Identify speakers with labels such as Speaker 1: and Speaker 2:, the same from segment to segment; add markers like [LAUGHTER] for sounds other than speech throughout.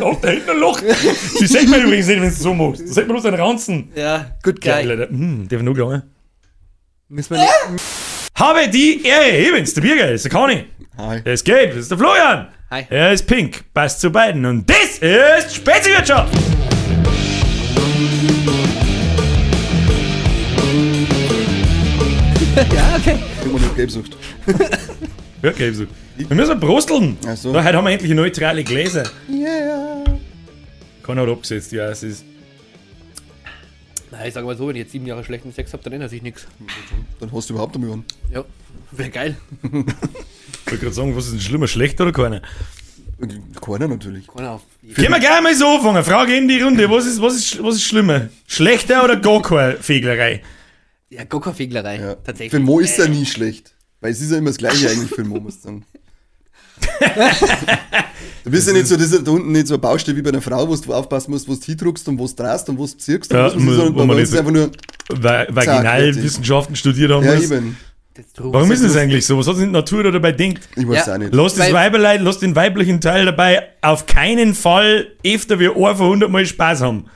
Speaker 1: Auf da hinten ein [LAUGHS] Loch. Die sieht man übrigens nicht, wenn du so machst. Da sieht man bloß einen Ranzen.
Speaker 2: Ja, gut
Speaker 1: Geil,
Speaker 2: geil.
Speaker 1: Leute. Hm, darf ich nur glauben.
Speaker 2: Müssen wir nicht.
Speaker 1: Habe die Ehre, Evans, der Bierger, ist der Conny.
Speaker 3: Hi.
Speaker 1: Er ist gelb, das ist der Florian.
Speaker 2: Hi.
Speaker 1: Er ist pink, passt zu beiden. Und das ist Speziwirtschaft.
Speaker 2: Ja, okay.
Speaker 3: Immer noch Gelbsucht.
Speaker 1: Ja, gelb so. Wir müssen prosteln.
Speaker 3: Ach so.
Speaker 1: Na, heute haben wir endlich neutrale Gläser.
Speaker 3: Yeah.
Speaker 1: Keiner hat abgesetzt, ja, es ist.
Speaker 2: Na, ich sag mal so, wenn ich jetzt sieben Jahre schlechten Sex hab, dann ändert sich nichts.
Speaker 3: Dann hast du überhaupt einmal einen.
Speaker 2: Ja, wäre geil.
Speaker 1: Ich wollte gerade sagen, was ist denn schlimmer, schlecht oder keiner?
Speaker 3: Keiner natürlich.
Speaker 2: Kann auf.
Speaker 1: Können wir gleich mal so anfangen. Frage in die Runde. Was ist, was ist, was ist schlimmer? Schlechter oder gar keine Feglerei?
Speaker 2: Ja, Gokka-Feglerei.
Speaker 3: Ja.
Speaker 2: Tatsächlich.
Speaker 3: Für den Mo ist er nie schlecht. Weil es ist ja immer das gleiche eigentlich für den Mo, muss
Speaker 2: [LAUGHS]
Speaker 3: ich sagen. Du bist ja nicht so, das ist da unten nicht so eine Baustelle wie bei einer Frau, wo du aufpassen musst, wo du hindruckst und wo du drast und wo du ziehst.
Speaker 1: Ja,
Speaker 3: und wo du-
Speaker 1: wo
Speaker 3: sondern bei
Speaker 1: man
Speaker 3: uns
Speaker 1: nicht-
Speaker 3: ist einfach nur,
Speaker 1: Weil Vaginalwissenschaften studiert haben
Speaker 3: ja
Speaker 1: muss.
Speaker 3: eben.
Speaker 2: Das Druck.
Speaker 1: Warum ist das eigentlich so? Was hat denn die Natur da dabei denkt?
Speaker 3: Ich weiß
Speaker 2: Ja.
Speaker 3: auch nicht.
Speaker 1: Lass das
Speaker 2: Weil-
Speaker 1: Weiberleid, lass den weiblichen Teil dabei auf keinen Fall öfter wie ein von 100 Mal Spaß haben.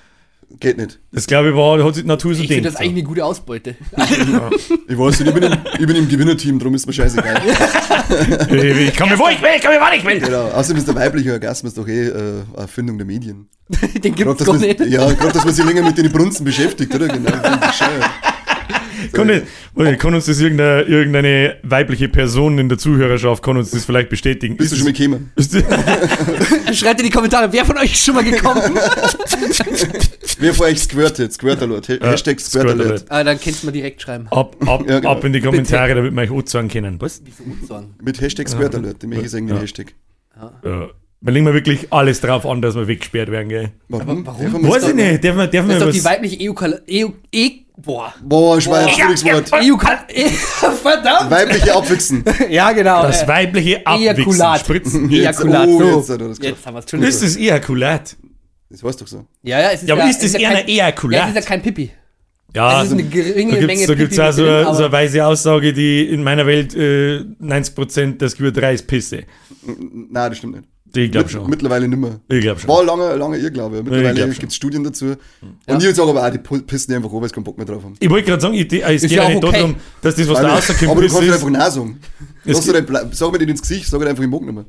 Speaker 3: Geht nicht.
Speaker 1: Das glaube ich war, hat sich die Natur so
Speaker 2: Ich finde
Speaker 1: denkt.
Speaker 2: das eigentlich eine gute Ausbeute.
Speaker 3: Ich weiß nicht, ich bin im, ich bin im Gewinnerteam, drum ist mir scheißegal.
Speaker 1: Ich ich kann mir wo ich will, ich kann mir wann ich will.
Speaker 3: [LAUGHS] genau. Außerdem ist der weibliche Orgasmus doch eh äh, eine Erfindung der Medien.
Speaker 2: [LAUGHS] Den
Speaker 3: Gerade,
Speaker 2: gibt's
Speaker 3: dass
Speaker 2: doch
Speaker 3: man,
Speaker 2: nicht.
Speaker 3: ja, gerade, dass man sich länger mit den Brunzen beschäftigt, oder? Genau. Bescheuert.
Speaker 1: Kann, nicht, warte, kann uns das irgendeine, irgendeine weibliche Person in der Zuhörerschaft, kann uns das vielleicht bestätigen?
Speaker 3: Bist du schon mal gekommen?
Speaker 1: Ist das-
Speaker 2: Schreibt in die Kommentare, wer von euch ist schon mal
Speaker 3: [LAUGHS]
Speaker 2: gekommen?
Speaker 3: Wer vor euch squirtet? Squirtalert. Ha- Hashtag Squirtalert.
Speaker 1: Squirtalert.
Speaker 2: ah, dann kannst du mal direkt schreiben.
Speaker 1: Ab, ab,
Speaker 3: Ja, genau.
Speaker 1: ab in die Kommentare, damit wir euch anzeigen können. Was?
Speaker 2: Wieso Unsorgen?
Speaker 3: Mit Hashtag Squirtalert. Ich möchte sagen, den
Speaker 1: Ja.
Speaker 3: Hashtag.
Speaker 1: Ja. Wir legen wir wirklich alles drauf an, dass wir weggesperrt werden, gell?
Speaker 3: Warum?
Speaker 2: warum?
Speaker 3: Warum?
Speaker 1: Weiß ich nicht, dürfen wir, dürfen
Speaker 2: Das
Speaker 1: wir
Speaker 2: ist doch die
Speaker 1: was...
Speaker 2: weibliche Eukal... Eu... E... Boah.
Speaker 3: Boah, ich war ein schwieriges Wort.
Speaker 2: Eukal... E [LAUGHS] Verdammt!
Speaker 3: Weibliche Abwichsen.
Speaker 2: Ja, genau.
Speaker 1: Das
Speaker 2: äh,
Speaker 1: weibliche Abwichsen,
Speaker 2: Ejakulat. [LAUGHS]
Speaker 1: Spritzen.
Speaker 2: Ejakulat.
Speaker 3: Jetzt- oh,
Speaker 2: so.
Speaker 3: jetzt hat er das gesagt.
Speaker 2: Jetzt haben wir's.
Speaker 1: Ist
Speaker 2: Entschuldigung.
Speaker 1: das Ejakulat?
Speaker 3: Das war's doch so.
Speaker 2: Ja, ja, es ist
Speaker 1: Ja, aber ist das eher
Speaker 2: kein-
Speaker 1: ein Ejakulat?
Speaker 2: Ja, es ist ja kein Pipi.
Speaker 1: Ja, also
Speaker 2: Also es ist eine geringe
Speaker 1: Ah, da gibt's,
Speaker 2: Menge
Speaker 1: da gibt's
Speaker 2: Pipi
Speaker 1: auch so,
Speaker 2: mit drin,
Speaker 1: eine- so eine
Speaker 2: aber-
Speaker 1: weise Aussage, die in meiner Welt äh, 90% das Gebühr 3 ist Pisse.
Speaker 3: Nein, das stimmt nicht.
Speaker 1: Ich glaube
Speaker 3: Mit-
Speaker 1: schon.
Speaker 3: Mittlerweile nimmer.
Speaker 1: Ich glaube schon.
Speaker 3: War lange, lange Irrglaube.
Speaker 1: Ich
Speaker 3: Mittlerweile
Speaker 1: glaub schon.
Speaker 3: gibt's Studien dazu. Und ich sage aber auch, die Pu- pissen die einfach an, weil sie keinen Bock mehr drauf haben.
Speaker 1: Ich wollte gerade sagen, ich, ich, es geht ja
Speaker 2: ja auch
Speaker 1: nicht
Speaker 2: okay.
Speaker 1: darum, dass das, was
Speaker 3: Weil-
Speaker 1: da rauskommt,
Speaker 3: aber du kannst
Speaker 1: Pisse
Speaker 3: dir
Speaker 1: ist.
Speaker 3: einfach Nein sagen.
Speaker 1: Es
Speaker 3: Lass dir dein Ble- Sag mir nicht ins Gesicht, sag dir einfach, ich mag nicht mehr.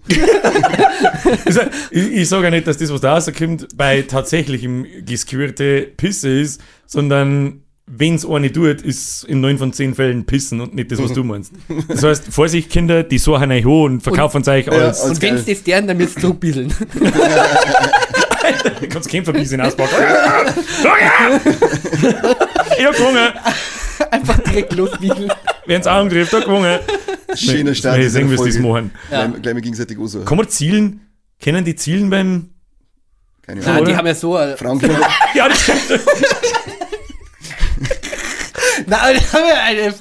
Speaker 1: Ich sag- Also, Ich, ich sage ja nicht, dass das, was da rauskommt, bei tatsächlichem gesquirte Pisse ist, sondern wenn es eine tut, ist in neun von zehn Fällen Pissen und nicht das, was
Speaker 3: Mhm.
Speaker 1: du meinst. Das
Speaker 3: [LAUGHS]
Speaker 1: heißt, Vorsicht, Kinder, die so euch hoch und verkaufen euch alles.
Speaker 3: als-
Speaker 2: Und wenn's das deren, dann wird's zurückbieseln.
Speaker 1: [LAUGHS] Du [LAUGHS] kannst kein Verbissen auspacken. ich hab gewungen.
Speaker 2: Einfach direkt losbieseln.
Speaker 1: Wenn es angreift, hab gewungen.
Speaker 3: Schöner Start.
Speaker 1: Nee,
Speaker 3: dieser
Speaker 1: sehen wir es das
Speaker 3: Folge.
Speaker 1: machen.
Speaker 2: Ja.
Speaker 3: Gleich, gleich mal gegenseitig auch so.
Speaker 1: Kann man zielen? Kennen die zielen beim...
Speaker 3: Keine
Speaker 2: Ah,
Speaker 3: Ahnung.
Speaker 2: die
Speaker 1: oder?
Speaker 2: haben ja so... äh,
Speaker 3: Frauen können aber-
Speaker 1: Ja, das stimmt.
Speaker 2: Na, aber die haben ja eine...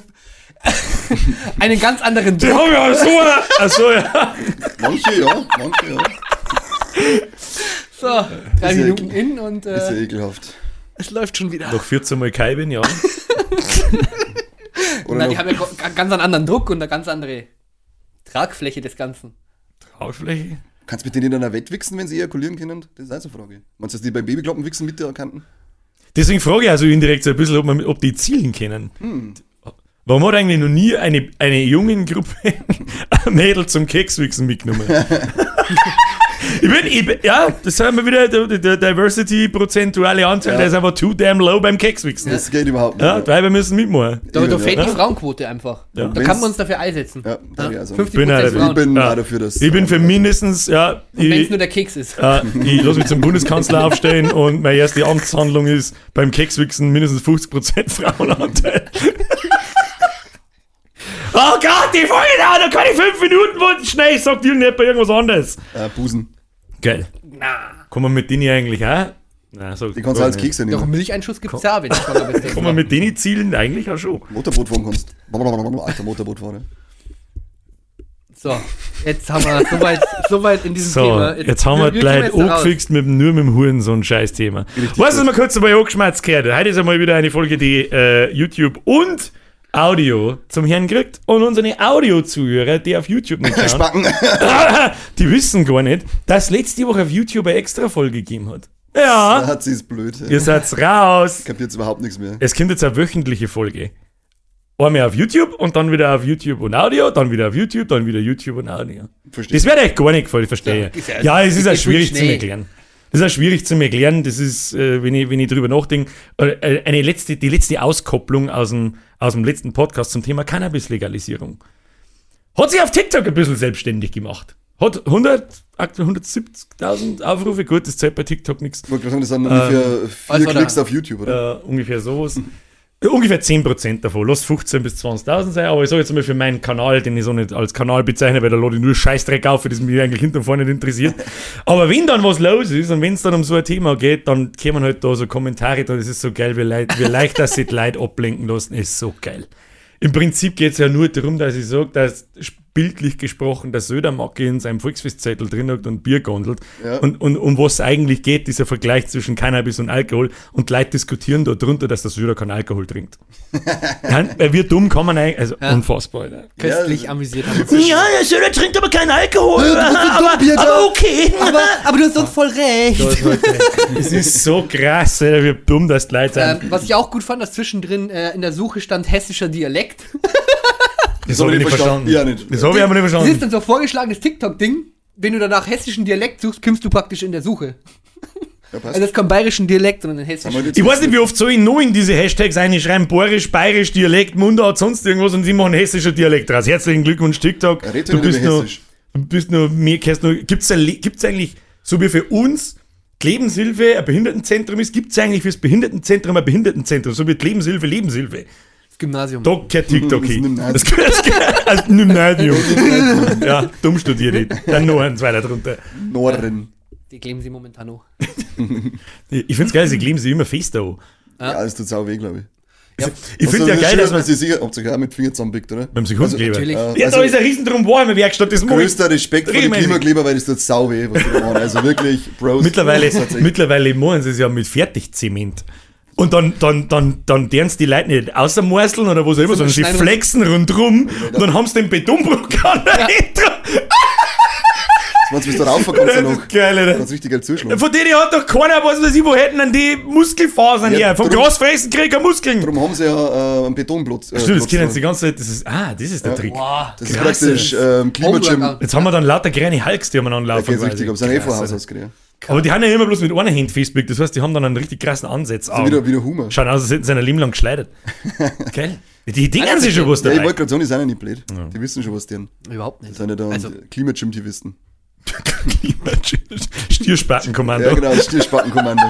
Speaker 2: [LAUGHS] einen ganz anderen
Speaker 1: Die
Speaker 2: Druck.
Speaker 1: haben ja so... Achso, ja.
Speaker 3: Manche ja, manche ja.
Speaker 2: So, drei
Speaker 3: Ist ja
Speaker 2: Minuten in und
Speaker 3: Ist ja
Speaker 2: äh,
Speaker 3: ekelhaft.
Speaker 2: es läuft schon wieder.
Speaker 1: Noch 14 Mal Kaiben, ja.
Speaker 3: Oder
Speaker 2: Na, die
Speaker 3: noch-
Speaker 2: haben ja go- ga- ganz einen anderen Druck und eine ganz andere Tragfläche des Ganzen.
Speaker 1: Hautfläche.
Speaker 3: Kannst du mit denen dann auch wettwichsen, wenn sie ejakulieren können? Das ist auch so eine Frage. Meinst du, dass die beim Babygloppen wichsen mit der Erkannten?
Speaker 1: Deswegen frage ich also indirekt so ein bisschen, ob, man, ob die zielen kennen. Warum hat eigentlich noch nie eine, eine jungen Gruppe ein Mädel zum Kekswichsen mitgenommen? ich bin, ich bin, ja, das haben wir wieder, der, der Diversity-prozentuale Anteil,
Speaker 3: Ja.
Speaker 1: der ist einfach too damn low beim Kekswichsen. Ja.
Speaker 3: Das geht überhaupt nicht.
Speaker 1: die Weiber müssen mitmachen.
Speaker 2: Da, da
Speaker 3: Eben,
Speaker 2: fehlt
Speaker 3: ja.
Speaker 2: die Frauenquote einfach.
Speaker 1: genau. Ja. also-
Speaker 2: Da kann man uns dafür einsetzen.
Speaker 3: Ja, darf ich auch sagen.
Speaker 2: 50
Speaker 1: Bin einer
Speaker 2: Prozent
Speaker 1: der-
Speaker 3: ich
Speaker 2: Frauen.
Speaker 3: bin
Speaker 1: Ja.
Speaker 3: auch dafür, dass.
Speaker 1: Ich bin für mindestens, ja,
Speaker 2: Wenn es
Speaker 1: ich,
Speaker 2: nur der Keks ist.
Speaker 1: äh, ich lasse mich zum Bundeskanzler aufstellen und meine erste Amtshandlung ist beim Kekswichsen mindestens 50% Frauenanteil. [LAUGHS] oh Gott, die Folge dauert noch keine 5 Minuten, wo schnell sagt irgendjemand irgendwas anderes.
Speaker 3: Äh, Busen.
Speaker 1: Geil.
Speaker 2: Na.
Speaker 1: Kann man mit denen eigentlich auch? Nein, so
Speaker 3: Die kannst du auch als Kekse
Speaker 2: Doch,
Speaker 3: nehmen.
Speaker 2: Milcheinschuss gibt's ja, wenn ich mal ein bisschen-
Speaker 1: Kann man mit denen zielen? Eigentlich auch schon.
Speaker 3: Motorboot fahren kannst. Alter, Motorboot fahren.
Speaker 2: So, jetzt haben wir soweit so weit in diesem
Speaker 1: So,
Speaker 2: Thema.
Speaker 1: jetzt, haben wir,
Speaker 2: kommen
Speaker 1: gleich
Speaker 2: jetzt da
Speaker 1: angefixt mit, dem- nur mit dem Huren so ein Scheiß-Thema. Weißt du, was wir kurz einmal angeschmerzt gehört? Heute ist einmal wieder eine Folge, die äh, YouTube und Audio zum Herrn kriegt und unsere Audio-Zuhörer, die auf YouTube [LAUGHS] nicht schauen,
Speaker 3: Äh, Spacken.
Speaker 1: die wissen gar nicht, dass letzte Woche auf YouTube eine extra Folge gegeben hat. Ja,
Speaker 3: [LAUGHS] Da hat sie es blöd.
Speaker 1: ihr seid raus.
Speaker 3: Kapiert jetzt überhaupt nichts mehr.
Speaker 1: Es kommt jetzt eine wöchentliche Folge. Einmal auf YouTube und dann wieder auf YouTube und Audio, dann wieder auf YouTube, dann wieder YouTube und Audio.
Speaker 3: Verstehe.
Speaker 1: Das wäre echt gar nicht gefallen, verstehe.
Speaker 2: Ja, ist ja-
Speaker 1: Ja, es ist
Speaker 2: geht
Speaker 1: auch
Speaker 2: mit
Speaker 1: schwierig zu
Speaker 2: Schnee.
Speaker 1: erklären. Das ist auch schwierig zu erklären. Das ist, äh, wenn, ich, wenn ich drüber nachdenke, äh, eine letzte, die letzte Auskopplung aus dem, aus dem letzten Podcast zum Thema Cannabis-Legalisierung. Hat sich auf TikTok ein bisschen selbstständig gemacht. Hat 100, aktuell 170.000 Aufrufe. Gut, das zählt bei TikTok nichts.
Speaker 3: Ich wollte gerade sagen, das sind ungefähr vier
Speaker 2: also da-
Speaker 3: Klicks auf YouTube, oder?
Speaker 1: Äh, ungefähr sowas. Äh, Ungefähr 10% davon. Lass 15 bis 20.000 sein, aber ich sage jetzt mal für meinen Kanal, den ich so nicht als Kanal bezeichne, weil da lade ich nur Scheißdreck auf, für das mich eigentlich hinten und vorne nicht
Speaker 3: [LAUGHS]
Speaker 1: interessiert. Aber wenn dann was los ist und wenn es dann um so ein Thema geht, dann kämen halt da so Kommentare, da das ist so geil, wie, leid, wie leicht das sich die Leute ablenken lassen, ist so geil. Im Prinzip geht es ja nur darum, dass ich sage, dass bildlich gesprochen der Södermacke in seinem Volksfestzettel drin hat und Bier gondelt.
Speaker 3: Ja.
Speaker 1: Und, und um was es eigentlich geht, dieser Vergleich zwischen Cannabis und Alkohol. Und Leute diskutieren da drunter, dass der Söder keinen Alkohol [LAUGHS] trinkt. Nein, weil wir dumm kann man eigentlich, also unfassbar. Alter.
Speaker 2: Köstlich amüsiert haben
Speaker 1: [LAUGHS]
Speaker 2: wir uns.
Speaker 1: Ja, der Söder trinkt aber keinen Alkohol.
Speaker 3: Ja, du bist so dumm, Peter.
Speaker 1: okay.
Speaker 2: Aber, aber du hast
Speaker 1: Ah.
Speaker 2: uns voll recht. [LAUGHS]
Speaker 1: Es ist so krass, Alter, wie dumm das die Leute sind.
Speaker 2: Ähm, was ich auch gut fand, dass zwischendrin äh, in der Suche stand hessischer Dialekt.
Speaker 1: das
Speaker 3: hab
Speaker 1: habe ich
Speaker 3: ich
Speaker 1: nicht verstanden.
Speaker 3: verstanden. Ja, nicht.
Speaker 1: Das habe ich aber nicht
Speaker 2: Das ist
Speaker 1: verstanden.
Speaker 2: dann so ein vorgeschlagenes TikTok-Ding. Wenn du danach hessischen Dialekt suchst, kommst du praktisch in der Suche.
Speaker 3: Ja, passt.
Speaker 2: Also das ist kein bayerischen Dialekt, sondern ein
Speaker 3: Haben wir
Speaker 2: hessischen.
Speaker 3: jetzt-
Speaker 1: Ich weiß nicht, wie oft soll ich noch in diese Hashtags reinschreiben, Borisch, Bayerisch, Dialekt, Mundart, sonst irgendwas und sie machen hessischer Dialekt draus. Herzlichen Glückwunsch, TikTok.
Speaker 3: Ja, red doch
Speaker 1: Du
Speaker 3: nicht
Speaker 1: bist
Speaker 3: über
Speaker 1: nur,
Speaker 3: Hessisch.
Speaker 1: du bist nur, mehr, kennst nur, gibt's, ein Le- gibt's eigentlich, so wie für uns Lebenshilfe ein Behindertenzentrum ist, gibt's eigentlich fürs Behindertenzentrum ein Behindertenzentrum, so wie die Lebenshilfe, Lebenshilfe.
Speaker 2: Das Gymnasium.
Speaker 1: Da gehört TikTok
Speaker 3: Das [LAUGHS] ist
Speaker 1: hin.
Speaker 3: ein
Speaker 1: Das gehört, das gehört also als
Speaker 3: [LAUGHS]
Speaker 1: Gymnasium. ja, dumm studiert ich. Dann noch ein zweiter drunter.
Speaker 3: Norden.
Speaker 2: Die kleben sie momentan [LAUGHS] noch.
Speaker 1: Ich find's geil, sie kleben sie immer fest an.
Speaker 3: Ja, das tut sau weh, glaube ich. Also
Speaker 1: Ich find's ja geil, dass man...
Speaker 3: sich sicher, ob sogar mit Finger zusammenpickt, oder?
Speaker 1: Beim Sekundenkleber.
Speaker 2: natürlich.
Speaker 3: Äh,
Speaker 1: Ja,
Speaker 3: also,
Speaker 1: da ist ein riesen Drumbohr in der Werkstatt, das muss ich.
Speaker 3: größter Respekt vor dem
Speaker 1: Regelmäßig.
Speaker 3: Klimakleber, weil das tut sau weh, was die da machen. Also wirklich, Bros. [LAUGHS]
Speaker 1: Mittlerweile,
Speaker 3: Das hat sich-
Speaker 1: mittlerweile machen sie es ja mit Fertigzement. Und dann, dann, dann, dann deren die Leute nicht außermorseln oder was auch immer,
Speaker 2: So
Speaker 3: Also
Speaker 2: eine
Speaker 1: sondern sie
Speaker 2: Schneidung.
Speaker 1: flexen rundrum und dann haben sie den Betonbruch [LAUGHS] an der Hinter-
Speaker 3: Wenn's mich da raufverkauft,
Speaker 1: Das [LAUGHS]
Speaker 3: dann noch.
Speaker 1: ist geil, Alter.
Speaker 3: Kannst richtig Geld zuschlagen.
Speaker 1: Von denen hat doch keiner, was weiß ich, wo hätten denn die Muskelfasern
Speaker 3: Ja,
Speaker 1: her? Vom
Speaker 3: drum-
Speaker 1: Großfressen kriegt er Muskeln.
Speaker 3: Darum haben sie ja äh, einen Betonplatz. Äh,
Speaker 1: Stimmt, das
Speaker 3: Platz
Speaker 1: kennen
Speaker 3: da.
Speaker 1: sie die ganze Zeit. Das ist, ah, das ist der Trick.
Speaker 2: Boah.
Speaker 3: Das ist
Speaker 1: Krass,
Speaker 3: praktisch ähm, Klimagym.
Speaker 2: Homeworkout.
Speaker 1: Jetzt haben wir dann lauter kleine Hulks, die haben
Speaker 3: Da
Speaker 1: anlaufen.
Speaker 3: geht's richtig, eh ob sie ein
Speaker 1: Krass,
Speaker 3: E-Vorhaus
Speaker 1: Alter.
Speaker 3: ausgeregt.
Speaker 1: Aber die haben ja immer bloß mit einer Hand festgelegt. Das heißt, die haben dann einen richtig krassen Ansatz.
Speaker 3: Also wieder, wieder Humor.
Speaker 1: Schauen aus, als hätten sie ein Leben lang
Speaker 3: [LAUGHS]
Speaker 1: geschleidet. Gell? Die denken sich schon was
Speaker 3: Ja, ich
Speaker 1: dabei.
Speaker 3: wollte gerade sagen, die sind ja nicht blöd. Die wissen schon, was die haben.
Speaker 2: Überhaupt
Speaker 3: Die
Speaker 2: nicht.
Speaker 3: sind ja da
Speaker 2: Also-
Speaker 3: und Klimagym-Tivisten.
Speaker 1: [LAUGHS] Stierspartenkommando.
Speaker 3: Ja, genau,
Speaker 1: [LAUGHS]
Speaker 3: das Stierspartenkommando.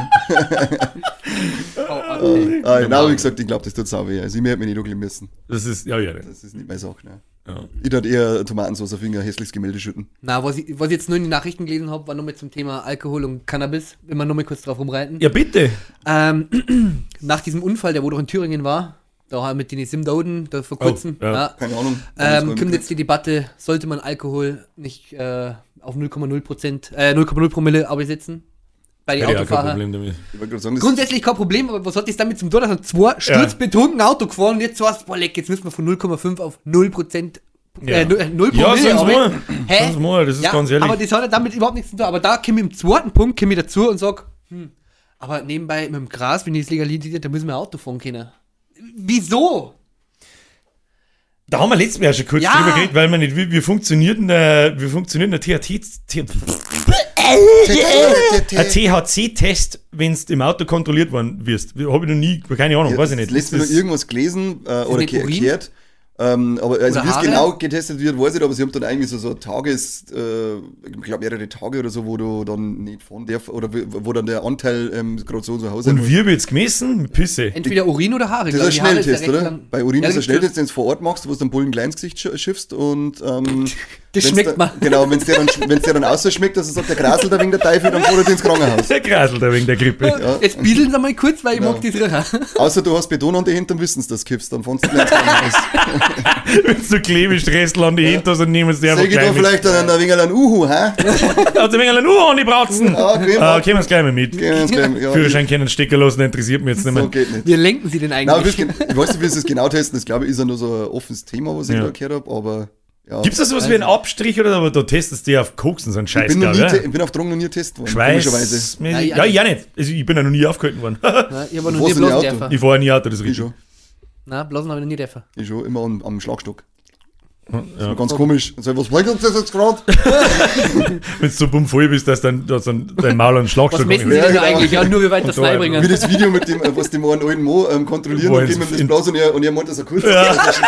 Speaker 2: Oh, okay.
Speaker 3: ah, genau, wie gesagt, ich glaube, das tut sau weh. Also, ich hätte mich nicht angeln müssen.
Speaker 1: Das ist, ja, ja.
Speaker 3: Das ist nicht meine Sache. Ne?
Speaker 1: ja.
Speaker 3: Ich würde eher Tomatensauce auf irgendein hässliches Gemälde schütten.
Speaker 2: Na, was ich, was ich jetzt nur in die Nachrichten gelesen habe, war nochmal zum Thema Alkohol und Cannabis. Wenn wir nochmal kurz drauf rumreiten.
Speaker 1: Ja, bitte.
Speaker 2: Ähm, [CLEARS THROAT] nach diesem Unfall, der wo doch in Thüringen war, da mit den Simdoden, da vor kurzem,
Speaker 1: Oh, ja.
Speaker 2: ja.
Speaker 3: Keine Ahnung. Alles
Speaker 2: ähm,
Speaker 3: mal
Speaker 2: kommt
Speaker 3: mit-
Speaker 2: jetzt die Debatte, sollte man Alkohol nicht äh, auf 0,0 Prozent, äh, 0,0 Promille absetzen? Bei den
Speaker 1: Ja, kein
Speaker 2: Autofahrern.
Speaker 1: Problem damit.
Speaker 3: Ich wollte gerade sagen, das
Speaker 2: Grundsätzlich kein Problem, aber was hat das damit zum tun, dass er zwei sturzbetrunken Auto gefahren und jetzt so hast, boah, leck, jetzt müssen wir von 0,5 auf 0 Prozent.
Speaker 1: Ja.
Speaker 2: Äh, 0, 0
Speaker 1: Ja, sonst mal.
Speaker 2: Hä?
Speaker 1: Sonst mal, das ist
Speaker 2: ja,
Speaker 1: ganz ehrlich.
Speaker 2: Aber das hat ja damit überhaupt nichts zu tun. Aber da komme ich im zweiten Punkt komme ich dazu und sage, hm, aber nebenbei mit dem Gras, wenn ich es legalisiert, da müssen wir Auto fahren können. Wieso?
Speaker 1: Da haben wir letztes Mal schon kurz
Speaker 2: Ja.
Speaker 1: drüber geredet, weil man nicht, wie, wie funktioniert denn der, wie funktioniert denn äh, der THT, T-
Speaker 3: Äh,
Speaker 1: ein THC-Test, wenn du im Auto kontrolliert worden wirst? Habe ich noch nie, keine Ahnung, weiß ich nicht.
Speaker 3: Letztes Mal
Speaker 1: Das-
Speaker 3: äh, noch irgendwas gelesen äh, oder
Speaker 2: nicht
Speaker 3: ge-
Speaker 2: Urin?
Speaker 3: erklärt. Ähm, aber also
Speaker 2: Oder
Speaker 3: wie es
Speaker 2: Haare?
Speaker 3: genau getestet wird, weiß ich nicht, aber sie haben dann eigentlich so, so Tages, äh, ich glaube mehrere Tage oder so, wo du dann nicht fahren darfst oder wo- wo dann der Anteil ähm, gerade so und so Haus
Speaker 1: und wir haben jetzt gemessen, mit Pisse.
Speaker 2: Entweder Urin oder Haare.
Speaker 3: Das
Speaker 2: glaub
Speaker 3: ist
Speaker 2: ich.
Speaker 3: ein
Speaker 2: Haare ja
Speaker 3: Schnelltest,
Speaker 2: recht
Speaker 3: oder?
Speaker 2: lang-
Speaker 3: Bei Urin
Speaker 2: Ja,
Speaker 3: ist ein
Speaker 2: das stimmt.
Speaker 3: Schnelltest, den du vor Ort machst, wo du den Bullen klein ins Gesicht sch- schiffst und ähm,
Speaker 2: [LAUGHS] Das
Speaker 3: Wenn's
Speaker 2: schmeckt
Speaker 3: da,
Speaker 2: man.
Speaker 3: [LAUGHS] Genau, wenn es dir dann, sch- wenn's dir dann ausschmeckt, dass du sagst, der Grasel da wegen der Teufel, dann fahr ich ins Krankenhaus.
Speaker 1: Der graselt da wegen der Grippe.
Speaker 3: Ja.
Speaker 2: Jetzt biedeln sie mal kurz, weil ich mag das riechen.
Speaker 3: Außer du hast Beton an die Hintern, wissen sie, dass du kippst, dann fahrst du nicht
Speaker 1: [LAUGHS]
Speaker 3: ins Krankenhaus.
Speaker 1: Wenn du klebisch Restl an die Hinters und nehmen sie dir einfach
Speaker 3: Sag ich
Speaker 1: gleich
Speaker 3: da
Speaker 1: mit.
Speaker 3: vielleicht dann ein wenig einen Uhu, hä?
Speaker 1: Also wegen einer Uhr an die Bratzen.
Speaker 3: Ja,
Speaker 1: Okay,
Speaker 3: okay,
Speaker 1: ah, können wir es gleich mal mit.
Speaker 3: Gehen wir ins Kleine- ja,
Speaker 1: Führerschein kennen, Stecker lassen, interessiert mich jetzt nicht mehr.
Speaker 3: So geht nicht.
Speaker 2: Wir lenken sie denn
Speaker 3: Nein, aber
Speaker 2: eigentlich?
Speaker 3: ich weiß gen- ich weiß nicht, wie sie es genau testen. Das glaube ich ist ja nur so ein offenes Thema, was ich
Speaker 1: Ja.
Speaker 3: da gehört habe, aber ja.
Speaker 1: Gibt es da sowas wie einen Abstrich oder so? aber da testest du ja auf Koksen so einen
Speaker 3: Also. ich
Speaker 1: Scheiß,
Speaker 3: bin, noch nie,
Speaker 1: glaube
Speaker 3: te-
Speaker 1: ich.
Speaker 3: ich bin auf Drogen noch nie getestet worden,
Speaker 1: Schweiß. Ja,
Speaker 2: Nein, ich
Speaker 1: ja,
Speaker 2: auch
Speaker 1: ich auch nicht. Also, ich bin ja noch nie aufgehalten worden. [LAUGHS]
Speaker 2: Nein, ich habe noch
Speaker 3: Wo
Speaker 2: nie
Speaker 3: sind die
Speaker 2: blasen
Speaker 3: Autos?
Speaker 2: dürfen.
Speaker 1: ich fahre nie Auto, das ist
Speaker 3: Ich
Speaker 1: richtig.
Speaker 3: schon.
Speaker 2: Nein, blasen habe ich noch nie dürfen.
Speaker 3: Ich schon, immer am, am Schlagstock.
Speaker 1: Ja.
Speaker 3: Ganz komisch. Also, was bringt uns das jetzt gerade?
Speaker 1: Wenn du so bumm voll bist, dass dann, dass dann dein Maul einen
Speaker 2: Was
Speaker 1: Schlagstock
Speaker 2: messen sie
Speaker 3: Ja,
Speaker 2: denn
Speaker 3: genau.
Speaker 2: eigentlich? Ja, nur wie weit das
Speaker 1: Und da
Speaker 3: Wie
Speaker 2: freibringen.
Speaker 3: das Video mit dem, äh, was dem einen alten Mo ähm, kontrollieren
Speaker 1: Wo
Speaker 3: und
Speaker 1: ins-
Speaker 3: geben ihm das
Speaker 1: in-
Speaker 3: Blas und er, und er meint, dass er kurz
Speaker 1: Ja.
Speaker 3: ist.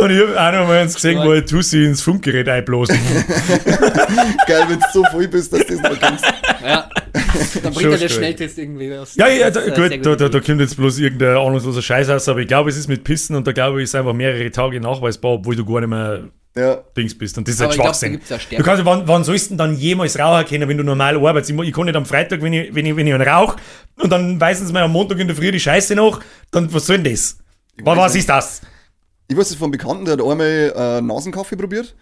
Speaker 1: Und ich habe auch noch mal eins gesehen, wo ich Tussi ins Funkgerät einblasen.
Speaker 3: Geil, wenn du so voll bist, dass du das noch kannst.
Speaker 2: Ja.
Speaker 3: [LAUGHS]
Speaker 2: Dann
Speaker 1: Schon
Speaker 2: bringt er der
Speaker 1: stark.
Speaker 2: Schnelltest irgendwie aus.
Speaker 1: Ja, ja, da,
Speaker 2: Das ist, äh, sehr
Speaker 1: gut, da, da,
Speaker 2: gute
Speaker 1: da kommt jetzt bloß irgendein ahnungsloser Scheiß raus, aber ich glaube, es ist mit Pissen und da glaube ich, ist einfach mehrere Tage nachweisbar, obwohl du gar nicht mehr
Speaker 3: Ja.
Speaker 1: Dings bist. Und das ist halt
Speaker 2: Aber ich glaub, da
Speaker 1: Schwachsinn.
Speaker 2: gibt's ja
Speaker 1: du
Speaker 2: Stärke.
Speaker 1: kannst, wann, wann sollst du denn dann jemals Raucher kennen, wenn du normal arbeitest? Ich, mo- ich kann nicht am Freitag, wenn ich, wenn ich, wenn ich einen rauche und dann weisen sie mir am Montag in der Früh die Scheiße nach, dann was soll denn das? Wa-
Speaker 3: weiß
Speaker 1: was
Speaker 3: nicht.
Speaker 1: ist das?
Speaker 3: Ich weiß es von Bekannten, der hat einmal äh, Nasenkaffee probiert.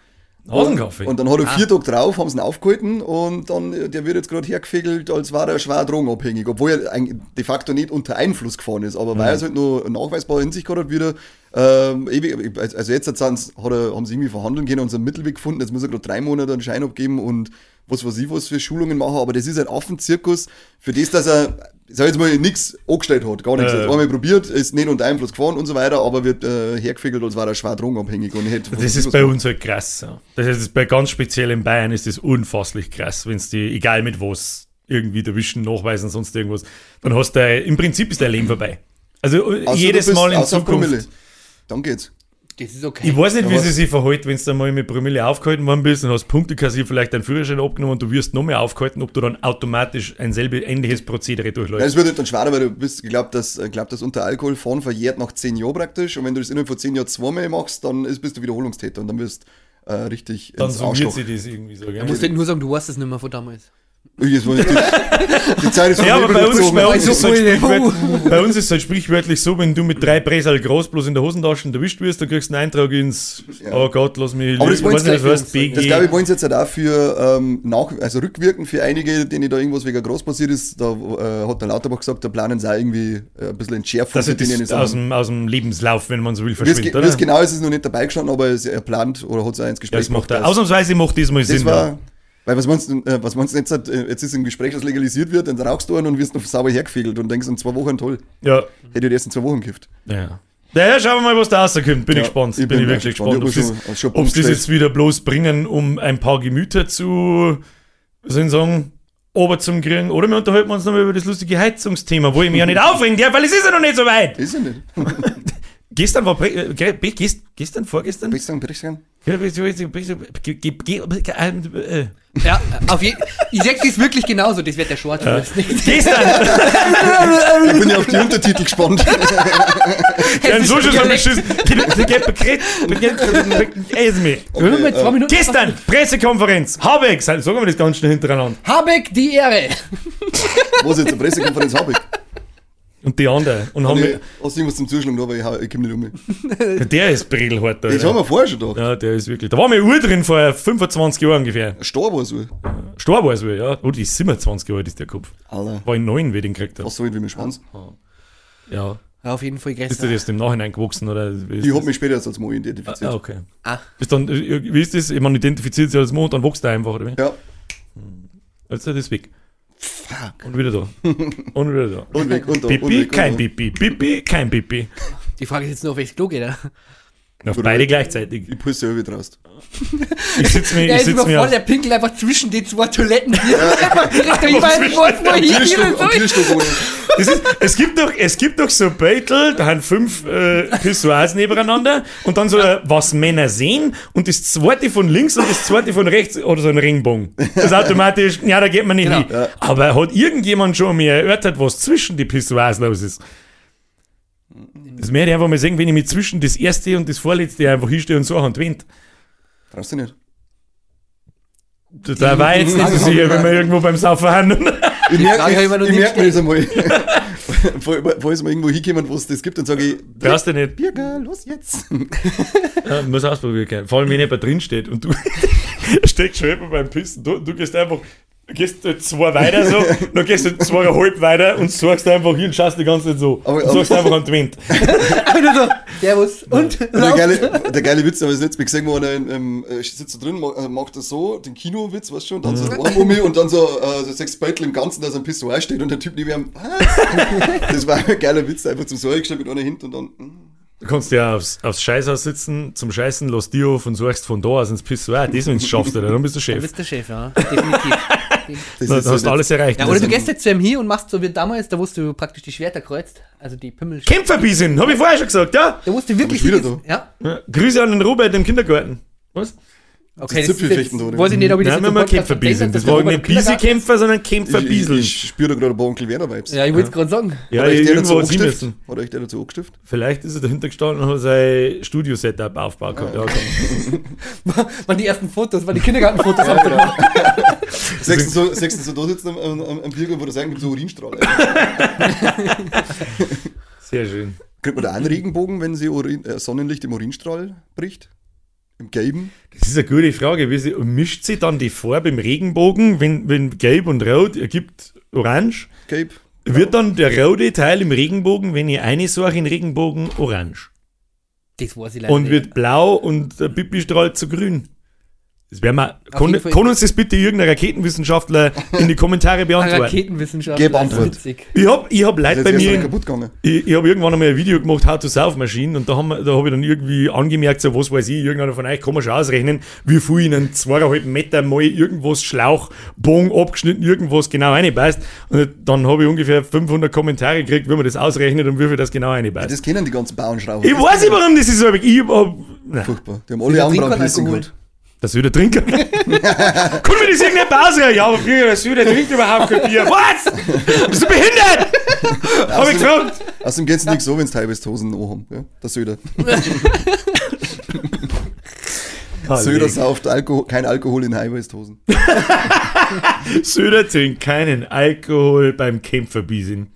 Speaker 1: Nasenkaffee.
Speaker 3: Und dann hat er vier Tage drauf, haben sie ihn aufgehalten und dann, äh, der wird jetzt gerade hergefegelt, als war er schwer drogenabhängig, obwohl er eigentlich de facto nicht unter Einfluss gefahren ist,
Speaker 1: Mhm.
Speaker 3: aber weil er es halt nur nachweisbar in sich gehabt hat, wieder, ähm, ewig- also jetzt hat's- hat er, haben sie irgendwie verhandeln gehen und so einen Mittelweg gefunden, jetzt muss er gerade drei Monate einen Schein abgeben und was weiß ich was für Schulungen machen, aber das ist ein Affenzirkus, für das, dass er, ich sag jetzt mal, nichts angestellt hat, gar nichts,
Speaker 1: Äh.
Speaker 3: äh. einmal probiert, ist nicht unter Einfluss gefahren und so weiter, aber wird äh, hergefegelt, als war er schwer drogenabhängig und hätte...
Speaker 1: Das ist bei uns halt krass. Ja. Das ist bei ganz speziell in Bayern ist das unfasslich krass, wenn es die, egal mit was, irgendwie erwischen, nachweisen, sonst irgendwas, dann hast du, ein- im Prinzip ist dein Leben vorbei. Also äh,
Speaker 3: Außer du
Speaker 1: jedes
Speaker 3: bist
Speaker 1: Mal in
Speaker 3: außer Promille.
Speaker 1: Zukunft.
Speaker 3: Dann geht's.
Speaker 2: Idee. Das ist okay.
Speaker 1: Ich weiß nicht, wie
Speaker 3: Ja,
Speaker 1: sie
Speaker 3: was?
Speaker 1: sich verhält, wenn du mal mit Promille aufgehalten worden bist und hast Punkte kassiert, vielleicht deinen Führerschein abgenommen und du wirst noch mehr aufgehalten, ob du dann automatisch ein selbe, ähnliches Prozedere
Speaker 3: Ja,
Speaker 1: durchläufst.
Speaker 3: Es wird halt dann schwerer, weil du bist, ich glaube, dass, ich glaub, dass unter Alkohol fahren verjährt nach 10 Jahren praktisch. Und wenn du das innerhalb von 10 Jahren zweimal machst, dann ist, bist du Wiederholungstäter und dann wirst äh, richtig
Speaker 1: Dann
Speaker 3: ins
Speaker 1: summiert
Speaker 3: Arschloch.
Speaker 1: sie das irgendwie so.
Speaker 2: Du
Speaker 1: Gell?
Speaker 2: musst nicht nur sagen, du weißt es nicht mehr von damals.
Speaker 3: Ui, jetzt war ich die, die Zeit ist
Speaker 1: [LAUGHS] Ja, aber bei uns, bei, uns
Speaker 2: Also,
Speaker 1: ist halt
Speaker 2: Ui,
Speaker 1: sprichwörtlich- [LAUGHS] bei uns ist es halt sprichwörtlich so, wenn du mit drei Bresal groß bloß in der Hosentasche erwischt wirst, dann kriegst du einen Eintrag ins Oh Gott, lass mich
Speaker 3: Aber das
Speaker 1: lügen.
Speaker 3: wollen sie
Speaker 1: nicht,
Speaker 2: gleich
Speaker 1: was E
Speaker 2: uns
Speaker 1: BG.
Speaker 3: Das glaube ich, wollen sie jetzt halt auch für, ähm, nach, also rückwirkend für einige, denen da irgendwas wegen groß passiert ist. Da äh, hat der Lauterbach gesagt, da planen sie auch irgendwie äh, ein bisschen Entschärfung.
Speaker 1: das
Speaker 3: für denen
Speaker 1: ist
Speaker 3: es
Speaker 1: das aus
Speaker 3: am-
Speaker 1: dem, aus dem Lebenslauf, wenn man so will,
Speaker 3: wie es ge-
Speaker 1: verschwindet,
Speaker 3: wie
Speaker 1: oder?
Speaker 3: es genau ist, ist noch nicht dabei gestanden, aber es- er plant oder hat es auch ins
Speaker 1: Ja,
Speaker 3: Gespräch
Speaker 1: das macht er.
Speaker 3: dass-
Speaker 1: Ausnahmsweise macht diesmal
Speaker 3: Das
Speaker 1: Sinn. ja.
Speaker 3: war, weil was meinst du, äh, was meinst du jetzt, hat, äh, jetzt ist ein Gespräch, das legalisiert wird, dann rauchst du einen und wirst noch sauber hergefegelt und denkst in zwei Wochen, toll,
Speaker 1: Ja.
Speaker 3: hätte ich das in zwei Wochen gekifft.
Speaker 1: Ja. Naja, schauen wir mal, was da rauskommt. Bin ich
Speaker 3: Ja,
Speaker 1: gespannt. bin,
Speaker 3: ich bin
Speaker 1: ich wirklich
Speaker 3: gespannt.
Speaker 1: gespannt, ob
Speaker 3: Ich hab
Speaker 1: sie
Speaker 3: schon- schon
Speaker 1: ob sie das
Speaker 3: umgestellt.
Speaker 1: jetzt wieder bloß bringen, um ein paar Gemüter zu, was soll ich sagen, ober zum kriegen. Oder wir unterhalten uns nochmal über das lustige Heizungsthema, wo ich mich ja [LAUGHS] nicht aufregen darf, weil es ist ja noch nicht so weit.
Speaker 3: Ist ja nicht.
Speaker 1: Gestern war, Pre äh, gell, Be- gest gestern, vorgestern?
Speaker 3: Berichtigung, Berichtigung.
Speaker 1: Ja, Be- Be- Be- Be- Ge- Ge- Ge- äh, äh,
Speaker 2: Ja, auf jeden Ich sag das wirklich genauso, das wird der Short. Ja. [LAUGHS]
Speaker 1: [LAUGHS] Gestern!
Speaker 3: Ich bin ja auf die
Speaker 1: [LAUGHS]
Speaker 3: Untertitel gespannt.
Speaker 1: Dein Sushi schon beschissen. Essen mich.
Speaker 2: Hören wir mal zwei Minuten.
Speaker 1: Gestern, Pressekonferenz, Habeck, sagen wir das ganz schnell hintereinander.
Speaker 2: Habeck, die Ehre.
Speaker 3: äh, Was jetzt, eine Pressekonferenz habe ich.
Speaker 1: Und die andere. Und haben
Speaker 3: Nee,
Speaker 1: wir,
Speaker 3: Hast du irgendwas zum Zuschlagen da, weil ich, hau- ich komm nicht um. mich.
Speaker 1: der ist brillhart,
Speaker 3: Das haben
Speaker 1: Alter.
Speaker 3: wir vorher schon gedacht.
Speaker 1: Ja, der ist wirklich. Da war mir Uhr drin vor 25 Jahren ungefähr.
Speaker 3: Star Wars, Uhr.
Speaker 1: Stor war es wohl, ja. Oh, die ist 27 Jahre alt, ist der Kopf.
Speaker 3: Alter.
Speaker 1: War in neun, wie ich den gekriegt habe.
Speaker 3: Was so wie mit Schwanz.
Speaker 1: Ja.
Speaker 2: Ja, auf jeden Fall
Speaker 1: Ist der
Speaker 2: gestern.
Speaker 1: jetzt im Nachhinein gewachsen oder wie ist
Speaker 3: Ich
Speaker 1: das?
Speaker 3: hab mich später erst als Mo identifiziert.
Speaker 1: Ah, okay.
Speaker 2: Ah.
Speaker 1: Ist dann, wie ist das? Man identifiziert sich als Mond, dann wächst er einfach, oder wie?
Speaker 3: Ja.
Speaker 1: Also das ist weg. Fuck. Und wieder da.
Speaker 3: [LAUGHS]
Speaker 1: Und wieder da.
Speaker 3: Und weg, und da. und
Speaker 1: Pipi,
Speaker 3: weg, und
Speaker 1: kein
Speaker 3: da.
Speaker 1: Pipi. Pipi, kein Pipi.
Speaker 2: Die Frage ist jetzt nur, auf welches Klo geht er?
Speaker 1: Auf beide gleichzeitig.
Speaker 3: Ich pusse ja wieder draus.
Speaker 1: Ich sitze mir,
Speaker 2: Der
Speaker 1: ich
Speaker 2: ist
Speaker 1: sitz mir
Speaker 2: übervoll,
Speaker 1: auf,
Speaker 2: der pinkelt einfach zwischen den zwei Toiletten. Ich [LAUGHS] weiß, wo es wo hier hin
Speaker 3: Türstock, am
Speaker 2: soll.
Speaker 3: Türstock ohne.
Speaker 1: Es, ist, es, gibt doch, es gibt doch so Beutel, da haben fünf äh, Pissoirs nebeneinander und dann so, äh, was Männer sehen und das zweite von links und das zweite von rechts oder so ein Ringbogen. Das ist automatisch, ja, da geht man nicht
Speaker 2: Genau.
Speaker 1: hin. Aber hat irgendjemand schon mal erörtert, was zwischen die Pissoirs los ist? Das möchte ich einfach mal sehen, wenn ich mich zwischen das erste und das vorletzte einfach hinstehe und so und wind.
Speaker 3: Traust du nicht?
Speaker 1: Da war jetzt nicht so sicher, wenn wir irgendwo beim Saufen haben.
Speaker 3: Ich merke
Speaker 2: Frage hab ich mir noch
Speaker 3: ich
Speaker 2: nie
Speaker 3: merk mir das einmal. [LAUGHS] Vor- Falls wir irgendwo hinkommen, wo es das gibt, dann sage ich,
Speaker 1: Brauchst du nicht.
Speaker 3: Birger, los jetzt.
Speaker 1: Ja, muss ausprobieren können. Vor allem, wenn jemand drin steht und [LAUGHS] du steckst schon immer beim Pissen. Du, du gehst einfach, gehst halt zwei weiter so, dann gehst du zweieinhalb weiter und sorgst einfach hin und schaust die ganze Zeit so.
Speaker 3: Aber-
Speaker 1: und sorgst einfach an den Wind.
Speaker 2: Einer so, also. Servus und
Speaker 3: Der
Speaker 2: lauf.
Speaker 3: geile, der geile Witz, aber das letzte Mal gesehen, wo einer in, ähm, äh, sitzt da drin, ma- äh, macht das so, den Kinowitz, weißt du, und dann so ein Arm um mich und dann so, äh, so sechs Beutel im Ganzen, dass ein Pissoir steht und der Typ neben ihm, was? Das war ein geiler Witz, einfach zum Säure gestellt mit einer hinten und dann, mm.
Speaker 1: Du kannst ja aufs, aufs Scheißhaus sitzen, zum Scheißen, los dir auf und sorgst von da aus ins Pissoir. Das, wenn du schaffst, Alter, dann bist du
Speaker 2: Du
Speaker 1: Chef.
Speaker 2: bist der Chef, ja. Definitiv.
Speaker 3: das halt
Speaker 1: Dann
Speaker 3: so
Speaker 1: hast du
Speaker 3: nett.
Speaker 1: alles erreicht.
Speaker 2: ja,
Speaker 1: Also-
Speaker 2: oder du gehst jetzt zu ihm hier und machst so wie damals, da wusst du praktisch die Schwerter kreuzt. Also die Pimmel.
Speaker 1: Kämpferbisin, habe ich vorher schon gesagt, ja?
Speaker 2: Da musst du wirklich.
Speaker 3: ich wieder da.
Speaker 2: Ja.
Speaker 1: ja? Grüße an den Robert im Kindergarten. Was?
Speaker 2: Okay,
Speaker 3: Das Zipfelfechten, oder?
Speaker 2: Weiß ich nicht, ob ich
Speaker 1: Nein, wir
Speaker 2: im
Speaker 1: haben
Speaker 2: Podcast
Speaker 1: Kämpferbisin.
Speaker 2: erzählt hab,
Speaker 1: Das war
Speaker 2: dass der
Speaker 1: nicht
Speaker 2: Robert im Kindergarten-
Speaker 1: Bisi-Kämpfer, sondern
Speaker 3: Ich,
Speaker 1: Kämpferbieseln.
Speaker 3: ich, ich spüre da gerade ein paar Onkel Werner-Vibes.
Speaker 2: Ja, ich wollte es gerade sagen. [LAUGHS]
Speaker 1: Ja,
Speaker 3: Hat euch der dazu
Speaker 1: irgendwo hat sie
Speaker 3: angestiftet?
Speaker 1: müssen.
Speaker 3: Hat euch der dazu angestiftet?
Speaker 1: Vielleicht ist er dahinter gestanden und hat sein Studio-Setup aufgebaut. gehabt. Ja, okay.
Speaker 2: Waren die ersten Fotos, waren die Kindergartenfotos.
Speaker 3: [LAUGHS]
Speaker 2: auf der-
Speaker 3: Sechsten so, sechsten so da sitzen am, am, am Biergarten, wo das eigentlich so Urinstrahl ist.
Speaker 1: Sehr schön.
Speaker 3: Kriegt man da einen Regenbogen, wenn sie Urin, äh, Sonnenlicht im Urinstrahl bricht? Im Gelben?
Speaker 1: Das ist eine gute Frage. Wie sie, mischt sie dann die Farbe im Regenbogen, wenn, wenn gelb und rot ergibt orange?
Speaker 3: Gelb?
Speaker 1: Wird dann der rote Teil im Regenbogen, wenn ihr eine Sache in Regenbogen, orange?
Speaker 2: Das weiß ich leider
Speaker 1: Und
Speaker 2: nicht.
Speaker 1: wird blau und der Pipi strahlt zu grün? Das werden wir, kann,
Speaker 2: jeden Fall-
Speaker 1: kann uns das bitte irgendein Raketenwissenschaftler in die Kommentare
Speaker 2: Ah,
Speaker 1: beantworten?
Speaker 2: Raketenwissenschaft.
Speaker 3: Gebe
Speaker 2: das ist
Speaker 3: Antwort.
Speaker 2: witzig.
Speaker 1: Ich hab, ich hab Leute
Speaker 3: Ist
Speaker 1: bei
Speaker 3: jetzt
Speaker 1: mir.
Speaker 3: erst
Speaker 1: in-
Speaker 3: mal kaputt gegangen.
Speaker 1: Ich, ich habe irgendwann einmal ein Video gemacht, How to Saufmaschinen, und da haben wir- da habe ich dann irgendwie angemerkt, so was weiß ich, irgendeiner von euch kann man schon ausrechnen, wie viel in einen zweieinhalb Meter mal irgendwas Schlauch, Bong abgeschnitten, irgendwas genau reinbeißt. Und dann habe ich ungefähr 500 Kommentare gekriegt, wie man das ausrechnet und wie viel das genau reinbeißt.
Speaker 3: Ah, Das kennen die ganzen Bauernschrauber.
Speaker 1: ich weiß nicht, warum das ist so, aber ich hab, na,
Speaker 3: Furchtbar. Die haben
Speaker 2: Der
Speaker 3: alle Augenbrauenpiercing
Speaker 2: Trinkwasseralkohol.
Speaker 3: geholt.
Speaker 1: das will der Trinker. Kann mir das irgendeine Pause? Ja, aber Bürger, das will der Trinker überhaupt kein Bier. Was? Bist du behindert? Habe ich gefragt.
Speaker 3: Außerdem geht es nicht so, wenn es teilweise Hosen anhaben. Ja? Der Söder.
Speaker 1: Ah,
Speaker 3: Söder sauft Alkohol, kein Alkohol in Highwaist-Hosen.
Speaker 1: Söder trinkt keinen Alkohol beim Kämpferbiesin.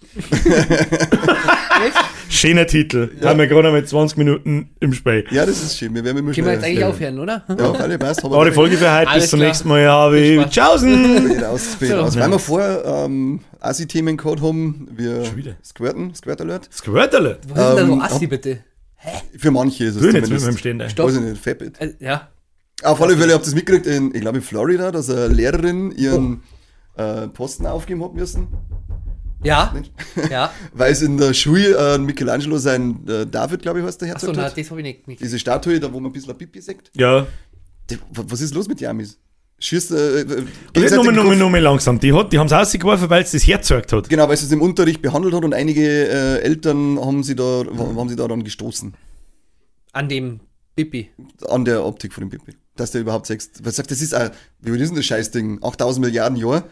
Speaker 1: Schöner Titel. Haben wir gerade einmal 20 Minuten im Spiel.
Speaker 3: Ja, das ist schön. Wir werden immer
Speaker 2: Können wir jetzt
Speaker 3: schneller.
Speaker 2: eigentlich aufhören, oder? Hm?
Speaker 3: Ja, auf alle passt.
Speaker 1: Aber die Folge für heute.
Speaker 2: Alles
Speaker 1: Bis zum
Speaker 2: klar.
Speaker 1: nächsten Mal. Habe
Speaker 2: Viel Spaß.
Speaker 1: Tschaußen.
Speaker 3: Geht aus,
Speaker 1: [LAUGHS]
Speaker 3: geht aus. Weil Also, wir vorher ähm, Assi-Themen gehabt haben, wir
Speaker 1: Schon wieder.
Speaker 3: Squirten, Squirt Alert.
Speaker 1: Squirtle.
Speaker 2: Was ist denn da so
Speaker 3: Ähm,
Speaker 2: Assi, bitte?
Speaker 3: Für manche ist es
Speaker 1: Du jetzt mit meinem
Speaker 3: zumindest.
Speaker 1: Stehen da.
Speaker 2: Stopp.
Speaker 3: Weiß ich nicht, Fabit.
Speaker 2: Äh, ja.
Speaker 3: Auf alle Fälle habt ihr es mitgekriegt, in, ich glaube in Florida, dass eine Lehrerin ihren äh, Posten aufgeben hat müssen,
Speaker 2: Ja. Ja.
Speaker 3: weil es in der Schule äh, Michelangelo sein äh, David, glaube ich, heißt der
Speaker 2: Achso,
Speaker 3: Herzog.
Speaker 2: na,
Speaker 3: hat.
Speaker 2: das habe ich nicht. nicht.
Speaker 3: Diese Statue, da wo man ein bisschen ein Pipi sieht.
Speaker 1: Ja.
Speaker 3: Die- wa- Was ist los mit den Amis? Schießt äh, äh,
Speaker 1: Jetzt
Speaker 3: gegenseitig
Speaker 1: nochmal,
Speaker 3: den
Speaker 1: nochmal,
Speaker 3: Kopf-
Speaker 1: nochmal langsam. Die, hat, die haben es rausgeworfen, weil es das herzeigt hat.
Speaker 3: Genau, weil sie es im Unterricht behandelt hat und einige äh, Eltern haben sie, da, wa- haben sie da dann gestoßen.
Speaker 2: An dem Bibi.
Speaker 3: An der Optik von dem Pipi. Dass der überhaupt sechst. Was sagt, das ist ein, wie alt ist denn das Scheißding? 8000 Milliarden Jahre.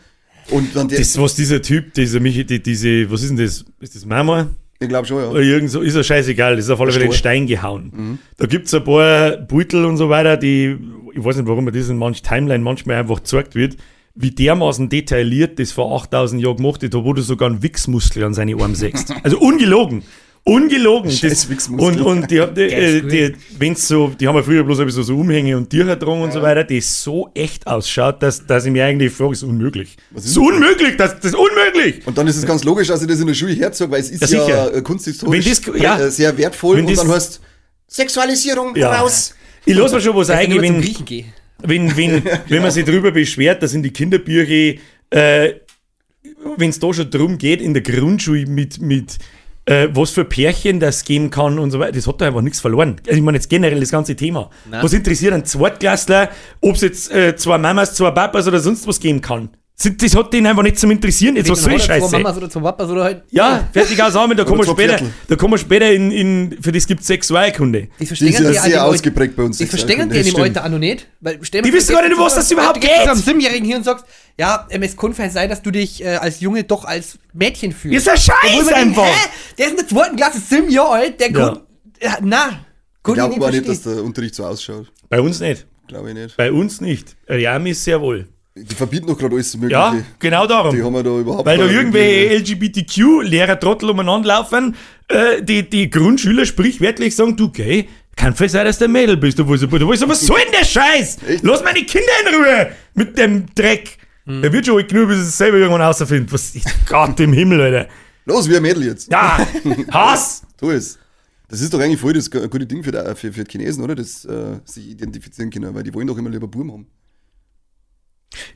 Speaker 3: Und dann der,
Speaker 1: Das, was dieser Typ, dieser Michi, die, diese, was ist denn das? Ist das Marmor?
Speaker 3: ich glaube schon, ja.
Speaker 1: Oder irgend so, ist ja scheißegal, das ist auf alle Fälle in den Stein gehauen.
Speaker 3: Mhm.
Speaker 1: Da gibt's ein paar Beutel und so weiter, die, ich weiß nicht, warum mir das in manch Timeline manchmal einfach gezeigt wird, wie dermaßen detailliert das vor 8000 Jahren gemacht ist, da wo du sogar einen Wichsmuskel an seine Arme
Speaker 3: [LAUGHS]
Speaker 1: sägst. Also ungelogen. Ungelogen.
Speaker 3: Scheiß
Speaker 1: Das- und,
Speaker 3: Wichsmuskel.
Speaker 1: und die, die, äh,
Speaker 2: ist gut.
Speaker 1: die, wenn's so, die haben ja früher bloß ein bisschen so Umhänge und Tücher dran und so weiter, das so echt ausschaut, dass, dass ich mir eigentlich frage, ist unmöglich.
Speaker 3: Was ist
Speaker 1: ist unmöglich, das, das ist unmöglich!
Speaker 3: Und dann ist es ganz logisch, dass ich das in der Schule herzog, weil es ist
Speaker 1: Ja,
Speaker 3: ja,
Speaker 1: sicher.
Speaker 3: äh, kunsthistorisch
Speaker 1: Wenn das- ja.
Speaker 3: äh, sehr wertvoll
Speaker 1: Wenn
Speaker 3: und
Speaker 1: das-
Speaker 3: dann heißt Sexualisierung
Speaker 1: Ja.
Speaker 3: raus.
Speaker 1: Ich lasse mir schon was
Speaker 2: Wenn ich
Speaker 1: eigentlich,
Speaker 2: immer zum
Speaker 1: wenn,
Speaker 2: Griechen gehe.
Speaker 1: wenn,
Speaker 3: [LAUGHS]
Speaker 1: wenn,
Speaker 3: genau.
Speaker 1: wenn man sich drüber beschwert, dass in die Kinderbücher, äh, wenn es da schon drum geht, in der Grundschule mit, mit äh, was für Pärchen das geben kann und so weiter, das hat da einfach nichts verloren. Also ich meine jetzt generell das ganze Thema.
Speaker 2: Nein.
Speaker 1: Was interessiert einen Zweitklässler, ob es jetzt äh, zwei Mamas, zwei Papas oder sonst was geben kann? Sind- Das hat den einfach nicht zum Interessieren. Jetzt was soll die
Speaker 2: Oder zu
Speaker 1: Scheiße?
Speaker 2: Mamas oder zu Papas oder halt.
Speaker 1: Ja, fertig aus haben, da kommen wir
Speaker 3: zwei
Speaker 1: später.
Speaker 3: Viertel.
Speaker 1: Da kommen wir später in, in für das gibt es Sexualkunde.
Speaker 2: Die
Speaker 3: Die ist
Speaker 2: verstehen
Speaker 3: ja
Speaker 2: die auch in dem
Speaker 3: sehr
Speaker 2: Alter-
Speaker 3: ausgeprägt bei uns.
Speaker 2: Die verstehen die
Speaker 3: Sexualkunde.
Speaker 2: in dem
Speaker 3: Stimmt.
Speaker 2: Alter auch noch nicht. Weil, stell dir
Speaker 1: Die
Speaker 2: mal
Speaker 1: wissen
Speaker 2: vor,
Speaker 1: gar nicht,
Speaker 2: du
Speaker 1: was das
Speaker 2: gehst
Speaker 1: überhaupt
Speaker 2: zu einem-
Speaker 1: geht.
Speaker 2: Du gehst zu einem Siebenjährigen hier und sagst, ja, ähm, es kann vielleicht sein, dass du dich äh, als Junge doch als Mädchen fühlst.
Speaker 1: Ist ja
Speaker 2: Obwohl
Speaker 1: scheiße
Speaker 2: man denkt,
Speaker 1: einfach.
Speaker 2: hä? Der ist in der zweiten Klasse, ist sieben Jahre alt, der
Speaker 1: Ja.
Speaker 2: kann. Ja, na,
Speaker 3: Ich
Speaker 2: kann
Speaker 3: glaube aber nicht, dass
Speaker 2: verstehen.
Speaker 3: der Unterricht so ausschaut.
Speaker 1: Bei uns nicht.
Speaker 3: Glaube ich nicht.
Speaker 1: Bei uns nicht. Äh, Amis sehr wohl.
Speaker 3: Die verbieten doch gerade alles Mögliche.
Speaker 1: Ja, genau darum.
Speaker 3: Die haben ja da überhaupt
Speaker 1: Weil da
Speaker 3: keine ne?
Speaker 1: irgendwelche LGBTQ-Lehrer Trottel umeinander laufen, um äh, die, die Grundschüler sprichwörtlich sagen, du gay, kann voll sein, dass du ein Mädel bist, obwohl so gut ist. Was soll denn der Scheiß?
Speaker 3: Echt?
Speaker 1: Lass meine Kinder in Ruhe mit dem Dreck. Der wird schon alt genug, bis er es selber irgendwann rausfindet. Was ist [LAUGHS] Gott im Himmel, Leute.
Speaker 3: Los, wie ein Mädel jetzt.
Speaker 1: Ja, Hass.
Speaker 3: Tu es. Das ist doch eigentlich voll das g- gute Ding für, die- für, für die Chinesen, oder? Dass äh, sie identifizieren können, weil die wollen doch immer lieber Buben haben.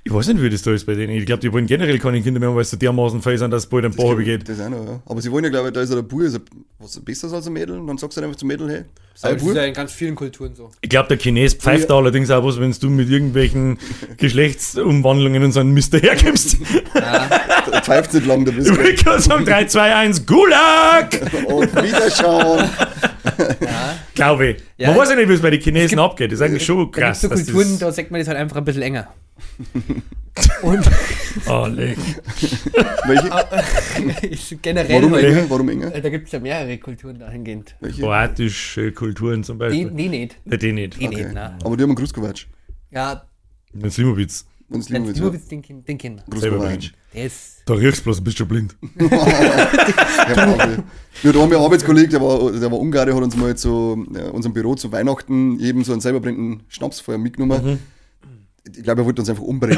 Speaker 1: Ich weiß nicht, wie das da ist bei denen. Ich glaube, die wollen generell keine Kinder mehr, haben, weil sie so dermaßen feil sind, dass es bald ein Paar übergeht.
Speaker 3: Das auch noch, ja. Aber sie wollen ja, glaube ich, da ist ja der Bub, ist er was Besseres als ein Mädel. Und dann sagst du dann einfach zum Mädel, hey, sei
Speaker 2: Aber
Speaker 3: ein
Speaker 2: das ist
Speaker 3: Bub.
Speaker 2: ja in ganz vielen Kulturen so.
Speaker 1: Ich glaube, der Chines pfeift da allerdings auch was, wenn du mit irgendwelchen Geschlechtsumwandlungen und so einen Mist daherkommst.
Speaker 3: Da pfeift nicht lang, da bist
Speaker 1: Ich
Speaker 3: du.
Speaker 1: will gerade sagen, 3, 2, 1, Gulag!
Speaker 3: Und Wiederschauen.
Speaker 1: Glaube ich.
Speaker 2: Ja.
Speaker 1: Man weiß ja nicht, wie es bei den Chinesen abgeht. Das ist eigentlich schon
Speaker 2: Da gibt
Speaker 1: krass.
Speaker 2: so
Speaker 1: dass
Speaker 2: Kulturen,
Speaker 1: das,
Speaker 2: da sagt man das halt einfach ein
Speaker 1: [LAUGHS]
Speaker 2: bisschen enger. Und [LAUGHS]
Speaker 1: oh, leck.
Speaker 3: Welche?
Speaker 2: ist generell,
Speaker 3: Warum
Speaker 2: weil,
Speaker 3: enger? Warum enger?
Speaker 2: äh, da gibt es ja mehrere Kulturen dahingehend.
Speaker 3: Welche?
Speaker 1: Kroatische Kulturen zum
Speaker 2: Die,
Speaker 1: Beispiel.
Speaker 2: die nicht.
Speaker 1: Nein, die nicht.
Speaker 2: Die
Speaker 3: Äh, Okay.
Speaker 2: nicht, nein.
Speaker 3: Aber die haben einen Gruskovac.
Speaker 2: Ja,
Speaker 1: Den Slimowitz.
Speaker 3: Und es lieben
Speaker 2: dann
Speaker 3: wir
Speaker 2: nur
Speaker 3: jetzt.
Speaker 2: bis den, Kind- den Kindern.
Speaker 1: Selber
Speaker 3: Gruskovac.
Speaker 1: Mensch.
Speaker 2: Der ist.
Speaker 1: Da riechst du bloß, bist schon
Speaker 2: [LAUGHS]
Speaker 1: blind.
Speaker 3: Ja, Wahnsinn. ja, da haben wir einen Arbeitskollegen, der war, der war Ungar, der hat uns mal zu ja, unserem Büro zu Weihnachten eben so einen selberbrennenden Schnapsfeuer
Speaker 1: Mhm.
Speaker 3: mitgenommen. Ich glaube, er wollte uns einfach umbringen.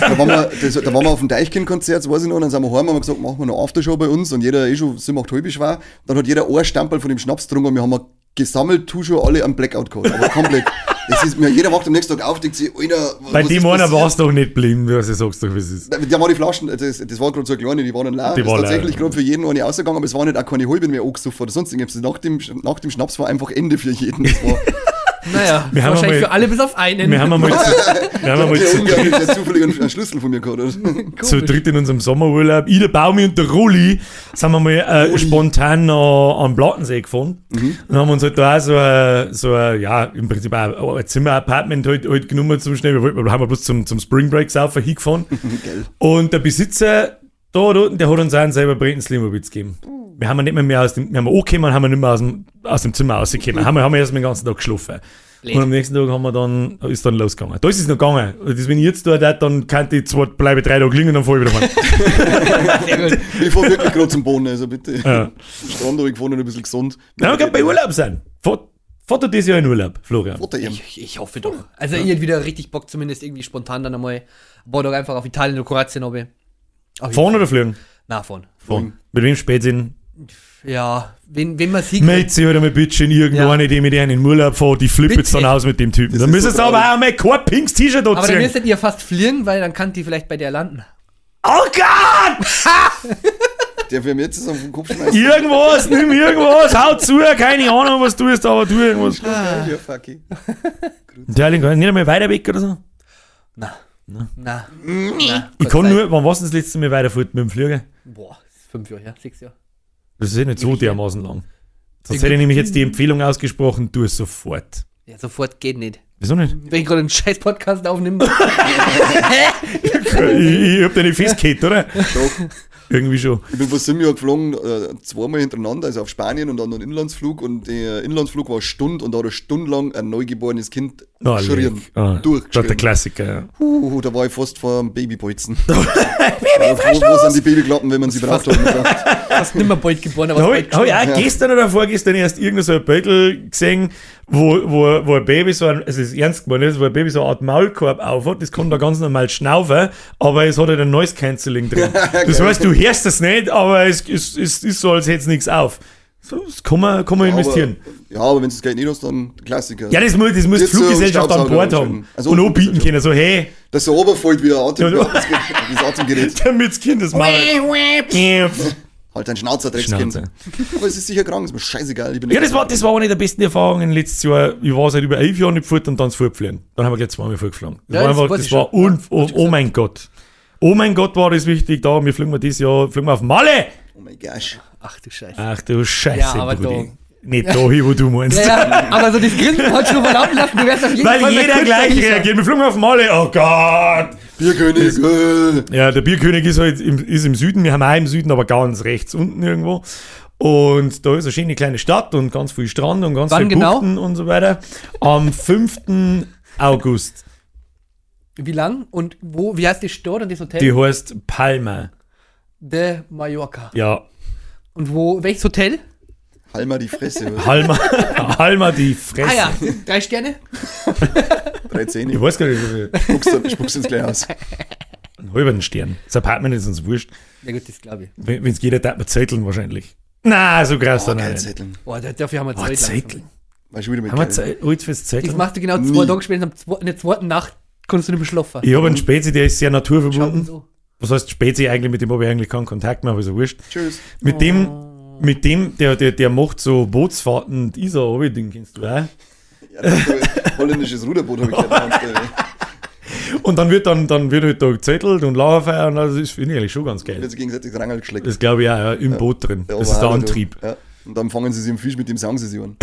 Speaker 3: da, waren wir, das, da waren wir auf dem Deichkind-Konzert, das weiß ich noch, und dann sind wir heim und haben gesagt, machen wir eine Aftershow bei uns und jeder eh schon sieben, acht halbisch war. Dann hat jeder ein Stamperl von dem Schnaps getrunken und wir haben gesammelt, tu schon alle am Blackout gehabt, aber komplett. Das ist mir, jeder wacht am nächsten Tag auf, denkt sich, Alter, was
Speaker 1: Bei
Speaker 3: ist
Speaker 1: dem einer
Speaker 3: passiert?
Speaker 1: warst du doch nicht blind, du sagst doch, wie es ist.
Speaker 3: Da waren die Flaschen, das, das war gerade so eine kleine, die waren dann leer.
Speaker 1: Die
Speaker 3: Die das
Speaker 1: waren
Speaker 3: ist tatsächlich
Speaker 1: leer.
Speaker 3: gerade für jeden eine ausgegangen, aber es waren nicht auch keine halben mehr angesoffen oder sonst irgendwas. Nach dem, nach dem Schnaps war einfach Ende für jeden. Das
Speaker 1: [LAUGHS]
Speaker 3: war
Speaker 2: Naja,
Speaker 1: Wir haben
Speaker 2: wahrscheinlich
Speaker 1: einmal-
Speaker 2: für alle bis auf einen.
Speaker 1: Wir
Speaker 2: [LAUGHS]
Speaker 1: haben einmal zu, wir haben einmal
Speaker 3: der
Speaker 1: zu,
Speaker 3: Ungar hat ja zufällig einen, einen Schlüssel von mir
Speaker 1: [LAUGHS]
Speaker 3: gehabt. oder?
Speaker 1: zu dritt in unserem Sommerurlaub, ich, der Baumi und der Roli, sind wir mal äh, spontan noch am Plattensee gefahren und haben uns halt da auch so ein, so ein ja, im Prinzip auch oh, ein Zimmer-Apartment halt, halt genommen zum Schnell. Wir wollten, haben wir bloß zum, zum Spring Break saufen hingefahren
Speaker 3: Geil.
Speaker 1: und der Besitzer da, da der hat uns auch einen selber Breten Slimowitz gegeben. Wir haben ihn nicht mehr, mehr aus dem, wir haben ihn angekommen, haben wir nicht mehr aus dem, aus dem Zimmer rausgekommen. haben wir, haben wir erst mal den ganzen Tag geschlafen. Und am nächsten Tag haben wir dann, ist dann losgegangen. Da ist es noch gegangen. Und Das, wenn ich jetzt da hätte, dann kann die zwei, bleibe ich drei Tage liegen und dann fahr ich wieder heim.
Speaker 3: Ich fahre wirklich gerade zum Boden, also bitte.
Speaker 1: Ja.
Speaker 3: Strand gefahren und ein bisschen gesund.
Speaker 1: Nein, man kann bei Urlaub sein. Foto dieses Jahr in Urlaub, Florian.
Speaker 3: Vater, ihr.
Speaker 2: Ich, ich hoffe doch. Also, ihr habt wieder richtig Bock, zumindest irgendwie spontan dann einmal. Boah, doch einfach auf Italien oder Kroatien, ob ich. Auf
Speaker 1: Fahren oder fliegen?
Speaker 2: Na, vorn.
Speaker 1: Fahren. Mit wem spät sind?
Speaker 2: Ja, wenn, wenn man sieht.
Speaker 1: Meldet sich halt einmal bitte in irgendwo
Speaker 2: Ja.
Speaker 1: eine, die mit einem in Urlaub fährt, die flippt jetzt dann
Speaker 2: Bitte.
Speaker 1: aus mit dem Typen.
Speaker 3: Das
Speaker 1: Dann
Speaker 3: ist
Speaker 1: müssen
Speaker 3: so
Speaker 1: sie aber
Speaker 3: traurig.
Speaker 1: auch einmal kein pinkes T-Shirt
Speaker 2: aber dann
Speaker 1: anziehen.
Speaker 2: müsstet ihr fast fliehen, weil dann kann die vielleicht bei dir landen.
Speaker 1: Oh Gott!
Speaker 3: Der wir mir jetzt das auf den Kopf schmeißen.
Speaker 1: Irgendwas, nimm irgendwas, hau zu, keine Ahnung, was du tust, aber tu irgendwas.
Speaker 3: Ja, fucky.
Speaker 1: Italien kann nicht einmal weiter weg oder so.
Speaker 2: Na. Na. Na.
Speaker 1: Ich
Speaker 2: Gott
Speaker 1: kann
Speaker 2: sei-
Speaker 1: nur, wann warst du das letzte Mal weiterfort mit dem Flieger?
Speaker 2: Boah, fünf Jahre her, sechs Jahre.
Speaker 1: Das ist ja nicht so dermaßen lang. Sonst
Speaker 2: Ich-
Speaker 1: hätte ich nämlich jetzt die Empfehlung ausgesprochen, tu es sofort.
Speaker 2: Ja, sofort geht nicht.
Speaker 1: Wieso nicht?
Speaker 2: Wenn ich gerade einen scheiß
Speaker 1: [LAUGHS]
Speaker 2: Podcast aufnehme.
Speaker 1: ich, ich hab da nicht festgehalten, oder?
Speaker 3: Doch.
Speaker 1: Irgendwie schon.
Speaker 3: Ich bin vor sieben Jahren geflogen, äh, zweimal hintereinander, also auf Spanien und dann noch einen Inlandsflug. Und der Inlandsflug war eine Stunde und da hat eine Stunde lang ein neugeborenes Kind
Speaker 1: Oh,
Speaker 3: geschrien.
Speaker 1: leck. Ah, Das ist der
Speaker 3: durchgeschrien.
Speaker 1: Klassiker. ja.
Speaker 3: Uh, da war ich fast vor
Speaker 1: [LAUGHS]
Speaker 3: dem Babybolzen. Babyverstoß! Wo, wo sind die Babyklappen, wenn man sie braucht?
Speaker 1: [LAUGHS]
Speaker 3: hat man gesagt.
Speaker 2: Fast nimmer bald geboren, aber
Speaker 1: Da hab
Speaker 2: bald
Speaker 1: ich, hab ich auch
Speaker 3: Ja.
Speaker 1: gestern oder vorgestern erst irgendein so ein Beutel gesehen, wo, wo, wo ein Baby so ein, also es ist ernst gemeint, ist, wo ein Baby so eine Art Maulkorb auf hat, das kann da ganz normal schnaufen, aber es hat halt ein Noise Cancelling
Speaker 3: [LAUGHS]
Speaker 1: drin. Das heißt,
Speaker 3: genau.
Speaker 1: du hörst das nicht, aber es, es, es ist so, als hätte es nichts auf. So, das kann man, kann man investieren.
Speaker 3: Aber, ja, aber wenn du das Geld nicht hast, dann Klassiker.
Speaker 1: ja, das muss, das muss die
Speaker 3: Jetzt so
Speaker 1: Fluggesellschaft an
Speaker 3: Staubsauger
Speaker 1: Bord haben
Speaker 3: umstellen. Also-
Speaker 1: und anbieten können. So, hey, [LAUGHS]
Speaker 3: Dass der Oberfeld wieder Atem,
Speaker 1: Ja, du-
Speaker 3: das, [LAUGHS] das Atemgerät.
Speaker 1: damit's Äh, Kind das macht.
Speaker 3: Halt dein Schnauzer, Dreckskind.
Speaker 1: Schnauze.
Speaker 3: Aber es ist sicher krank, ist mir scheißegal. Ich bin
Speaker 1: Ja, das war, das war eine der besten Erfahrungen letztes Jahr. Ich war seit über elf Jahren nicht fort und dann fortgeflogen. Dann haben wir gleich zweimal fortgeflogen. Das
Speaker 2: Ja,
Speaker 1: war
Speaker 2: das
Speaker 1: einfach,
Speaker 2: weiß
Speaker 1: das
Speaker 2: ich
Speaker 1: war
Speaker 2: schon.
Speaker 1: un, oh, oh mein Gott. Oh mein Gott war das wichtig. Da, wir fliegen wir dieses Jahr, fliegen wir auf Malle.
Speaker 3: Oh mein Gosh.
Speaker 2: Ach du Scheiße.
Speaker 1: Ach du Scheiße,
Speaker 2: Ja, aber
Speaker 1: Brudi.
Speaker 2: da-
Speaker 1: Nicht da hin, wo du meinst.
Speaker 2: Ja, ja, aber so das Grinsen hat schon verlauten lassen, du wärst auf jeden
Speaker 1: Weil
Speaker 2: Fall
Speaker 1: jeder
Speaker 2: mit
Speaker 1: gleich
Speaker 2: Künstler-
Speaker 1: reagiert. Wir fliegen auf Malle. Oh Gott.
Speaker 3: Bierkönig. äh.
Speaker 1: Ja, der Bierkönig ist halt im, ist im Süden. Wir haben auch im Süden, aber ganz rechts unten irgendwo. Und da ist eine schöne kleine Stadt und ganz viel Strand und ganz
Speaker 2: Wann
Speaker 1: viel
Speaker 2: genau?
Speaker 1: Buchten und so weiter. Am 5. August.
Speaker 2: Wie lang und wo, wie heißt die Stadt und das Hotel?
Speaker 1: Die heißt Palma.
Speaker 2: De Mallorca.
Speaker 1: Ja,
Speaker 2: Und wo, welches Hotel?
Speaker 3: Halt mal die Fresse.
Speaker 1: [LAUGHS] Halma, Halma die Fresse.
Speaker 2: Ah ja, drei Sterne.
Speaker 3: Drei Zähne.
Speaker 1: Ich weiß gar nicht, wie viel.
Speaker 3: Spuckst, du- spuckst ins gleich aus.
Speaker 1: Einen halben Stern. Das Apartment ist uns wurscht.
Speaker 2: Ja gut, das glaube ich.
Speaker 1: Wenn es jeder darf man zetteln wahrscheinlich. Na, so krass
Speaker 3: Oh,
Speaker 1: dann
Speaker 3: kein
Speaker 1: nicht.
Speaker 3: Zettel.
Speaker 2: Boah, da- dafür haben wir
Speaker 1: Oh,
Speaker 2: Zeit langsam.
Speaker 1: Zetteln.
Speaker 3: War schon wieder mit
Speaker 1: Haben wir
Speaker 3: Geld.
Speaker 1: Zeit alt fürs
Speaker 2: Das
Speaker 1: Zetteln?
Speaker 2: machst du genau zwei
Speaker 3: Nie.
Speaker 2: Tage später, am zwe- in der zweiten Nacht konntest du nicht mehr schlafen.
Speaker 1: Ich habe einen Spezi, der ist sehr
Speaker 2: Schau mal
Speaker 1: naturverbunden.
Speaker 2: so.
Speaker 1: Was heißt Spezi eigentlich? Mit dem habe ich eigentlich keinen Kontakt mehr, aber ist ja wurscht.
Speaker 3: Tschüss.
Speaker 2: Oh.
Speaker 1: Mit dem, mit dem, der, der, der macht so Bootsfahrten und Isar, aber den kennst du auch.
Speaker 3: Ja, das ist holländisches
Speaker 1: [LAUGHS]
Speaker 3: Ruderboot habe ich gehört.
Speaker 1: Und dann wird dann, dann wird halt da gezettelt und Lauerfeuer und alles. das ist finde ich eigentlich schon ganz
Speaker 3: Wird
Speaker 1: geil.
Speaker 3: sich gegenseitig Rangel geschleckt.
Speaker 1: Das glaube ich auch, ja, im Boot drin. Das ist der
Speaker 3: Oberhalber, du.
Speaker 1: Antrieb. Oh
Speaker 3: Ja. Und dann fangen sie sich im Fisch, mit dem sagen sie
Speaker 1: [LAUGHS]
Speaker 3: sich an.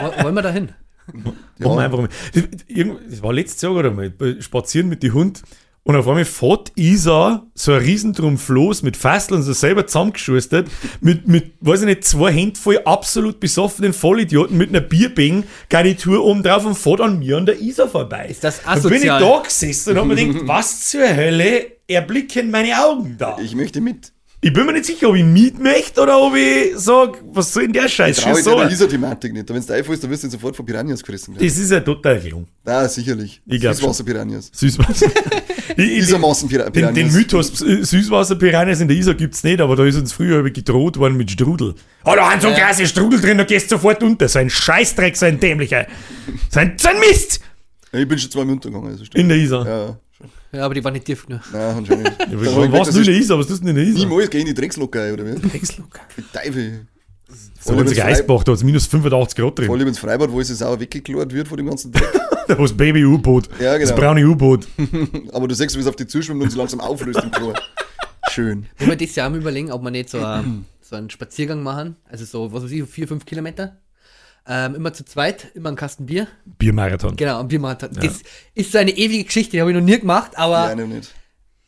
Speaker 2: Wo- Wollen wir da hin?
Speaker 1: Machen wir einfach mal. Das, irgend- das war letztes Jahr gerade mal. bei Spazieren mit die Hund. Und auf einmal fährt Isa so ein Riesentrumpf los mit Fasteln, so selber zusammengeschustert, mit, mit, weiß ich nicht, zwei Händen voll absolut besoffenen Vollidioten mit einer Bierbing, Garnitur oben drauf und fährt an mir an der Isa vorbei.
Speaker 2: Ist das
Speaker 1: Dann bin ich
Speaker 2: asozial?
Speaker 1: da gesessen und hab mir
Speaker 2: [LAUGHS]
Speaker 1: gedacht, was zur Hölle erblicken meine Augen da? Ich,
Speaker 3: Ich möchte mit.
Speaker 1: bin mir nicht sicher, ob ich mitmöchte oder ob ich sag, was soll denn der Scheiß?
Speaker 3: Traue
Speaker 1: Schieß
Speaker 3: ich der
Speaker 1: so.
Speaker 3: Isa-Thematik nicht. Wenn es dir einfällt, dann wirst du sofort von Piranhas gerissen.
Speaker 1: Das ist ja total gelungen.
Speaker 3: Ah, sicherlich.
Speaker 1: Ich glaub schon.
Speaker 3: Süßwasser-Piranhas.
Speaker 1: Süßwasser. Ich- ich-
Speaker 3: Isarmassen-Piranhas.
Speaker 1: Den, den Mythos P- Süßwasser-Piranhas in der Isar gibt's nicht, aber da ist uns früher gedroht worden mit Strudel. Oh, da haben so ein
Speaker 2: Ja.
Speaker 1: Glas Strudel drin, da gehst sofort unter. So ein Scheißdreck, so ein dämlicher. So ein, so ein Mist!
Speaker 3: Ich bin schon zweimal untergegangen. Also stimmt.
Speaker 1: In der Isar. Ja.
Speaker 3: ja, Also,
Speaker 2: Ja, aber die waren nicht tief genug.
Speaker 1: [LAUGHS]
Speaker 3: nein, anscheinend nicht. Dann
Speaker 1: Warum
Speaker 3: hab ich
Speaker 1: warst du in
Speaker 3: gemerkt,
Speaker 1: der
Speaker 3: dass ich
Speaker 1: Isar? Was tust du denn in der Isar?
Speaker 3: Niemals gegen die Dreckslocker, oder wie?
Speaker 1: Dreckslocker.
Speaker 3: Teufel.
Speaker 1: So ein
Speaker 3: Frei-
Speaker 1: Eisbach, da hat's minus 85 Grad [LAUGHS]
Speaker 3: Vor
Speaker 1: drin.
Speaker 3: allem ins Freibad, wo es sauer weggeklort wird von dem ganzen Dreck.
Speaker 1: Da hast Baby-U-Boot.
Speaker 3: Ja,
Speaker 1: Das
Speaker 3: genau.
Speaker 1: braune U-Boot.
Speaker 3: Aber du siehst, wie es auf die zuschwimmt und sie langsam auflöst im Chlor. Schön.
Speaker 2: Wollen wir das Jahr mal überlegen, ob wir nicht so, ähm, so einen Spaziergang machen? Also so, was weiß ich, vier, fünf Kilometer. Ähm, immer zu zweit, immer einen Kasten Bier.
Speaker 1: Biermarathon.
Speaker 2: Genau, ein Biermarathon. Das ist so eine ewige Geschichte, die habe ich noch nie gemacht, aber
Speaker 3: Ja, nein, nicht.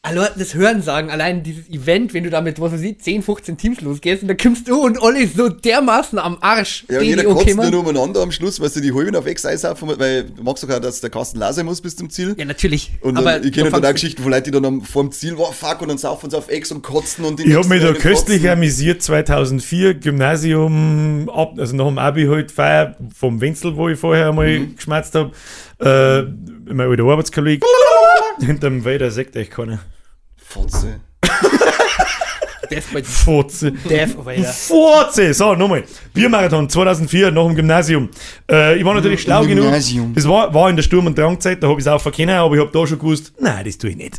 Speaker 2: Hallo, das Hören sagen, allein dieses Event, wenn du damit, was weiß ich, 10, 15 Teams losgehst und da kommst du und Olli ist so dermaßen am Arsch.
Speaker 3: Ja, und
Speaker 2: den
Speaker 3: jeder
Speaker 2: die
Speaker 3: kotzt
Speaker 2: okay
Speaker 3: nur
Speaker 2: machen.
Speaker 3: noch umeinander am Schluss, weil du die halben auf Ex einsaufen, weil du magst doch auch, dass der Kasten leer sein muss bis zum Ziel.
Speaker 2: ja natürlich.
Speaker 3: Und dann, ich
Speaker 2: da
Speaker 3: kenne dann auch
Speaker 2: fangst
Speaker 3: Geschichten von Leuten, die dann am, vor dem Ziel, wow, fuck, und dann saufen sie auf Ex und kotzen und die
Speaker 1: Ich habe mich da
Speaker 3: nächsten Leute
Speaker 1: köstlich
Speaker 3: kotzen.
Speaker 1: amüsiert 2004, Gymnasium, ab, also nach dem Abi halt, Feier vom Wenzel, wo ich vorher einmal geschmerzt habe. Äh, mein alter Arbeitskollege. Hinterm Wälder sagt echt keiner.
Speaker 3: Fotze.
Speaker 2: du Death by
Speaker 1: Furze.
Speaker 2: [LAUGHS] Death, aber ja.
Speaker 1: Furze! So, nochmal. Biermarathon 2004 nach dem Gymnasium. Äh, ich war natürlich schlau genug.
Speaker 3: Gymnasium.
Speaker 1: Das war, war in der Sturm- und Drangzeit, da habe ich es auch verkennen, aber ich habe da schon gewusst, nein, das tue ich nicht.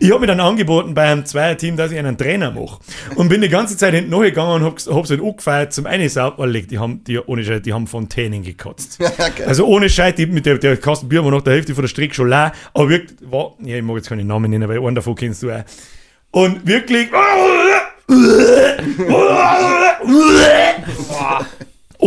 Speaker 1: ich habe mir dann angeboten bei einem Zweierteam, dass ich einen Trainer mache. Und bin die ganze Zeit hinten nachgegangen und habe es halt angefeiert. Zum einen ist auch überlegt, die haben, die, ohne Scheiß, die haben Fontänen gekotzt.
Speaker 3: Geil.
Speaker 1: Also ohne Scheiß, die, mit der, der Kasten Bier war noch der Hälfte von der Strecke schon leer. Aber wirklich, war, ja, ich mag jetzt keine Namen nennen, weil einen davon kennst du auch. Und wirklich. [LAUGHS]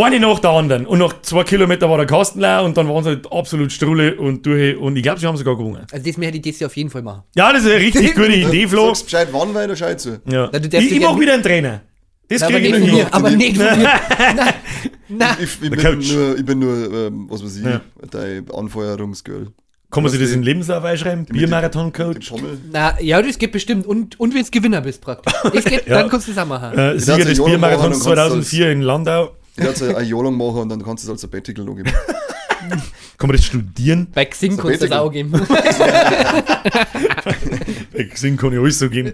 Speaker 1: Eine nach der anderen. Und nach zwei Kilometern war der Kasten leer und dann waren sie halt absolut strulle und durch. Und ich glaube, sie haben sogar gewonnen.
Speaker 2: Also das möchte ich dieses Jahr auf jeden Fall machen.
Speaker 1: Ja, das ist eine richtig gute Idee, Flo.
Speaker 3: Sagst Bescheid, wann weiter, scheiße.
Speaker 1: [LAUGHS]
Speaker 3: zu.
Speaker 1: Ja.
Speaker 2: Na, du darfst
Speaker 1: Ich, ich
Speaker 2: dich
Speaker 1: mach
Speaker 2: ja-
Speaker 1: wieder einen Trainer. Das
Speaker 2: Nein, aber
Speaker 1: kriege ich
Speaker 2: nicht
Speaker 1: noch
Speaker 2: von
Speaker 1: hin.
Speaker 2: mir, aber nicht von [LAUGHS] mir. Nein, nein.
Speaker 3: Ich, ich
Speaker 1: Der
Speaker 3: bin
Speaker 1: Coach.
Speaker 3: nur, ich bin nur ähm, was weiß ich,
Speaker 1: Ja.
Speaker 3: dein Anfeuerungsgirl.
Speaker 1: Kann man sich das in den Lebenslauf einschreiben?
Speaker 3: Dem
Speaker 1: Biermarathon-Coach?
Speaker 3: Schommel.
Speaker 2: Na, ja, das geht bestimmt. Und, und wenn es Gewinner bist, [LAUGHS] praktisch. Das geht,
Speaker 1: Ja.
Speaker 2: Dann kannst du es auch machen.
Speaker 1: Äh, Sieger
Speaker 3: lasse
Speaker 1: des
Speaker 3: Jolo machen,
Speaker 1: Biermarathons
Speaker 3: dann kannst du
Speaker 1: 2004 in Landau.
Speaker 3: Ich werde eine Jahr lang machen und dann kannst du es als Sabbatical noch geben.
Speaker 1: Kann man das studieren?
Speaker 2: Bei Xing
Speaker 3: So
Speaker 2: kannst du das
Speaker 3: basically.
Speaker 2: auch geben. [LAUGHS]
Speaker 1: Bei Xing kann ich alles so [LAUGHS] geben.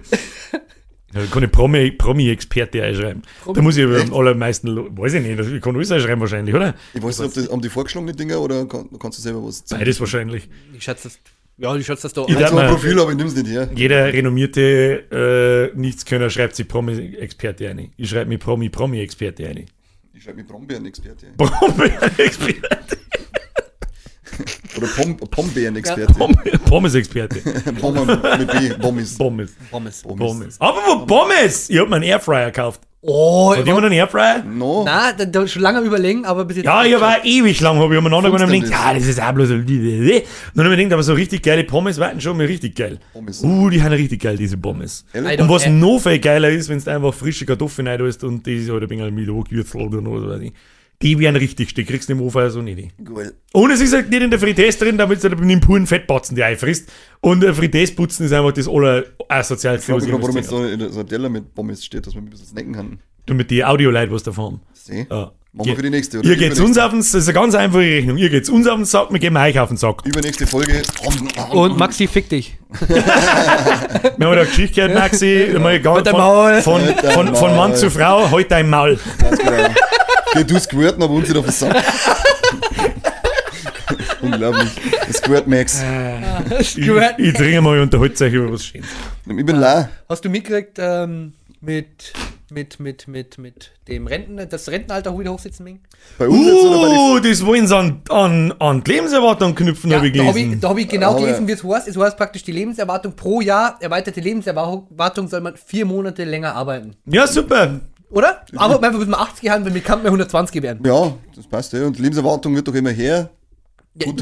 Speaker 1: Da kann ich Promi- Promi-Experte einschreiben. Da muss ich aber am allermeisten, lo- weiß ich nicht, ich kann alles einschreiben wahrscheinlich, oder?
Speaker 3: Ich weiß nicht, ob das, haben die vorgeschlagene Dinger oder kann, kannst du selber was zeigen?
Speaker 1: Beides wahrscheinlich.
Speaker 2: Ich schätze das. Ja, ich schätze das doch.
Speaker 1: Ich
Speaker 3: Ich
Speaker 1: darf
Speaker 3: so ein
Speaker 1: mal-
Speaker 3: Profil, aber ich nehme es nicht her.
Speaker 1: Jeder renommierte äh, Nichtskönner schreibt sich Promi-Experte ein. Ich schreibe mir Promi-Promi-Experte ein. [LAUGHS]
Speaker 3: Ich schreibe mich Brombeeren-Experte.
Speaker 1: Promi-Experte.
Speaker 3: Oder Pom Pombeeren-Experte.
Speaker 1: Pommes-Experte.
Speaker 3: Pommern mit B, Bommis.
Speaker 1: Pommes.
Speaker 2: Pommes.
Speaker 1: Pommes. Aber wo Pommes? Ich hab mir einen Airfryer gekauft.
Speaker 2: Oh,
Speaker 1: Hat jemand einen Airfryer?
Speaker 3: No,
Speaker 2: na, da, da schon lange überlegen, aber bis jetzt.
Speaker 1: Ja, ich war ewig lang, habe ich umeinander gegangen und
Speaker 3: Fünftel
Speaker 1: gedacht, ja, das ist auch bloß so. Und dann hab ich gedacht, aber so richtig geile Pommes warten schon mal richtig geil.
Speaker 3: Pommes.
Speaker 1: Uh, die haben richtig geil, diese Pommes.
Speaker 3: Ehrlich?
Speaker 1: Und
Speaker 2: Doch,
Speaker 1: was
Speaker 2: äh.
Speaker 1: noch viel geiler ist, wenn du einfach frische Kartoffeln rein tust und die ist halt ein bisschen Milo gewürzelt oder noch was weiß ich. die wären richtig, die kriegst du im Ofen so nicht. hin.
Speaker 3: Geil.
Speaker 1: Und es ist halt nicht in der Frites drin, damit du halt mit dem puren Fettbatzen die einfrisst. Und äh, Frites-Putzen ist einfach das aller asozialste,
Speaker 3: Ich frage mich gerade, warum
Speaker 1: je
Speaker 3: jetzt
Speaker 1: gesehen
Speaker 3: so in der- so ein Teller mit Pommes steht, dass man ein bisschen snacken kann.
Speaker 1: hab. Damit die Audio-Leute was davon haben.
Speaker 3: Seh.
Speaker 1: Ja.
Speaker 3: Machen wir für die nächste, oder?
Speaker 1: Ihr Ah. geht's
Speaker 3: Übernächste-
Speaker 1: uns auf den das ist eine ganz einfache Rechnung. Ihr geht's uns auf den Sack, wir geben euch auf den Sack.
Speaker 3: Übernächste Folge.
Speaker 2: Und Maxi, fick [LAUGHS] dich.
Speaker 1: Wir haben da eine Geschichte gehört,
Speaker 2: [LAUGHS]
Speaker 1: Maxi, mal egal,
Speaker 2: Halt dein Maul.
Speaker 1: von,
Speaker 3: Halt
Speaker 1: von,
Speaker 3: dein
Speaker 1: von, von Mann
Speaker 3: Maul.
Speaker 1: zu Frau, halt dein Maul.
Speaker 3: Ganz genau. Geh du squirten, aber uns nicht auf den Sack. [LAUGHS] Unglaublich. Squirt Max.
Speaker 1: Ich, ich dringe mal und unterhaltet euch über was Schönes.
Speaker 3: Ich bin la.
Speaker 2: Hast du mitgekriegt, ähm, mit, mit, mit, mit, mit dem Renten, das Rentenalter wieder hochsitzen, Ming?
Speaker 3: Bei uns jetzt oder bei den
Speaker 1: Uh, das wollen sie an, an, an die Lebenserwartung knüpfen, hab ich
Speaker 2: da habe ich,
Speaker 1: gelesen.
Speaker 2: da hab ich genau
Speaker 3: Aber-
Speaker 2: gelesen, wie es heißt. Es heißt praktisch die Lebenserwartung pro Jahr, erweiterte Lebenserwartung soll man vier Monate länger arbeiten.
Speaker 1: Ja, super.
Speaker 2: Oder? Aber einfach bis man 80 haben, wenn wir kann mehr 120
Speaker 3: [LAUGHS]
Speaker 2: werden.
Speaker 3: Ja, das passt ja. Und Lebenserwartung wird doch immer her.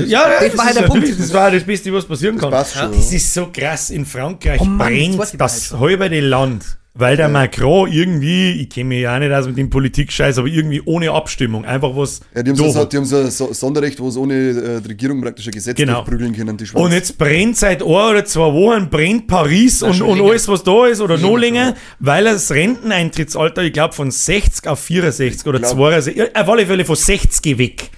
Speaker 1: Ja,
Speaker 2: das war halt der Punkt.
Speaker 1: natürlich- Das war das Beste, was passieren kann.
Speaker 3: Passt schon.
Speaker 1: Das ist so krass. In Frankreich
Speaker 2: Oh Mann,
Speaker 1: brennt
Speaker 2: das weiß ich
Speaker 1: das
Speaker 2: nicht.
Speaker 1: halbe Land. Weil der Macron irgendwie, ich kenne mich ja auch nicht aus mit dem Politik-Scheiß, aber irgendwie ohne Abstimmung einfach was.
Speaker 3: Ja, die haben,
Speaker 1: da
Speaker 3: so, so,
Speaker 1: hat.
Speaker 3: die haben so ein so- Sonderrecht, wo sie ohne äh, die Regierung praktisch ein Gesetz
Speaker 1: Genau.
Speaker 3: durchprügeln können, die Schweiz.
Speaker 1: Und jetzt brennt seit ein oder zwei Wochen, brennt Paris und,
Speaker 2: schon
Speaker 1: und
Speaker 2: länger.
Speaker 1: alles, was da ist, oder noch länger, weil das Renteneintrittsalter, ich glaube, von 60 auf 64 oder
Speaker 3: glaub-
Speaker 1: 62, ja, auf alle Fälle von 60 weg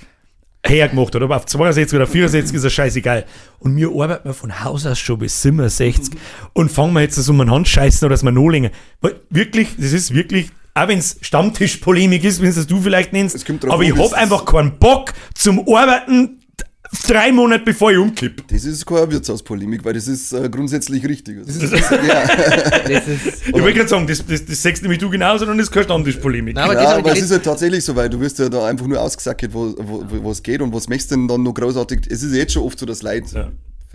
Speaker 1: hergemacht hat. Aber auf 62 oder 64 ist das scheißegal. Und wir arbeiten von Haus aus schon bis 67 und fangen wir jetzt das um den Handscheißen oder dass wir noch länger. Weil wirklich, das ist wirklich. Auch wenn es Stammtischpolemik ist, wenn es du vielleicht nennst,
Speaker 3: Es kommt drauf
Speaker 1: aber
Speaker 3: an,
Speaker 1: ich
Speaker 3: wie
Speaker 1: hab
Speaker 3: es-
Speaker 1: einfach keinen Bock zum Arbeiten d- drei Monate bevor ich umkipp.
Speaker 3: das ist keine Wirtshauspolemik, weil das ist äh, grundsätzlich richtig. Das ist,
Speaker 2: Das ist,
Speaker 1: Ich wollte gerade sagen, das, das, das sagst nämlich du genauso und das ist keine Stammtischpolemik.
Speaker 2: Na, aber das
Speaker 3: ja,
Speaker 2: hab ich
Speaker 3: aber es
Speaker 2: gelesen.
Speaker 3: ist ja tatsächlich so, weil du wirst ja da einfach nur ausgesackt, wo wo- wo es geht und was möchtest du denn dann noch großartig. Es ist ja jetzt schon oft so, dass Leute
Speaker 1: Ja.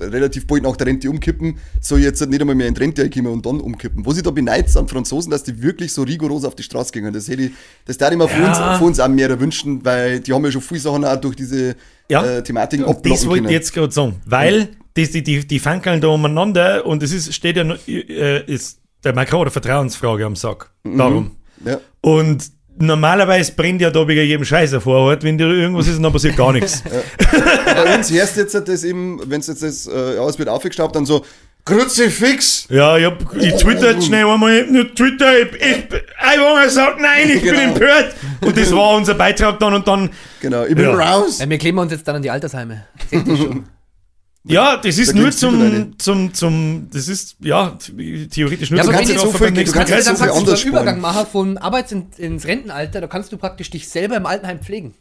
Speaker 3: relativ bald nach der Rente umkippen, so jetzt halt nicht einmal mehr in die Rente kommen und dann umkippen. Was ich da beneide an Franzosen, dass die wirklich so rigoros auf die Straße gehen. Das hätte ich, das darf ich mir von, uns,
Speaker 1: Ja.
Speaker 3: von uns auch mehr wünschen, weil die haben ja schon viele Sachen auch durch diese
Speaker 1: Ja.
Speaker 3: äh, Thematiken
Speaker 1: das
Speaker 3: abblocken
Speaker 1: wollte ich
Speaker 3: können.
Speaker 1: jetzt gerade sagen, weil das, die, die, die fankeln da umeinander und es ist, steht ja noch, äh, ist der Macron der Vertrauensfrage am Sack. Darum.
Speaker 3: Ja.
Speaker 1: Und normalerweise brennt ja da wegen jedem Scheiß hervor, halt. wenn dir irgendwas ist, dann passiert gar nichts.
Speaker 3: Bei uns hörst du jetzt halt das eben, wenn es jetzt das, äh, ja, es wird aufgestaubt, dann so, Kruzifix!
Speaker 1: Ja, ich, hab, ich twitter jetzt schnell einmal, ich hab nur Twitter, ich, ich, einmal gesagt, nein, ich bin
Speaker 3: Genau.
Speaker 1: empört. Und das war unser Beitrag dann und dann,
Speaker 3: Genau, ich bin
Speaker 1: Ja.
Speaker 3: raus!
Speaker 2: Ja, wir kleben uns jetzt dann an die Altersheime. Seht ihr schon.
Speaker 1: ja, das ist
Speaker 3: Da
Speaker 1: nur
Speaker 3: ging's wieder
Speaker 1: zum,
Speaker 3: rein.
Speaker 1: zum, zum, das ist, ja, theoretisch nur
Speaker 2: Ja,
Speaker 1: zum
Speaker 2: aber wenn
Speaker 1: Ganzen
Speaker 2: jetzt
Speaker 1: auch beim
Speaker 2: so
Speaker 3: viel-
Speaker 1: nächsten
Speaker 2: kannst
Speaker 3: du kannst
Speaker 2: du
Speaker 1: Kreis
Speaker 2: dann
Speaker 3: so viel
Speaker 2: praktisch so
Speaker 3: anders
Speaker 2: einen Übergang
Speaker 3: sparen.
Speaker 2: machen von Arbeits- in- ins Rentenalter, da kannst du praktisch dich selber im Altenheim pflegen.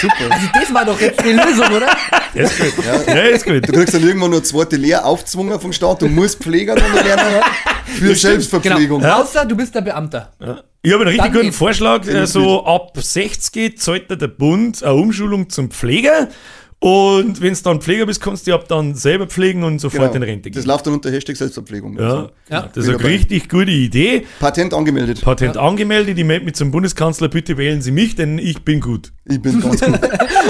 Speaker 3: Super.
Speaker 2: Also das war doch jetzt die Lösung, oder?
Speaker 1: Ja, ist gut. Ja, ist gut.
Speaker 3: Du kriegst dann irgendwann nur eine zweite Lehre aufgezwungen vom Staat, du musst Pfleger dann lernen für Selbstverpflegung.
Speaker 2: Genau. Außer du bist der Beamter.
Speaker 1: Ich habe einen richtig
Speaker 2: Dann
Speaker 1: guten
Speaker 2: geht's.
Speaker 1: Vorschlag. Äh, So ab 60 zahlt der Bund eine Umschulung zum Pfleger. Und wenn du dann Pfleger bist, kannst du dich ab dann selber pflegen und sofort in Rente
Speaker 3: Genau. Das
Speaker 1: gehen.
Speaker 3: läuft dann unter Hashtag Selbstverpflegung.
Speaker 1: Ja,
Speaker 2: Ja.
Speaker 1: das ist eine
Speaker 3: Bin dabei.
Speaker 1: richtig gute Idee.
Speaker 3: Patent angemeldet.
Speaker 1: Patent angemeldet. Ich melde mich zum Bundeskanzler. Bitte wählen Sie mich, denn ich bin gut.
Speaker 3: ich bin
Speaker 1: [LAUGHS]
Speaker 3: ganz gut.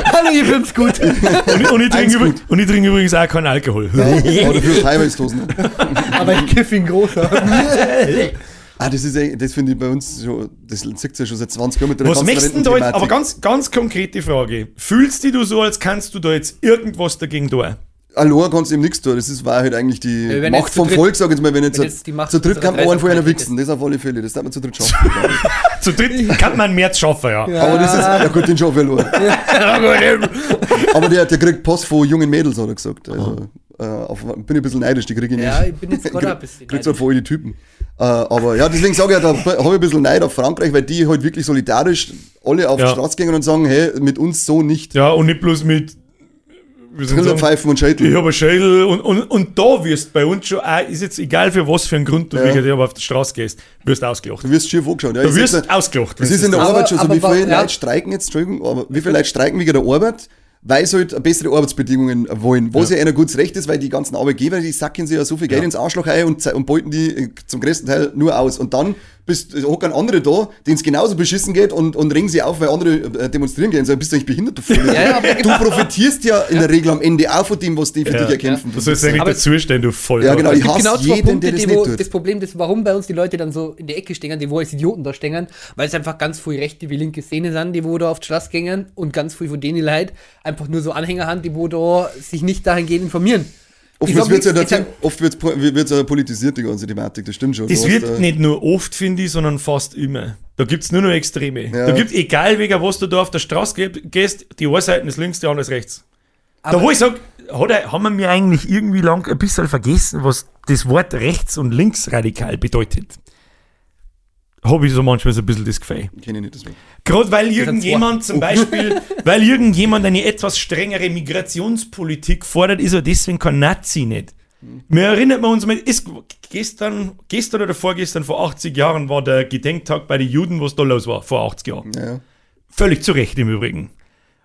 Speaker 2: Hallo, ihr find's
Speaker 3: [LAUGHS]
Speaker 2: gut.
Speaker 1: Und, und, ich,
Speaker 3: Eins
Speaker 1: trinke über,
Speaker 3: gut.
Speaker 1: und ich trinke übrigens auch keinen Alkohol.
Speaker 3: Aber dafür Teilweise-Dosen.
Speaker 2: Aber ich kiff ihn großer.
Speaker 3: Ah, das ist eh, das finde ich bei uns so, das sieht ja schon seit 20 Jahren mit der
Speaker 1: Was
Speaker 3: ganzen
Speaker 1: möchtest du denn da jetzt?
Speaker 3: Rententhematik.
Speaker 1: Aber ganz, ganz konkrete Frage. Fühlst dich du so, als kannst du da jetzt irgendwas dagegen tun?
Speaker 3: Allein kannst du ihm nichts tun. Das ist, war halt eigentlich die
Speaker 2: wenn
Speaker 3: Macht
Speaker 2: jetzt zu
Speaker 3: vom
Speaker 2: dritt-
Speaker 3: Volk, sag ich jetzt mal, wenn jetzt,
Speaker 2: wenn jetzt die Macht
Speaker 3: zu dritt
Speaker 2: unserer
Speaker 3: kann man einen
Speaker 2: Dreisam
Speaker 3: von einer
Speaker 2: komplett
Speaker 3: wichsen. Das auf alle Fälle. Das darf man zu dritt schaffen. glaub ich.
Speaker 2: [LAUGHS]
Speaker 1: Zu dritt kann man mehr schaffen, ja.
Speaker 3: Aber das ist, ja gut, den schaffen wir allein. Aber der, der kriegt Post von jungen Mädels, hat er gesagt. Also, äh, auf, bin ich ein bisschen neidisch, die kriege ich nicht.
Speaker 2: Ja, ich bin
Speaker 3: [LAUGHS]
Speaker 2: jetzt gerade ein bisschen
Speaker 3: Kriegt halt von all die Typen. Äh, aber ja, deswegen sage ich, ja, da habe ich ein bisschen Neid auf Frankreich, weil die halt wirklich solidarisch alle auf
Speaker 1: Ja.
Speaker 3: die Straße gehen und sagen, hey, mit uns so nicht.
Speaker 1: Ja, und nicht bloß mit wie soll ich sagen,
Speaker 3: Trillerpfeifen und
Speaker 1: ich
Speaker 3: Scheitel.
Speaker 1: habe einen Schädel und, und, und da wirst bei uns schon, auch, ist jetzt egal für was für einen Grund du
Speaker 3: Ja.
Speaker 1: wirklich aber auf die Straße gehst, wirst ausgelacht.
Speaker 3: Du wirst schief angeschaut. Ja,
Speaker 1: Du
Speaker 3: ich
Speaker 1: wirst
Speaker 3: sag's dir,
Speaker 1: ausgelacht.
Speaker 3: Das ist in der
Speaker 2: Aber-
Speaker 3: Arbeit schon so.
Speaker 2: aber
Speaker 3: Wie
Speaker 2: wa-
Speaker 3: viele
Speaker 2: ja.
Speaker 3: Leute streiken jetzt, Entschuldigung, aber wie viele Leute streiken wegen der Arbeit, weil sie halt bessere Arbeitsbedingungen wollen? Was ja, einer gutes Recht ist, weil die ganzen Arbeitgeber, die sacken sich ja so viel Geld ins Arschloch ein und, ze- und beuten die äh, zum größten Teil nur aus. Und dann bist, äh, hocken andere da, denen es genauso beschissen geht und, und ringen sie auf, weil andere äh, demonstrieren gehen. So, bist du nicht behindert, du Vogel?
Speaker 2: Ja, ja, aber- genau.
Speaker 3: Du profitierst ja in der Regel am Ende auch von dem, was die für dich erkämpfen.
Speaker 1: Du sollst eigentlich
Speaker 2: Aber-
Speaker 1: dazustehen, du voll.
Speaker 3: Ja, genau,
Speaker 1: Ich
Speaker 3: ich
Speaker 2: [LAUGHS]
Speaker 3: hasse
Speaker 2: genau zwei
Speaker 3: jeden,
Speaker 2: Punkte,
Speaker 3: der das
Speaker 2: die,
Speaker 3: nicht
Speaker 2: wo
Speaker 3: tut.
Speaker 2: das Problem ist, warum bei uns die Leute dann so in die Ecke stehen, die wo als Idioten da stehen, weil es einfach ganz viel rechte wie linke Szene sind, die wo da auf die Straße gingen und ganz viel von denen die Leute einfach nur so Anhänger haben, die wo da sich nicht dahingehend informieren. Ich
Speaker 3: Oft
Speaker 2: sag
Speaker 3: wird es ja,
Speaker 2: nichts, ich
Speaker 3: dazu- oft wird's, po- wird's ja politisiert, die ganze Thematik, das stimmt schon.
Speaker 1: Das
Speaker 3: Du
Speaker 1: wird
Speaker 3: hast, äh,
Speaker 1: nicht nur oft, finde ich, sondern fast immer. Da gibt es nur noch Extreme.
Speaker 3: Ja.
Speaker 1: Da gibt egal wegen was du da auf der Straße ge- gehst, die eine Seite ist links, die andere ist rechts. da wo ich sage, haben wir eigentlich irgendwie lang ein bisschen vergessen, was das Wort rechts und linksradikal bedeutet. Habe ich so manchmal so ein bisschen das Gefühl.
Speaker 3: Kenn ich nicht, deswegen.
Speaker 1: Gerade weil
Speaker 2: hat's
Speaker 1: irgendjemand zum Beispiel, weil irgendjemand eine etwas strengere Migrationspolitik fordert, ist er deswegen kein Nazi nicht. Mir erinnert man uns mit, ist gestern, gestern oder vorgestern, vor 80 Jahren war der Gedenktag bei den Juden, was da los war, vor 80 Jahren.
Speaker 3: Ja, ja.
Speaker 1: Völlig zu Recht im Übrigen.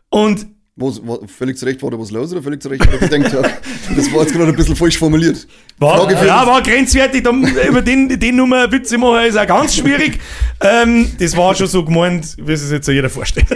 Speaker 1: Und
Speaker 3: Was, was, völlig zu Recht war da was los oder völlig zu Recht war da was denkt habe. [LAUGHS] Das war jetzt gerade ein bisschen falsch formuliert.
Speaker 1: war,
Speaker 3: Frage für-
Speaker 1: ja, war grenzwertig, da, über den, den Nummer Witze machen ist auch ganz schwierig. ähm, das war schon so gemeint, wie es sich jetzt jeder vorstellt.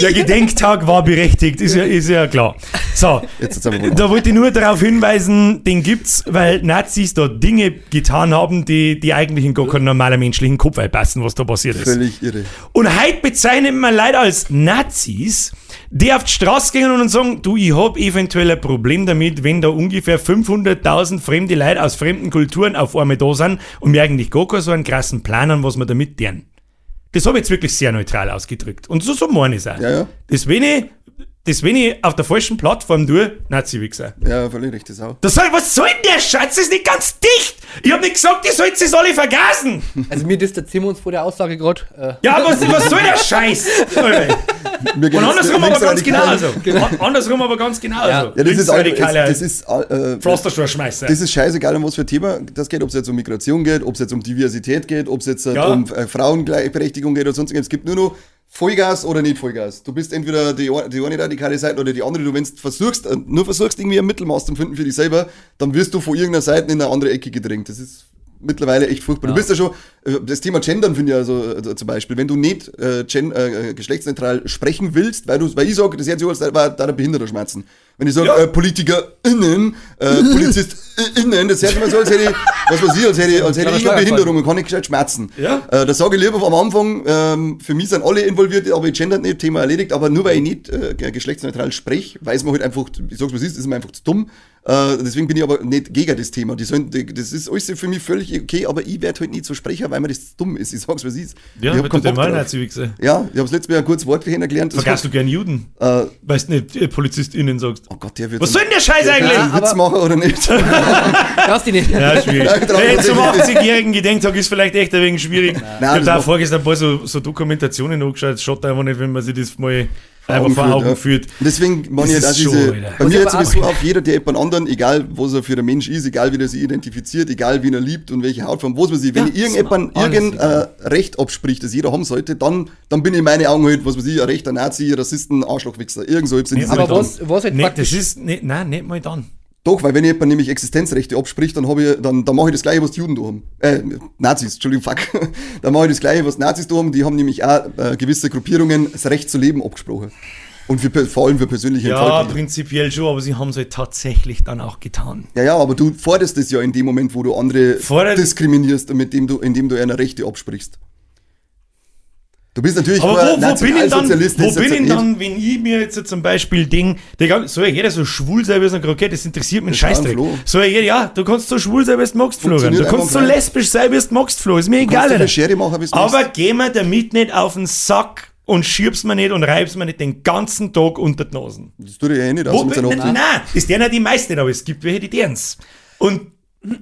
Speaker 1: der Gedenktag war berechtigt, ist ja, ist ja klar. So,
Speaker 3: Jetzt
Speaker 1: [LAUGHS]
Speaker 3: jetzt einfach mal.
Speaker 1: Da wollte ich nur darauf hinweisen, den gibt's, weil Nazis da Dinge getan haben, die, die eigentlich in gar keinen normalen menschlichen Kopf einpassen, was da passiert ist.
Speaker 3: Völlig irre.
Speaker 1: Und heute bezeichnen wir Leute als Nazis, die auf die Straße gehen und sagen, du, ich hab eventuell ein Problem damit, wenn da ungefähr 500.000 fremde Leute aus fremden Kulturen auf einmal da sind und wir eigentlich gar keinen so einen krassen Plan haben, was wir damit deren. Das habe ich jetzt wirklich sehr neutral ausgedrückt. Und so, so meine ich es auch.
Speaker 3: Ja, ja.
Speaker 1: Das, wenn ich, das, wenn ich auf der falschen Plattform tue, Nazi-Wichser.
Speaker 3: Ja, völlig recht, das auch.
Speaker 1: Da sag ich, was soll denn der Schatz? Das ist nicht ganz dicht. Ich hab nicht gesagt, die sollt es alle vergasen.
Speaker 2: Also mir distanzieren wir uns vor der Aussage gerade. Äh,
Speaker 1: Ja, was, was soll der
Speaker 3: [LAUGHS]
Speaker 1: Scheiß?
Speaker 3: Mir geht
Speaker 1: Und
Speaker 3: jetzt
Speaker 1: andersrum aber ganz
Speaker 3: linksradikal-
Speaker 1: genau so. An- Andersrum aber ganz genau
Speaker 2: Ja.
Speaker 1: so.
Speaker 3: Ja, das ist, all, es,
Speaker 1: Linksradikale
Speaker 3: das ist all- äh,
Speaker 1: Pflasterschwerschmeißer.
Speaker 3: Das ist scheißegal, um was für ein Thema das geht, ob es jetzt um Migration geht, ob es jetzt um Diversität geht, ob es jetzt äh,
Speaker 1: Ja.
Speaker 3: um äh, Frauengleichberechtigung geht oder sonst irgendwas. Es gibt nur noch Vollgas oder nicht Vollgas. Du bist entweder die, o- die eine radikale Seite oder die andere. Du, wenn du versuchst, äh, nur versuchst, irgendwie ein Mittelmaß zu finden für dich selber, dann wirst du von irgendeiner Seite in eine andere Ecke gedrängt. Das ist mittlerweile echt furchtbar. Du bist ja schon, äh, das Thema Gendern finde ich also äh, zum Beispiel, wenn du nicht äh, gen, äh, geschlechtsneutral sprechen willst, weil, du, weil ich sage, das jetzt als war da der Behinderterschmerzen. Wenn ich sage,
Speaker 1: Ja.
Speaker 3: äh, PolitikerInnen,
Speaker 2: [LAUGHS]
Speaker 3: äh, PolizistInnen, das hört man so, als hätte ich, was weiß ich, als hätte, ich- als hätte
Speaker 2: Ja,
Speaker 3: ich
Speaker 2: das
Speaker 3: eine
Speaker 2: war
Speaker 3: Behinderung und kann nicht gescheit schmerzen.
Speaker 1: Ja.
Speaker 3: Äh, das sage ich lieber am Anfang, ähm, für mich sind alle involviert, aber ich gender nicht, Thema erledigt, aber nur weil ich nicht äh, ge- geschlechtsneutral spreche, weiß man halt einfach, ich sag's mal, es ist, ist mir einfach zu dumm. Äh, deswegen bin ich aber nicht gegen das Thema. Die sollen, die, das ist alles für mich völlig okay, aber ich werde halt nie zu Sprecher, weil mir das zu dumm ist. Ich sag's, was ist. ich hab keinen Bock drauf.
Speaker 1: Nazi-Wichser.
Speaker 3: Ja, ich hab's letztes Mal ein kurzes Wort kennengelernt. Das
Speaker 1: Vergaß du gern Juden.
Speaker 3: äh,
Speaker 1: Weißt nicht, äh, PolizistInnen sagst.
Speaker 3: oh Gott, der wird
Speaker 1: Was
Speaker 3: dann-
Speaker 1: soll denn der Scheiß
Speaker 3: der wird
Speaker 1: eigentlich?
Speaker 3: einen Witz
Speaker 2: aber-
Speaker 3: machen oder nicht?
Speaker 2: darfst du nicht.
Speaker 1: Ja, schwierig.
Speaker 3: [LAUGHS] Ja, genau.
Speaker 1: Hey, zum 80-jährigen Gedenktag ist vielleicht echt ein wenig schwierig. ich habe
Speaker 3: das
Speaker 1: da
Speaker 3: macht-
Speaker 1: vorgestern ein paar so, so Dokumentationen angeschaut. Es schaut einfach nicht, wenn man sich das mal einfach
Speaker 3: Augen
Speaker 1: vor Augen
Speaker 3: ja.
Speaker 1: führt.
Speaker 3: Deswegen, man
Speaker 1: Das
Speaker 3: jetzt auch
Speaker 1: ist schon,
Speaker 3: diese,
Speaker 1: Alter.
Speaker 3: äh, bei
Speaker 2: Und
Speaker 3: mir
Speaker 2: aber
Speaker 3: jetzt sowieso
Speaker 2: auch-
Speaker 3: auf jeder, der jemand anderen, egal was er für ein Mensch ist, egal wie er sich identifiziert, egal wen er liebt und welche Hautform, was man sich, wenn
Speaker 2: Ja,
Speaker 3: irgendjemand
Speaker 2: ist mir alles
Speaker 3: irgendein äh, Recht abspricht, das jeder haben sollte, dann, dann bin ich in meinen Augen halt, was man sich, ein rechter Nazi, Rassisten, Arschlochwichser, irgend so etwas in
Speaker 1: Nee,
Speaker 3: diese
Speaker 1: aber
Speaker 3: Richtung.
Speaker 1: dann-
Speaker 2: was, was halt
Speaker 1: Nee,
Speaker 2: praktisch
Speaker 1: das ist, nee, nein, nicht mal dann.
Speaker 3: Doch, weil wenn jemand nämlich Existenzrechte abspricht, dann, hab ich, dann, dann mache ich das gleiche, was die Juden da haben. Äh, Nazis, Entschuldigung, fuck. [LAUGHS] dann mache ich das gleiche, was Nazis da haben, die haben nämlich auch äh, gewisse Gruppierungen das Recht zu leben abgesprochen. Und für, per- vor allem für persönliche
Speaker 1: Ja,
Speaker 3: Entfaltung.
Speaker 1: prinzipiell schon, aber sie haben es halt tatsächlich dann auch getan.
Speaker 3: Ja, ja, aber du forderst es ja in dem Moment, wo du andere
Speaker 1: Fordern-
Speaker 3: diskriminierst, mit dem du, indem du einer Rechte absprichst. Du bist natürlich
Speaker 1: Aber wo, wo
Speaker 3: kein
Speaker 1: bin ich dann,
Speaker 3: Nationalsozialist, das
Speaker 1: wo
Speaker 3: ist jetzt eh-
Speaker 1: bin ich
Speaker 3: nicht-
Speaker 1: dann, wenn ich mir jetzt zum Beispiel Ding, Digga, soll ja jeder so schwul sein, wie es sagt, okay, das interessiert mich
Speaker 3: Das war ein
Speaker 1: Scheißdreck.
Speaker 3: Flo.
Speaker 1: Soll ja jeder, ja, du kannst so schwul sein, wie du magst, Florian. Du
Speaker 3: Funktioniert
Speaker 1: kannst so
Speaker 3: einwandfrei.
Speaker 1: lesbisch sein, wie du magst, Flo. Ist mir egal,
Speaker 3: Kannst du
Speaker 1: Alter.
Speaker 3: eine Schere machen, wie du
Speaker 1: Aber
Speaker 3: willst.
Speaker 1: geh mir damit nicht auf den Sack und schieb's mir nicht und reib's mir nicht den ganzen Tag unter die Nasen.
Speaker 3: Das tut ja eh nicht aus
Speaker 1: Wo
Speaker 3: mit
Speaker 1: bin,
Speaker 3: seiner
Speaker 1: nein,
Speaker 3: Optik.
Speaker 1: nein, das deren ja die meisten nicht, aber es gibt welche, die deren's. Und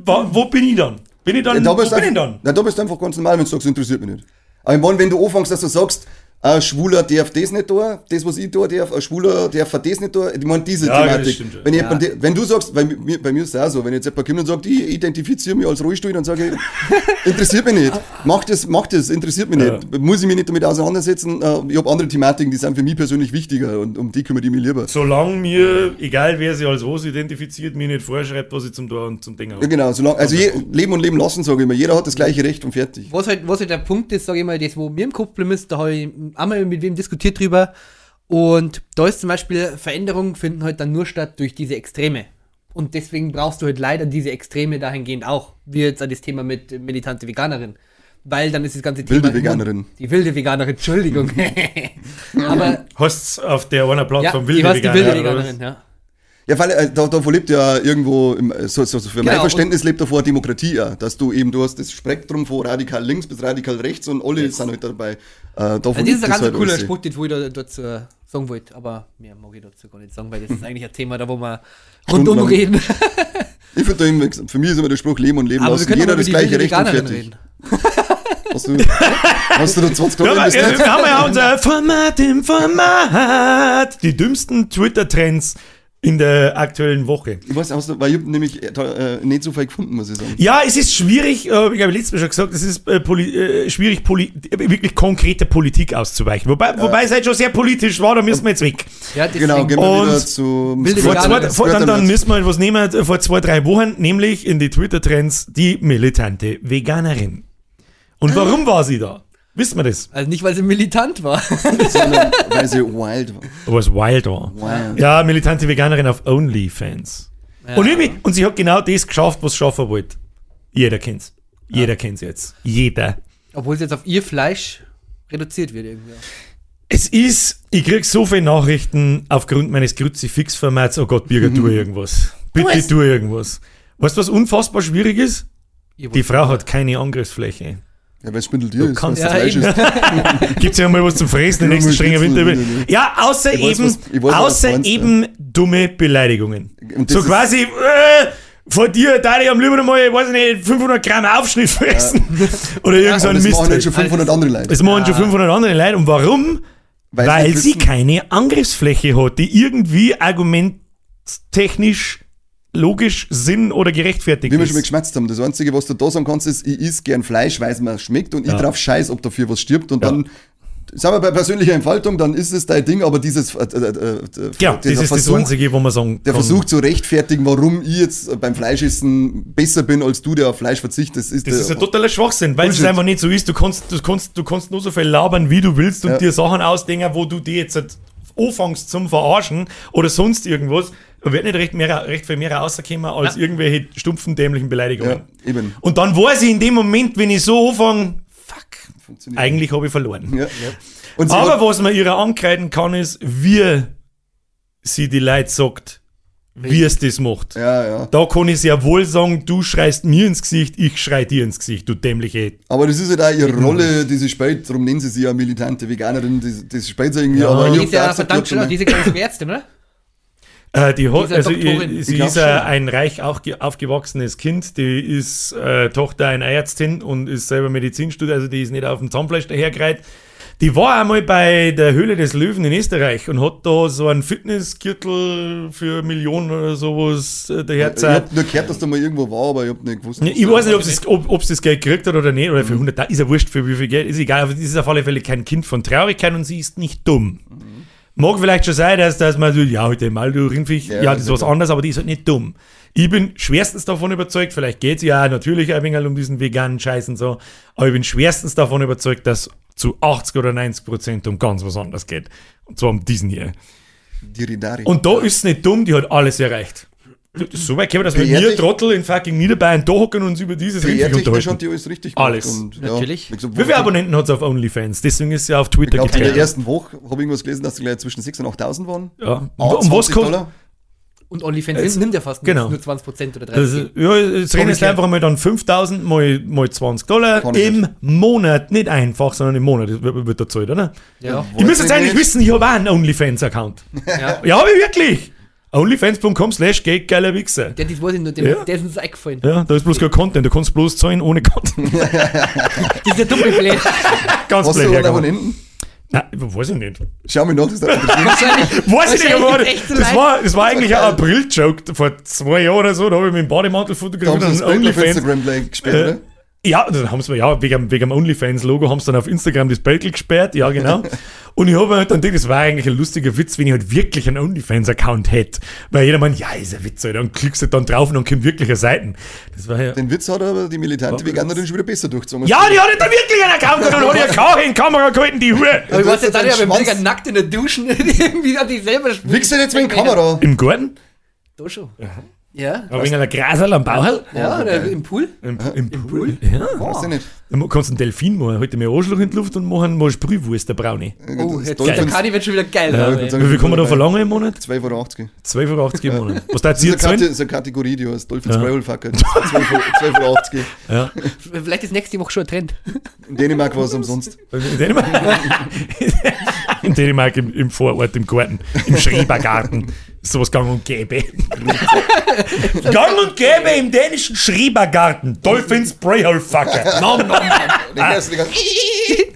Speaker 1: wo, wo bin ich dann? Bin ich dann,
Speaker 3: Äh, Da
Speaker 1: wo
Speaker 3: bist, du
Speaker 1: bin ich
Speaker 3: einfach,
Speaker 1: dann?
Speaker 3: Na, da bist du einfach ganz normal, wenn du sagst, interessiert mich nicht. Aber ich meine, wenn du anfängst, dass du sagst, ein Schwuler darf das nicht da, das, was ich da darf, ein Schwuler darf das nicht da. Ich meine, diese
Speaker 1: Ja, das
Speaker 3: Thematik.
Speaker 1: stimmt schon.
Speaker 3: wenn, jemand, wenn du sagst, bei, mir- bei mir ist es auch so, wenn jetzt jemand kommt und sagt, ich identifiziere mich als Rollstuhl,
Speaker 1: [LAUGHS]
Speaker 3: dann sage ich, interessiert mich nicht. Mach das, mach das, interessiert mich
Speaker 1: Ja.
Speaker 3: nicht. Muss ich mich nicht damit auseinandersetzen. Äh, Ich habe andere Thematiken, die sind für mich persönlich wichtiger und um die kümmere ich mich lieber.
Speaker 1: Solange mir, egal wer sie als was identifiziert, mir nicht vorschreibt, was ich zum Tor und zum Ding
Speaker 3: Ja,
Speaker 1: habe.
Speaker 3: genau, solange, also je, Leben und Leben lassen, sage ich immer. Jeder hat das gleiche Recht und fertig.
Speaker 2: was halt, was halt der Punkt ist, sage ich mal, das, wo mir im Kopf blieben ist, da habe ich einmal mit wem diskutiert drüber. Und da ist zum Beispiel, Veränderungen finden halt dann nur statt durch diese Extreme. Und deswegen brauchst du halt leider diese Extreme dahingehend auch. Wie jetzt das Thema mit militante Veganerin. Weil dann ist das ganze Thema.
Speaker 3: Wilde Veganerin.
Speaker 2: Die wilde Veganerin,
Speaker 3: [LAUGHS]
Speaker 2: Entschuldigung. Aber
Speaker 1: Hast auf der einer
Speaker 2: ja,
Speaker 1: Plattform
Speaker 2: die,
Speaker 1: wilde
Speaker 2: war's, die
Speaker 1: Veganer,
Speaker 2: wilde
Speaker 1: oder
Speaker 2: Veganerin, ja.
Speaker 3: Ja, weil äh, da, davon lebt ja irgendwo, im, äh, so, so, so für mein
Speaker 2: Genau,
Speaker 3: Verständnis lebt davor Demokratie ja, dass du eben, du hast das Spektrum von radikal links bis radikal rechts und alle sind halt dabei. Äh, davon
Speaker 2: Also das ist ein
Speaker 3: lebt
Speaker 2: ganz
Speaker 3: halt
Speaker 2: cooler
Speaker 3: alles.
Speaker 2: Spruch, den wo ich da, dazu sagen wollte, aber mehr mag ich dazu gar nicht sagen, weil das
Speaker 3: [LAUGHS]
Speaker 2: ist eigentlich ein Thema, da wo wir rundum
Speaker 3: Stundenlang.
Speaker 2: reden.
Speaker 3: Ich finde, da immer- für mich ist immer der Spruch Leben und Leben
Speaker 2: Aber wir
Speaker 3: lassen.
Speaker 2: können
Speaker 3: Jeder
Speaker 2: auch über
Speaker 3: das
Speaker 2: die
Speaker 3: gleiche
Speaker 2: wilde
Speaker 3: Recht und
Speaker 2: Veganerin
Speaker 3: fertig.
Speaker 2: reden.
Speaker 3: Hast du, hast du da
Speaker 2: [LAUGHS]
Speaker 3: 20 Euro
Speaker 1: Ja, aber, äh,
Speaker 3: investiert?
Speaker 1: wir haben ja unser Format im Format. Die dümmsten Twitter-Trends in der aktuellen Woche.
Speaker 3: Ich weiß, hast du, weil ich hab nämlich äh, da, äh, nicht so viel gefunden, muss ich sagen.
Speaker 1: Ja, es ist schwierig, äh, ich habe letztes Mal schon gesagt, es ist äh, poli äh, schwierig, poli äh, wirklich konkrete Politik auszuweichen. Wobei, wobei es halt schon sehr politisch war, da müssen wir jetzt weg.
Speaker 2: Ja, deswegen,
Speaker 3: Genau, gehen wir
Speaker 1: Und
Speaker 3: wieder zum
Speaker 2: wilde
Speaker 1: Vor
Speaker 2: Veganer-
Speaker 1: zwei, vor, dann, dann
Speaker 3: Squirtermatch.
Speaker 1: müssen wir etwas nehmen äh, vor zwei, drei Wochen, nämlich in die Twitter-Trends die militante Veganerin. Und warum war sie da? Wissen wir das?
Speaker 2: Also nicht, weil sie militant war. [LAUGHS]
Speaker 3: sondern Weil sie wild war.
Speaker 1: Aber es wild war.
Speaker 3: Wild.
Speaker 1: Ja, militante Veganerin auf OnlyFans. Und, irgendwie, und sie hat genau das geschafft, was sie schaffen wollte. Jeder kennt's. Jeder kennt's jetzt. Jeder.
Speaker 2: Obwohl sie jetzt auf ihr Fleisch reduziert wird irgendwie.
Speaker 1: Es ist, ich krieg so viele Nachrichten aufgrund meines Kruzifix-Formats. Oh Gott, Birger,
Speaker 3: Mhm.
Speaker 1: tu irgendwas. Bitte
Speaker 2: es.
Speaker 1: tu irgendwas. Weißt du, was unfassbar schwierig ist?
Speaker 2: Ihr
Speaker 1: Die
Speaker 2: wollt-
Speaker 1: Frau hat keine Angriffsfläche.
Speaker 3: Ja, weil es Spindeltier ist.
Speaker 1: kannst-
Speaker 3: wenn's
Speaker 2: Ja,
Speaker 3: Fleisch
Speaker 2: eben. [LAUGHS]
Speaker 3: ist.
Speaker 1: Gibt's ja mal was zum Fressen, den
Speaker 3: Ja,
Speaker 1: nächsten
Speaker 3: mal
Speaker 1: strengen
Speaker 3: schnitzen,
Speaker 1: Winter.
Speaker 3: nee, nee, nee.
Speaker 1: Ja, außer
Speaker 3: Ich weiß,
Speaker 1: eben,
Speaker 3: was- ich weiß, was
Speaker 1: außer
Speaker 3: du meinst,
Speaker 1: eben dumme Beleidigungen.
Speaker 3: Und das
Speaker 1: So
Speaker 3: ist-
Speaker 1: quasi, äh, vor dir, da ich am lieber noch mal, ich weiß nicht, 500 Gramm Aufschnitt fressen. [LAUGHS] Oder irgend so
Speaker 3: Aber
Speaker 1: ein
Speaker 3: das machen halt
Speaker 1: Mist.
Speaker 3: schon 500 andere Leute.
Speaker 1: Das machen schon 500 andere Leute. Und warum?
Speaker 3: Weil sie
Speaker 1: Weil
Speaker 3: nicht
Speaker 1: sie
Speaker 3: wissen-
Speaker 1: keine Angriffsfläche hat, die irgendwie argumenttechnisch logisch, sinn oder gerechtfertigt
Speaker 3: Wie wir schon mal
Speaker 1: ist.
Speaker 3: geschmerzt haben, das Einzige, was du da sagen kannst, ist, ich isst gern Fleisch, weil es mir schmeckt und ich drauf scheiß, ob dafür was stirbt. Und dann, sagen wir bei persönlicher Entfaltung, dann ist es dein Ding, aber dieses, äh, äh, äh,
Speaker 1: Ja,
Speaker 3: dieser
Speaker 1: das ist das
Speaker 3: Versuch,
Speaker 1: Einzige, wo man sagen
Speaker 3: der
Speaker 1: kann.
Speaker 3: Versuch zu rechtfertigen, warum ich jetzt beim Fleischessen besser bin als du, der auf Fleisch verzichtest, ist,
Speaker 1: Das ist
Speaker 3: der,
Speaker 1: ein totaler Schwachsinn, weil es
Speaker 3: Bullshit.
Speaker 1: einfach nicht so ist. Du kannst, du kannst, du kannst nur so viel labern, wie du willst und
Speaker 3: Ja.
Speaker 1: dir Sachen ausdenken, wo du dir jetzt halt anfängst zum Verarschen oder sonst irgendwas. Da wird nicht recht, mehr, recht viel mehr rauskommen als irgendwelche stumpfen, dämlichen Beleidigungen.
Speaker 3: Ja, eben.
Speaker 1: Und dann weiß ich in dem Moment, wenn ich so anfange, fuck,
Speaker 3: Funktioniert.
Speaker 1: eigentlich habe ich verloren.
Speaker 3: ja. Und sie
Speaker 1: Aber
Speaker 3: hat,
Speaker 1: was man ihrer ankreiden kann, ist, wie sie die Leute sagt, wie es das macht.
Speaker 3: ja, ja.
Speaker 1: Da kann ich sehr wohl sagen, du schreist mir ins Gesicht, ich schrei dir ins Gesicht, du dämliche.
Speaker 3: Aber das ist ja da ihre
Speaker 1: Mhm.
Speaker 3: Rolle, die sie spielt, darum nennen sie sie ja militante Veganerin, die, die sie spielt sie irgendwie, aber
Speaker 2: Die
Speaker 3: ich hab
Speaker 2: ist
Speaker 3: da
Speaker 2: ja
Speaker 3: auch gesagt,
Speaker 2: verdammt
Speaker 3: ich
Speaker 2: schön,
Speaker 3: hab
Speaker 2: die ist ja keine Ärztin, oder?
Speaker 1: Äh, die hat,
Speaker 2: Diese
Speaker 1: also,
Speaker 2: Doktorin.
Speaker 1: ihr, sie
Speaker 3: Ich glaub
Speaker 1: ist äh,
Speaker 3: schon.
Speaker 1: ein reich auch ge- aufgewachsenes Kind, die ist äh, Tochter einer Ärztin und ist selber Medizinstudent, also die ist nicht auf dem Zahnfleisch dahergereiht. Die war einmal bei der Höhle des Löwen in Österreich und hat da so einen Fitnesskittel für Millionen oder sowas äh,
Speaker 3: ich
Speaker 1: daherzeit.
Speaker 3: hab nur gehört, dass da mal irgendwo war, aber ich hab nicht gewusst.
Speaker 1: Ich weiß nicht, ob sie ob, ob's das Geld gekriegt hat oder nicht, oder für 100.000, ist ja wurscht, für wie viel Geld, ist egal, aber sie ist auf alle Fälle kein Kind von Traurigkeit und sie ist nicht dumm. Mag vielleicht schon sein, dass, dass man so, ja, heute mal, du Ringfisch, ja,
Speaker 3: Ja,
Speaker 1: das ist
Speaker 3: ja,
Speaker 1: was anderes, aber die ist halt nicht dumm. Ich bin schwerstens davon überzeugt, vielleicht geht's ja natürlich ein wenig um diesen veganen Scheiß und so, aber ich bin schwerstens davon überzeugt, dass zu 80 oder 90 Prozent um ganz was anderes geht. Und zwar um diesen hier.
Speaker 3: Die Ridari.
Speaker 1: Und da ist es nicht dumm, die hat alles erreicht. So weit käme, dass wir
Speaker 3: Beerdigt-
Speaker 1: hier Trottel in fucking Niederbayern da hocken und uns über dieses Ringfisch
Speaker 3: PR-technisch
Speaker 1: unterhalten.
Speaker 3: hat die alles richtig
Speaker 1: Alles.
Speaker 3: Und,
Speaker 2: Natürlich.
Speaker 3: wie gesagt,
Speaker 1: Wie viele Abonnenten hat es auf OnlyFans? Deswegen ist ja auf
Speaker 3: Ich
Speaker 1: Twitter
Speaker 3: glaube, in der
Speaker 1: geteilt.
Speaker 3: ersten Woche habe ich irgendwas gelesen, dass sie gleich zwischen 6.000 und 8.000 waren.
Speaker 1: Ja. Und
Speaker 3: Ah,
Speaker 1: um was
Speaker 3: 20
Speaker 1: kommt?
Speaker 3: Dollar.
Speaker 2: Und OnlyFans nimmt- nimmt ja fast
Speaker 1: Genau.
Speaker 2: nur 20% oder 30%.
Speaker 1: Das ist- Ja, jetzt reden wir
Speaker 2: Umgekehrt.
Speaker 1: einfach mal dann 5000 mal, mal 20 Dollar
Speaker 3: Kann ich
Speaker 1: im Monat. Nicht einfach, sondern im Monat. Das wird, wird da gezahlt, oder?
Speaker 2: ja,
Speaker 1: Ich muss jetzt
Speaker 3: Wollt ihr
Speaker 1: eigentlich
Speaker 3: nicht?
Speaker 1: wissen, ich habe auch einen OnlyFans-Account.
Speaker 2: ja.
Speaker 1: ja, habe ich wirklich. Onlyfans.com slash geiler Wichser.
Speaker 2: Der, das weiß ich nur, dem,
Speaker 1: Ja.
Speaker 2: der ist uns eingefallen.
Speaker 1: Ja, da ist bloß kein Content. Du kannst bloß zahlen ohne Content. [LAUGHS]
Speaker 2: Das ist ja dumm geplant.
Speaker 1: Ganz
Speaker 3: [LAUGHS] Hast du
Speaker 1: blöd
Speaker 3: einen
Speaker 1: hergekommen.
Speaker 3: Abonnenten?
Speaker 1: Nein, weiß ich nicht.
Speaker 3: Schau mir noch, das
Speaker 1: [LAUGHS]
Speaker 3: ist ein
Speaker 1: Weiß ich nicht, aber
Speaker 2: Wahrscheinlich ist echt so
Speaker 1: das
Speaker 2: leicht.
Speaker 1: war, das war eigentlich ein April-Joke vor zwei Jahren oder so. Da habe ich mit dem Bademantel fotografiert
Speaker 3: Thompson
Speaker 1: und
Speaker 3: Spindle auf
Speaker 1: Onlyfans. Äh.
Speaker 3: Instagram gleich gespielt, oder?
Speaker 1: Ja, dann haben sie mir, ja, wegen, wegen dem OnlyFans-Logo haben sie dann auf Instagram das Bild gesperrt, ja, [LAUGHS] genau. Und ich habe mir halt dann gedacht, das war eigentlich ein lustiger Witz, wenn ich halt wirklich einen OnlyFans-Account hätte. Weil jeder meint, ja, ist ein Witz, Alter. Und klickst halt dann drauf und dann kommt wirklich eine Seiten. Das war ja.
Speaker 3: Den Witz hat aber die militante Veganerin schon wieder besser durchgezogen.
Speaker 1: Ja, die hat halt dann wirklich einen Account und dann [LAUGHS] hat ich eine in die Kamera gehalten, die Hure.
Speaker 2: Aber ich
Speaker 3: du
Speaker 2: weiß
Speaker 3: hast
Speaker 2: jetzt
Speaker 3: ja
Speaker 2: auch nicht,
Speaker 3: deinen
Speaker 2: aber
Speaker 3: Schwanz-
Speaker 2: mega nackt in der Dusche [LAUGHS] irgendwie an dich selber springen.
Speaker 3: Wichst du jetzt mit dem Kamera?
Speaker 1: Im Garten?
Speaker 2: Da schon. Ja.
Speaker 1: Aber wegen einer Graserl am
Speaker 3: Ah,
Speaker 1: Bauerl?
Speaker 2: Ja, oder im Pool.
Speaker 1: Im, im Pool? Ja.
Speaker 3: Weiß ich nicht.
Speaker 1: Dann kannst du einen Delfin machen, heute mir Arschloch in die Luft und machen mal Sprühwurst, der Braune.
Speaker 2: Oh,
Speaker 3: Das
Speaker 2: jetzt
Speaker 3: Dolphins-
Speaker 2: der Kani wird schon wieder geil.
Speaker 1: Ja,
Speaker 2: aber,
Speaker 1: wie
Speaker 2: ey.
Speaker 3: sagen,
Speaker 1: viel kann man da
Speaker 3: dabei.
Speaker 1: verlangen im Monat?
Speaker 3: 12 oder 80.
Speaker 1: 12,80 Euro im Monat. Was da
Speaker 3: Das ist
Speaker 1: jetzt
Speaker 3: eine, Kate,
Speaker 1: zahlen?
Speaker 3: ist eine Kategorie, die heißt Dolphins ja. Fucker. 12 oder 80.
Speaker 1: Ja.
Speaker 2: Vielleicht ist nächste Woche schon ein
Speaker 3: [LAUGHS]
Speaker 2: Trend.
Speaker 3: In Dänemark war es umsonst.
Speaker 1: In Dänemark, in Dänemark im, im Vorort, im Garten, im Schriebergarten. Ist sowas gang und gäbe. gang und gäbe im dänischen Schriebergarten. Dolphin Sprayhole-Fucker. No, no, no.
Speaker 3: Den ersten, den ganzen-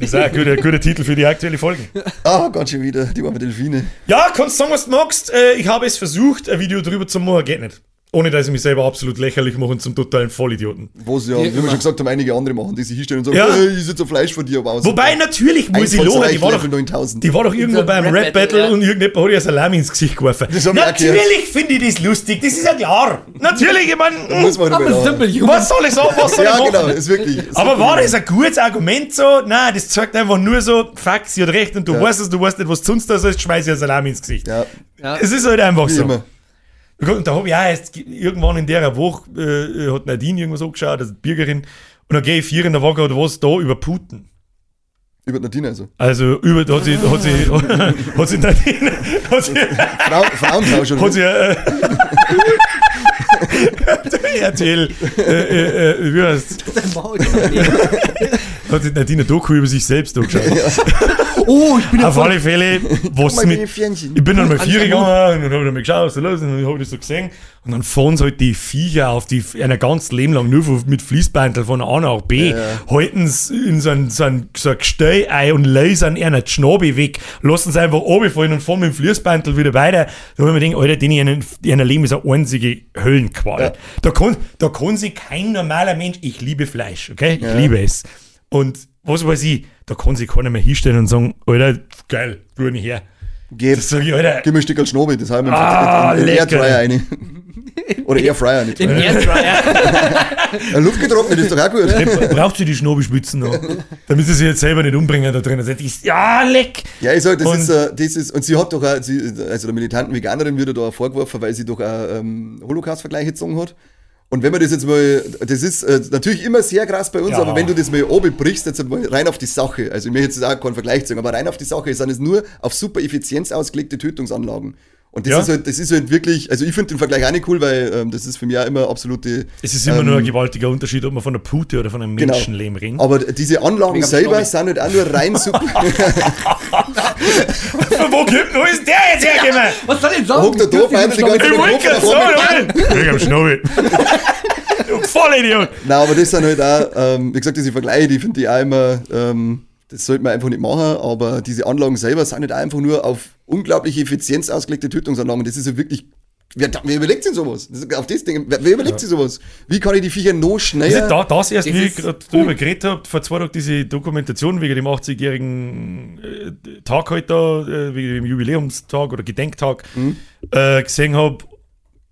Speaker 1: Das ist auch ein guter, guter Titel für die aktuelle Folge.
Speaker 3: Ah, Gott, schon wieder. Die waren Delfine.
Speaker 1: Ja, kannst sagen, was du magst. Äh, Ich habe es versucht, ein Video drüber zu machen. Geht nicht. Ohne dass ich mich selber absolut lächerlich mache und zum totalen Vollidioten.
Speaker 3: Wo sie ja, wie wir schon gesagt haben, einige andere machen, die sich hinstellen und sagen,
Speaker 1: Ja.
Speaker 3: hey, ich sitze ein Fleisch von dir aber aus.
Speaker 1: Wobei, natürlich muss ich lohen. Die war doch
Speaker 3: 9000.
Speaker 1: Die war doch irgendwo
Speaker 2: Dieser
Speaker 1: beim
Speaker 2: Rap-Battle,
Speaker 1: Rap-Battle
Speaker 2: ja.
Speaker 1: und irgendjemand hat ihr Salami ins Gesicht geworfen.
Speaker 3: Das hab ich auch
Speaker 1: Natürlich finde ich das lustig, das ist ja klar. Natürlich, ich meine,
Speaker 3: muss man drüber lachen.
Speaker 1: was soll ich sagen, was soll
Speaker 3: Ja,
Speaker 1: ich
Speaker 3: genau,
Speaker 1: machen?
Speaker 3: ist wirklich. Ist
Speaker 1: Aber
Speaker 3: wirklich
Speaker 1: war das ein gutes Argument so? Nein, das zeigt einfach nur so, fuck, sie hat recht und du weißt es, du weißt nicht, was sonst da ist, schmeiß ihr Salami ins Gesicht.
Speaker 3: Ja,
Speaker 2: Ja.
Speaker 1: Es ist halt einfach
Speaker 3: wie
Speaker 1: so.
Speaker 3: immer.
Speaker 1: Und da habe ich auch erst ge- irgendwann in der Woche, äh, hat Nadine irgendwas angeschaut, also die Bürgerin, und dann gehe ich vier in der Woche oder was da über Putin.
Speaker 3: Über die Nadine also.
Speaker 1: Also über hat sie hat sie hat sie Nadine hat sie
Speaker 3: Frau, Frauentausch oder
Speaker 1: hat sie äh, RTL äh, [LAUGHS] äh, äh, wie heißt
Speaker 2: [LAUGHS]
Speaker 1: hat sie Nadine eine Doku über sich selbst angeschaut.
Speaker 2: oh, ich bin
Speaker 1: Auf alle Fälle was
Speaker 3: Mal meine
Speaker 1: mit
Speaker 3: Fähnchen.
Speaker 1: ich bin dann mal vier
Speaker 2: Anscheinend.
Speaker 1: gegangen und dann hab ich dann mal geschaut, was da los ist, und dann hab ich das so gesehen. Und dann fahren sie halt die Viecher auf die, einer ganz Leben lang nur von- mit Fließbeintel von A nach B, halten sie in so ein, so ein, so ein Gestell ein und lasern ihnen die Schnabel weg, lassen sie einfach runterfallen und fahren mit dem Fließbeintel wieder weiter. Da hab ich mir gedacht, Alter, den ihren, ihren Leben ist eine einzige Höllenqual. Da kann, da kann sich kein normaler Mensch, ich liebe Fleisch, okay? Ich liebe es. Und was weiß ich, da kann sich keiner mehr hinstellen und sagen, Alter, geil, tu nicht her.
Speaker 3: Geh,
Speaker 1: Das sag ich, Alter.
Speaker 3: geh mir ein Stück Schnobel, das haben wir
Speaker 1: Ah,
Speaker 3: im
Speaker 1: lecker.
Speaker 3: Airfryer rein. Oder Airfryer nicht.
Speaker 2: Im Airdryer.
Speaker 3: Ein Luftgetrocknet ist doch auch gut.
Speaker 1: Dann braucht sie die Schnobelspitzen noch. Damit sie sich jetzt selber nicht umbringen da drin. Also die ist, ja, leck!
Speaker 3: Ja, ich sag, das
Speaker 1: Und-
Speaker 3: ist, äh, das ist, und sie hat doch auch, sie, also der militanten Veganerin wird ja da auch vorgeworfen, weil sie doch auch ähm, Holocaust-Vergleiche gezogen hat. Und wenn man das jetzt mal, das ist äh, natürlich immer sehr krass bei uns,
Speaker 1: Ja.
Speaker 3: aber wenn du das mal oben brichst, jetzt mal rein auf die Sache, also ich möchte jetzt auch keinen Vergleich zeigen, aber rein auf die Sache, sind es nur auf super Effizienz ausgelegte Tötungsanlagen. Und das
Speaker 1: Ja.
Speaker 3: ist halt, das ist halt wirklich, also ich finde den Vergleich auch nicht cool, weil ähm, das ist für mich auch immer absolute
Speaker 1: Es ist immer nur ein gewaltiger Unterschied, ob man von einer Pute oder von einem
Speaker 3: Genau.
Speaker 1: Menschenleben reden.
Speaker 3: Aber diese
Speaker 2: am
Speaker 3: Anlagen
Speaker 2: Schnorri.
Speaker 3: selber sind halt auch
Speaker 1: [LAUGHS]
Speaker 3: nur rein super.
Speaker 1: Von wo kommt denn alles der jetzt hergekommen?
Speaker 2: Was soll ich sagen?
Speaker 3: Hockt der Dorf ein, die ganze
Speaker 1: Ich
Speaker 3: Zeit
Speaker 1: wollte gerade sagen, Alter. Wegen am Schnobel. Du Vollidiot!
Speaker 3: Na, aber das sind halt auch, ähm, wie gesagt, diese Vergleiche, die finde ich auch immer, ähm, das sollte man einfach nicht machen, aber diese Anlagen selber sind nicht einfach nur auf unglaubliche Effizienz ausgelegte Tötungsanlagen. Das ist ja wirklich. Wer, wer überlegt sich sowas? Das, ist- auf das Ding, wer, wer überlegt sich sowas? Wie kann ich die Viecher noch
Speaker 1: Das, ist
Speaker 3: schneller?
Speaker 1: da, das erst,
Speaker 2: Das
Speaker 1: wie ich
Speaker 2: ist-
Speaker 1: gerade drüber geredet habe, vor zwei Tagen diese Dokumentation wegen dem 80-jährigen äh, Tag heute da, äh, wegen dem Jubiläumstag oder Gedenktag, äh, gesehen habe,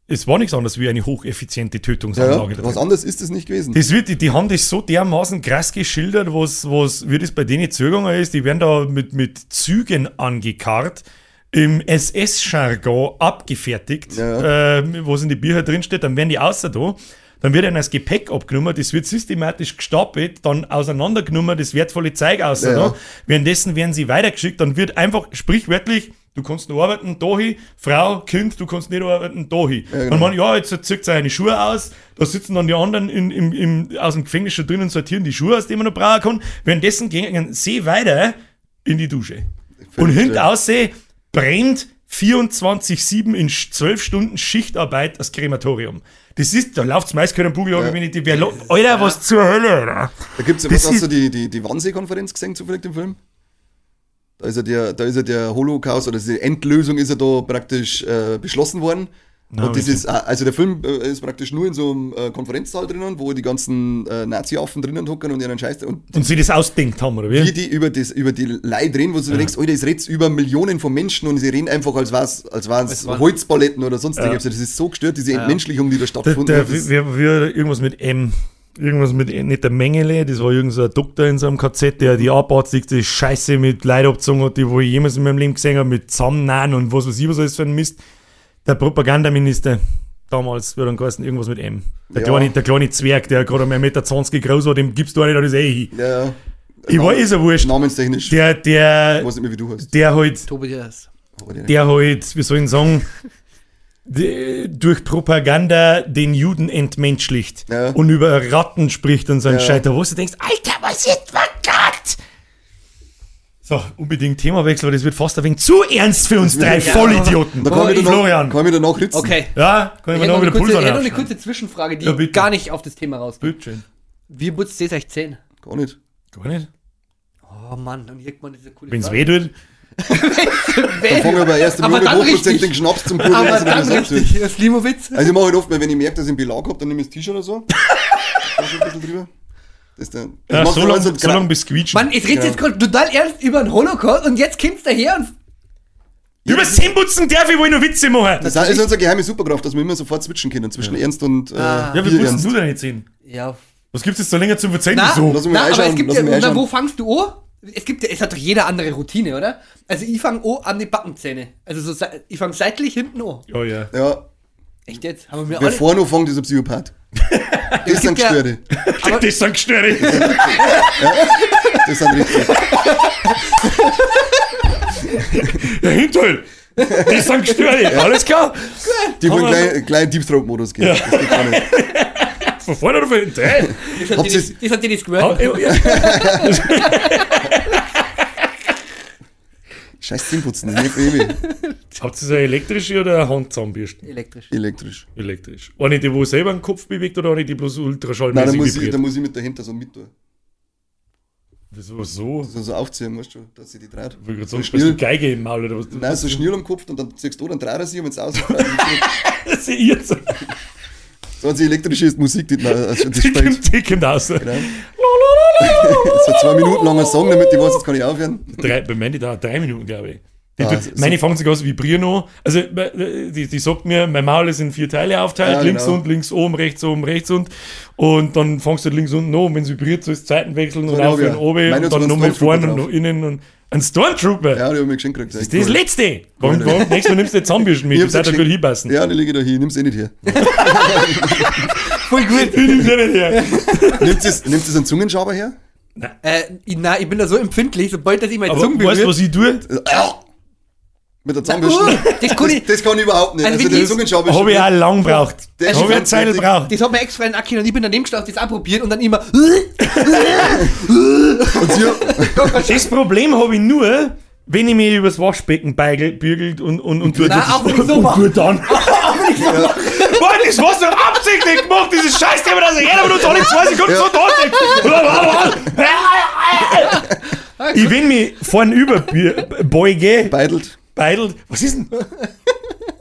Speaker 1: es war nichts anderes wie eine hocheffiziente
Speaker 3: Ja,
Speaker 1: Tötungsanlage. da
Speaker 3: was
Speaker 1: drin.
Speaker 3: anderes ist es nicht gewesen.
Speaker 1: Das wird, die, die haben das so dermaßen krass geschildert, was, was, wie das bei denen zugegangen ist. Die werden da mit, mit Zügen angekarrt, im SS-Jargon abgefertigt, ähm, wo es in die Bücher drinsteht. Dann werden die außer da. Dann wird ihnen als Gepäck abgenommen, das wird systematisch gestapelt, dann auseinandergenommen, das wertvolle Zeug außer
Speaker 3: Ja.
Speaker 1: da. ne? Währenddessen werden sie weitergeschickt, dann wird einfach sprichwörtlich, du kannst nur arbeiten, dahin, Frau, Kind, du kannst nicht arbeiten, dahin. Dann meinen, ja, genau. jetzt zückt seine Schuhe aus, da sitzen dann die anderen in, im, im, aus dem Gefängnis schon drin und sortieren die Schuhe aus, die man noch brauchen kann. Währenddessen gehen sie weiter in die Dusche. und
Speaker 3: schön.
Speaker 1: hinten aussehen, brennt 24-7 in 12 Stunden Schichtarbeit das Krematorium. Das ist, da läuft's meist keinen Bugel, ja. wenn ich die, wer, lo- Alter, was zur Hölle, Alter.
Speaker 3: Da gibt's ja,
Speaker 1: Das
Speaker 3: was hast
Speaker 1: ist-
Speaker 3: du die, die, die Wannsee-Konferenz gesehen, zufällig im Film? Da ist ja der, da ist ja der Holocaust oder diese Endlösung ist ja da praktisch äh, beschlossen worden.
Speaker 1: Na,
Speaker 3: und das
Speaker 1: richtig.
Speaker 3: ist, also der Film äh, ist praktisch nur in so einem äh, Konferenzsaal drinnen, wo die ganzen äh, Nazi-Affen drinnen hocken und ihren Scheiß. Und
Speaker 1: Und sie das ausdenkt haben, oder
Speaker 3: wir
Speaker 1: wie?
Speaker 3: die über, das, über die Leid reden, wo du dir denkst, Alter, es redet über Millionen von Menschen und sie reden einfach, als war's, als waren's
Speaker 2: Es waren-
Speaker 3: Holzpaletten oder sonst irgendwas. Das ist so gestört, diese Entmenschlichung, die da
Speaker 1: Der,
Speaker 3: stattgefunden
Speaker 1: der,
Speaker 3: hat.
Speaker 1: wir,
Speaker 3: Das-
Speaker 1: wir, wir- irgendwas mit M. Irgendwas mit, nicht der Mengele, das war irgendein so ein Doktor in so einem KZ, der die abartigste Scheiße mit Leid abgezogen hat, die wo ich jemals in meinem Leben gesehen habe, mit Zusammennahen und was weiß ich, was alles für ein Mist. Der Propagandaminister damals, wird dann geheißen, irgendwas mit M. Der,
Speaker 3: Ja.
Speaker 1: kleine, der kleine Zwerg, der gerade um 1,20 Meter groß war, dem gibst du auch nicht, da ist eh hin.
Speaker 3: Ja, ja.
Speaker 1: Ich war eh so wurscht.
Speaker 3: namenstechnisch.
Speaker 1: Der,
Speaker 3: ich
Speaker 1: der,
Speaker 3: weiß nicht mehr, wie du heißt.
Speaker 1: der halt
Speaker 2: Tobias.
Speaker 3: Aber der-
Speaker 1: der halt, wie soll ich sagen, die- durch Propaganda den Juden entmenschlicht
Speaker 3: Ja.
Speaker 1: und über Ratten spricht und so ein
Speaker 3: Ja.
Speaker 1: Scheiter, wo du denkst, Alter, was ist verkackt? So, unbedingt Themawechsel, weil das wird fast ein wenig zu ernst für uns
Speaker 3: wird-
Speaker 1: drei
Speaker 3: Ja.
Speaker 1: Vollidioten.
Speaker 3: Da kann
Speaker 2: Boah,
Speaker 3: ich mir danach,
Speaker 1: Florian.
Speaker 3: kann ich mir danach ritzen.
Speaker 2: Okay.
Speaker 1: Ja, können
Speaker 2: Ich
Speaker 1: wir
Speaker 2: hätte
Speaker 1: noch
Speaker 2: noch,
Speaker 1: wieder
Speaker 2: eine kurze, ich
Speaker 1: Pulver
Speaker 2: hätte noch eine
Speaker 1: nachschneiden.
Speaker 2: kurze Zwischenfrage, die
Speaker 1: Ja, bitte.
Speaker 2: gar nicht auf das Thema rausgeht.
Speaker 1: Blödsinn.
Speaker 2: Wie putzt ihr euch Zähne?
Speaker 3: Gar nicht.
Speaker 1: Gar nicht.
Speaker 2: Oh Mann, dann hört man diese coole
Speaker 1: Wenn's
Speaker 2: Frage.
Speaker 1: weh tut.
Speaker 3: Dann fange ich aber erst
Speaker 2: [LAUGHS]
Speaker 3: im
Speaker 2: Aber
Speaker 3: Juli
Speaker 2: dann
Speaker 3: hochprozentigen
Speaker 2: richtig.
Speaker 3: Schnaps zum Kuchen
Speaker 2: Aber
Speaker 3: essen, wenn
Speaker 2: dann
Speaker 3: ich satt bin.
Speaker 2: richtig, Slimowitz.
Speaker 3: Also ich mache halt oft mal, wenn ich merke, dass ich einen Belag habe, dann nehme ich das T-Shirt
Speaker 2: [LAUGHS]
Speaker 3: oder so. Da schon ein bisschen drüber. Das ist dann, das
Speaker 1: Ja,
Speaker 3: macht
Speaker 1: so
Speaker 3: dann
Speaker 1: lange
Speaker 3: also
Speaker 1: so lang bis quietschen.
Speaker 2: Mann, ich rede
Speaker 3: Genau.
Speaker 2: jetzt gerade total ernst über den Holocaust und jetzt kommst du daher und
Speaker 1: Übers Zähnputzen darf ich wohl noch Witze machen.
Speaker 3: Das ist unsere geheime Superkraft, dass wir immer sofort switchen können zwischen Ernst und äh,
Speaker 1: Ja,
Speaker 2: Ja,
Speaker 1: wie putzen
Speaker 3: Bier-Ernst.
Speaker 1: du denn jetzt hin?
Speaker 2: Ja.
Speaker 1: Was gibt's jetzt da länger zum Verzeihen?
Speaker 2: Na,
Speaker 1: so?
Speaker 3: lass mich
Speaker 2: na aber
Speaker 3: reinschauen,
Speaker 2: es gibt
Speaker 3: lass
Speaker 2: ja,
Speaker 3: mich
Speaker 2: na,
Speaker 3: reinschauen.
Speaker 2: wo fangst du an? Es gibt ja, es hat doch jeder andere Routine, oder? Also ich fange an an die Backenzähne. Also so, sei- ich fange seitlich hinten an.
Speaker 1: Oh ja.
Speaker 3: Ja,
Speaker 2: Echt jetzt? Haben wir mir
Speaker 3: wer
Speaker 2: alle.
Speaker 3: vorne anfängt, ist ein Psychopath.
Speaker 2: [LAUGHS]
Speaker 3: Das sind
Speaker 2: gibt ja-
Speaker 3: Gestörte.
Speaker 2: Aber-
Speaker 1: Das sind gestört.
Speaker 3: Das sind richtig.
Speaker 1: Der Hinterhalt! Die sind gestört, alles klar!
Speaker 3: Die wollen
Speaker 1: Aber-
Speaker 3: gleich, gleich in Deep Throat Modus gehen. Das geht gar nicht.
Speaker 1: Von vorne oder von hinten? Hey.
Speaker 2: Das hat
Speaker 3: Habt
Speaker 2: dir
Speaker 3: ihr's-
Speaker 2: das- das hat dir das
Speaker 1: Hau-
Speaker 2: gehört.
Speaker 1: ja.
Speaker 3: Scheiß Zinnputzen, das ist nicht ewig.
Speaker 1: [LAUGHS] Habt ihr so eine elektrische oder eine Handzahnbürsten?
Speaker 2: Elektrisch.
Speaker 3: Elektrisch.
Speaker 1: Elektrisch. Eine, die wo selber den Kopf bewegt oder eine, die bloß
Speaker 3: Nein, da
Speaker 1: ultraschallmäßig
Speaker 3: muss, ich, da
Speaker 1: eh vibriert?
Speaker 3: muss ich mit dahinter so mit tun.
Speaker 1: Wieso so?
Speaker 3: So, so aufziehen, weißt du, dass sie die Draht.
Speaker 1: Ich will gerade
Speaker 3: So
Speaker 1: sagen, hast du
Speaker 3: Schnürl,
Speaker 1: Geige im Maul oder was?
Speaker 3: nein, so Schnürl am Kopf und dann ziehst du, dann dreht er sich um, wenn es aussieht.
Speaker 1: [LAUGHS] Das ist jetzt.
Speaker 3: So hat sie elektrische Musik, die, nein, also das
Speaker 1: Die Genau.
Speaker 3: spielt.
Speaker 1: kommt, die kommt raus.
Speaker 3: Genau. So zwei Minuten langer Song, damit ich weiß, jetzt kann ich aufhören.
Speaker 1: Drei, bei Mandy da drei Minuten, glaube ich. Die
Speaker 3: Ah,
Speaker 1: tut,
Speaker 3: so-
Speaker 1: meine fangen sogar so vibrieren an. Also, äh, die, die sagt mir, mein Maul ist in vier Teile aufteilt:
Speaker 3: Ja,
Speaker 1: links
Speaker 3: genau.
Speaker 1: und, links oben, rechts oben, rechts und. Und dann fangst du links unten an. Und wenn es vibriert, sollst du Zeiten wechseln und
Speaker 3: eine
Speaker 1: auf
Speaker 3: hab ich
Speaker 1: und
Speaker 3: auch.
Speaker 1: oben.
Speaker 3: Meine
Speaker 1: Und dann
Speaker 3: hat sogar
Speaker 1: nochmal
Speaker 3: einen Stormtrooper
Speaker 1: vorne und
Speaker 3: drauf.
Speaker 1: noch innen. Und ein Stormtrooper!
Speaker 3: Ja, die haben mir geschenkt gekriegt. Das ist
Speaker 1: Das ist das Letzte! Warum, warum, nächstes Mal nimmst du die Zahnbürsten mit,
Speaker 3: Ich
Speaker 1: die
Speaker 3: hab's
Speaker 1: seid da
Speaker 3: geschenkt.
Speaker 1: gut hinpassen.
Speaker 3: Ja, die lege ich da hin, nimm's eh nicht her.
Speaker 2: Voll gut.
Speaker 1: [LAUGHS] Ich nimm's ja nicht
Speaker 3: [LAUGHS]
Speaker 1: her.
Speaker 3: Nimmt es nimmt es einen Zungenschaber her?
Speaker 2: Äh, ich- na, ich bin da so empfindlich, sobald das ich meine
Speaker 1: Aber
Speaker 2: Zunge
Speaker 1: weißt du,
Speaker 2: berührt.
Speaker 1: was ich tue?
Speaker 3: Also, au! Mit der
Speaker 2: Uh,
Speaker 3: Zahnbürste.
Speaker 2: [LAUGHS] das kann ich.
Speaker 3: Das kann ich überhaupt nicht.
Speaker 2: Also
Speaker 3: Also, der
Speaker 2: wirklich,
Speaker 3: Zungenschaber
Speaker 1: Habe ich auch lang gebraucht.
Speaker 3: Der ist
Speaker 1: Habe ich eine
Speaker 3: schon
Speaker 1: Zeit
Speaker 3: fertig.
Speaker 1: gebraucht.
Speaker 2: Das hat mein Ex-Freund Akin und ich bin daneben gestanden, das auch probiert und dann immer. [LAUGHS]
Speaker 3: Und sie,
Speaker 1: Das Problem habe ich nur, wenn ich mich übers Waschbecken beigel- bügelt und und und tut
Speaker 2: Nein,
Speaker 1: das-
Speaker 2: auch wenn ich so
Speaker 1: und
Speaker 2: mach.
Speaker 1: tut dann.
Speaker 2: [LAUGHS]
Speaker 1: Boah, das was du absichtlich gemacht, dieses Scheißthema, dass jeder von uns alle zwei Sekunden so da
Speaker 2: [LAUGHS]
Speaker 1: sitzt. Ich wenn mich vorne über beuge,
Speaker 3: beidelt.
Speaker 1: beidelt, was ist denn?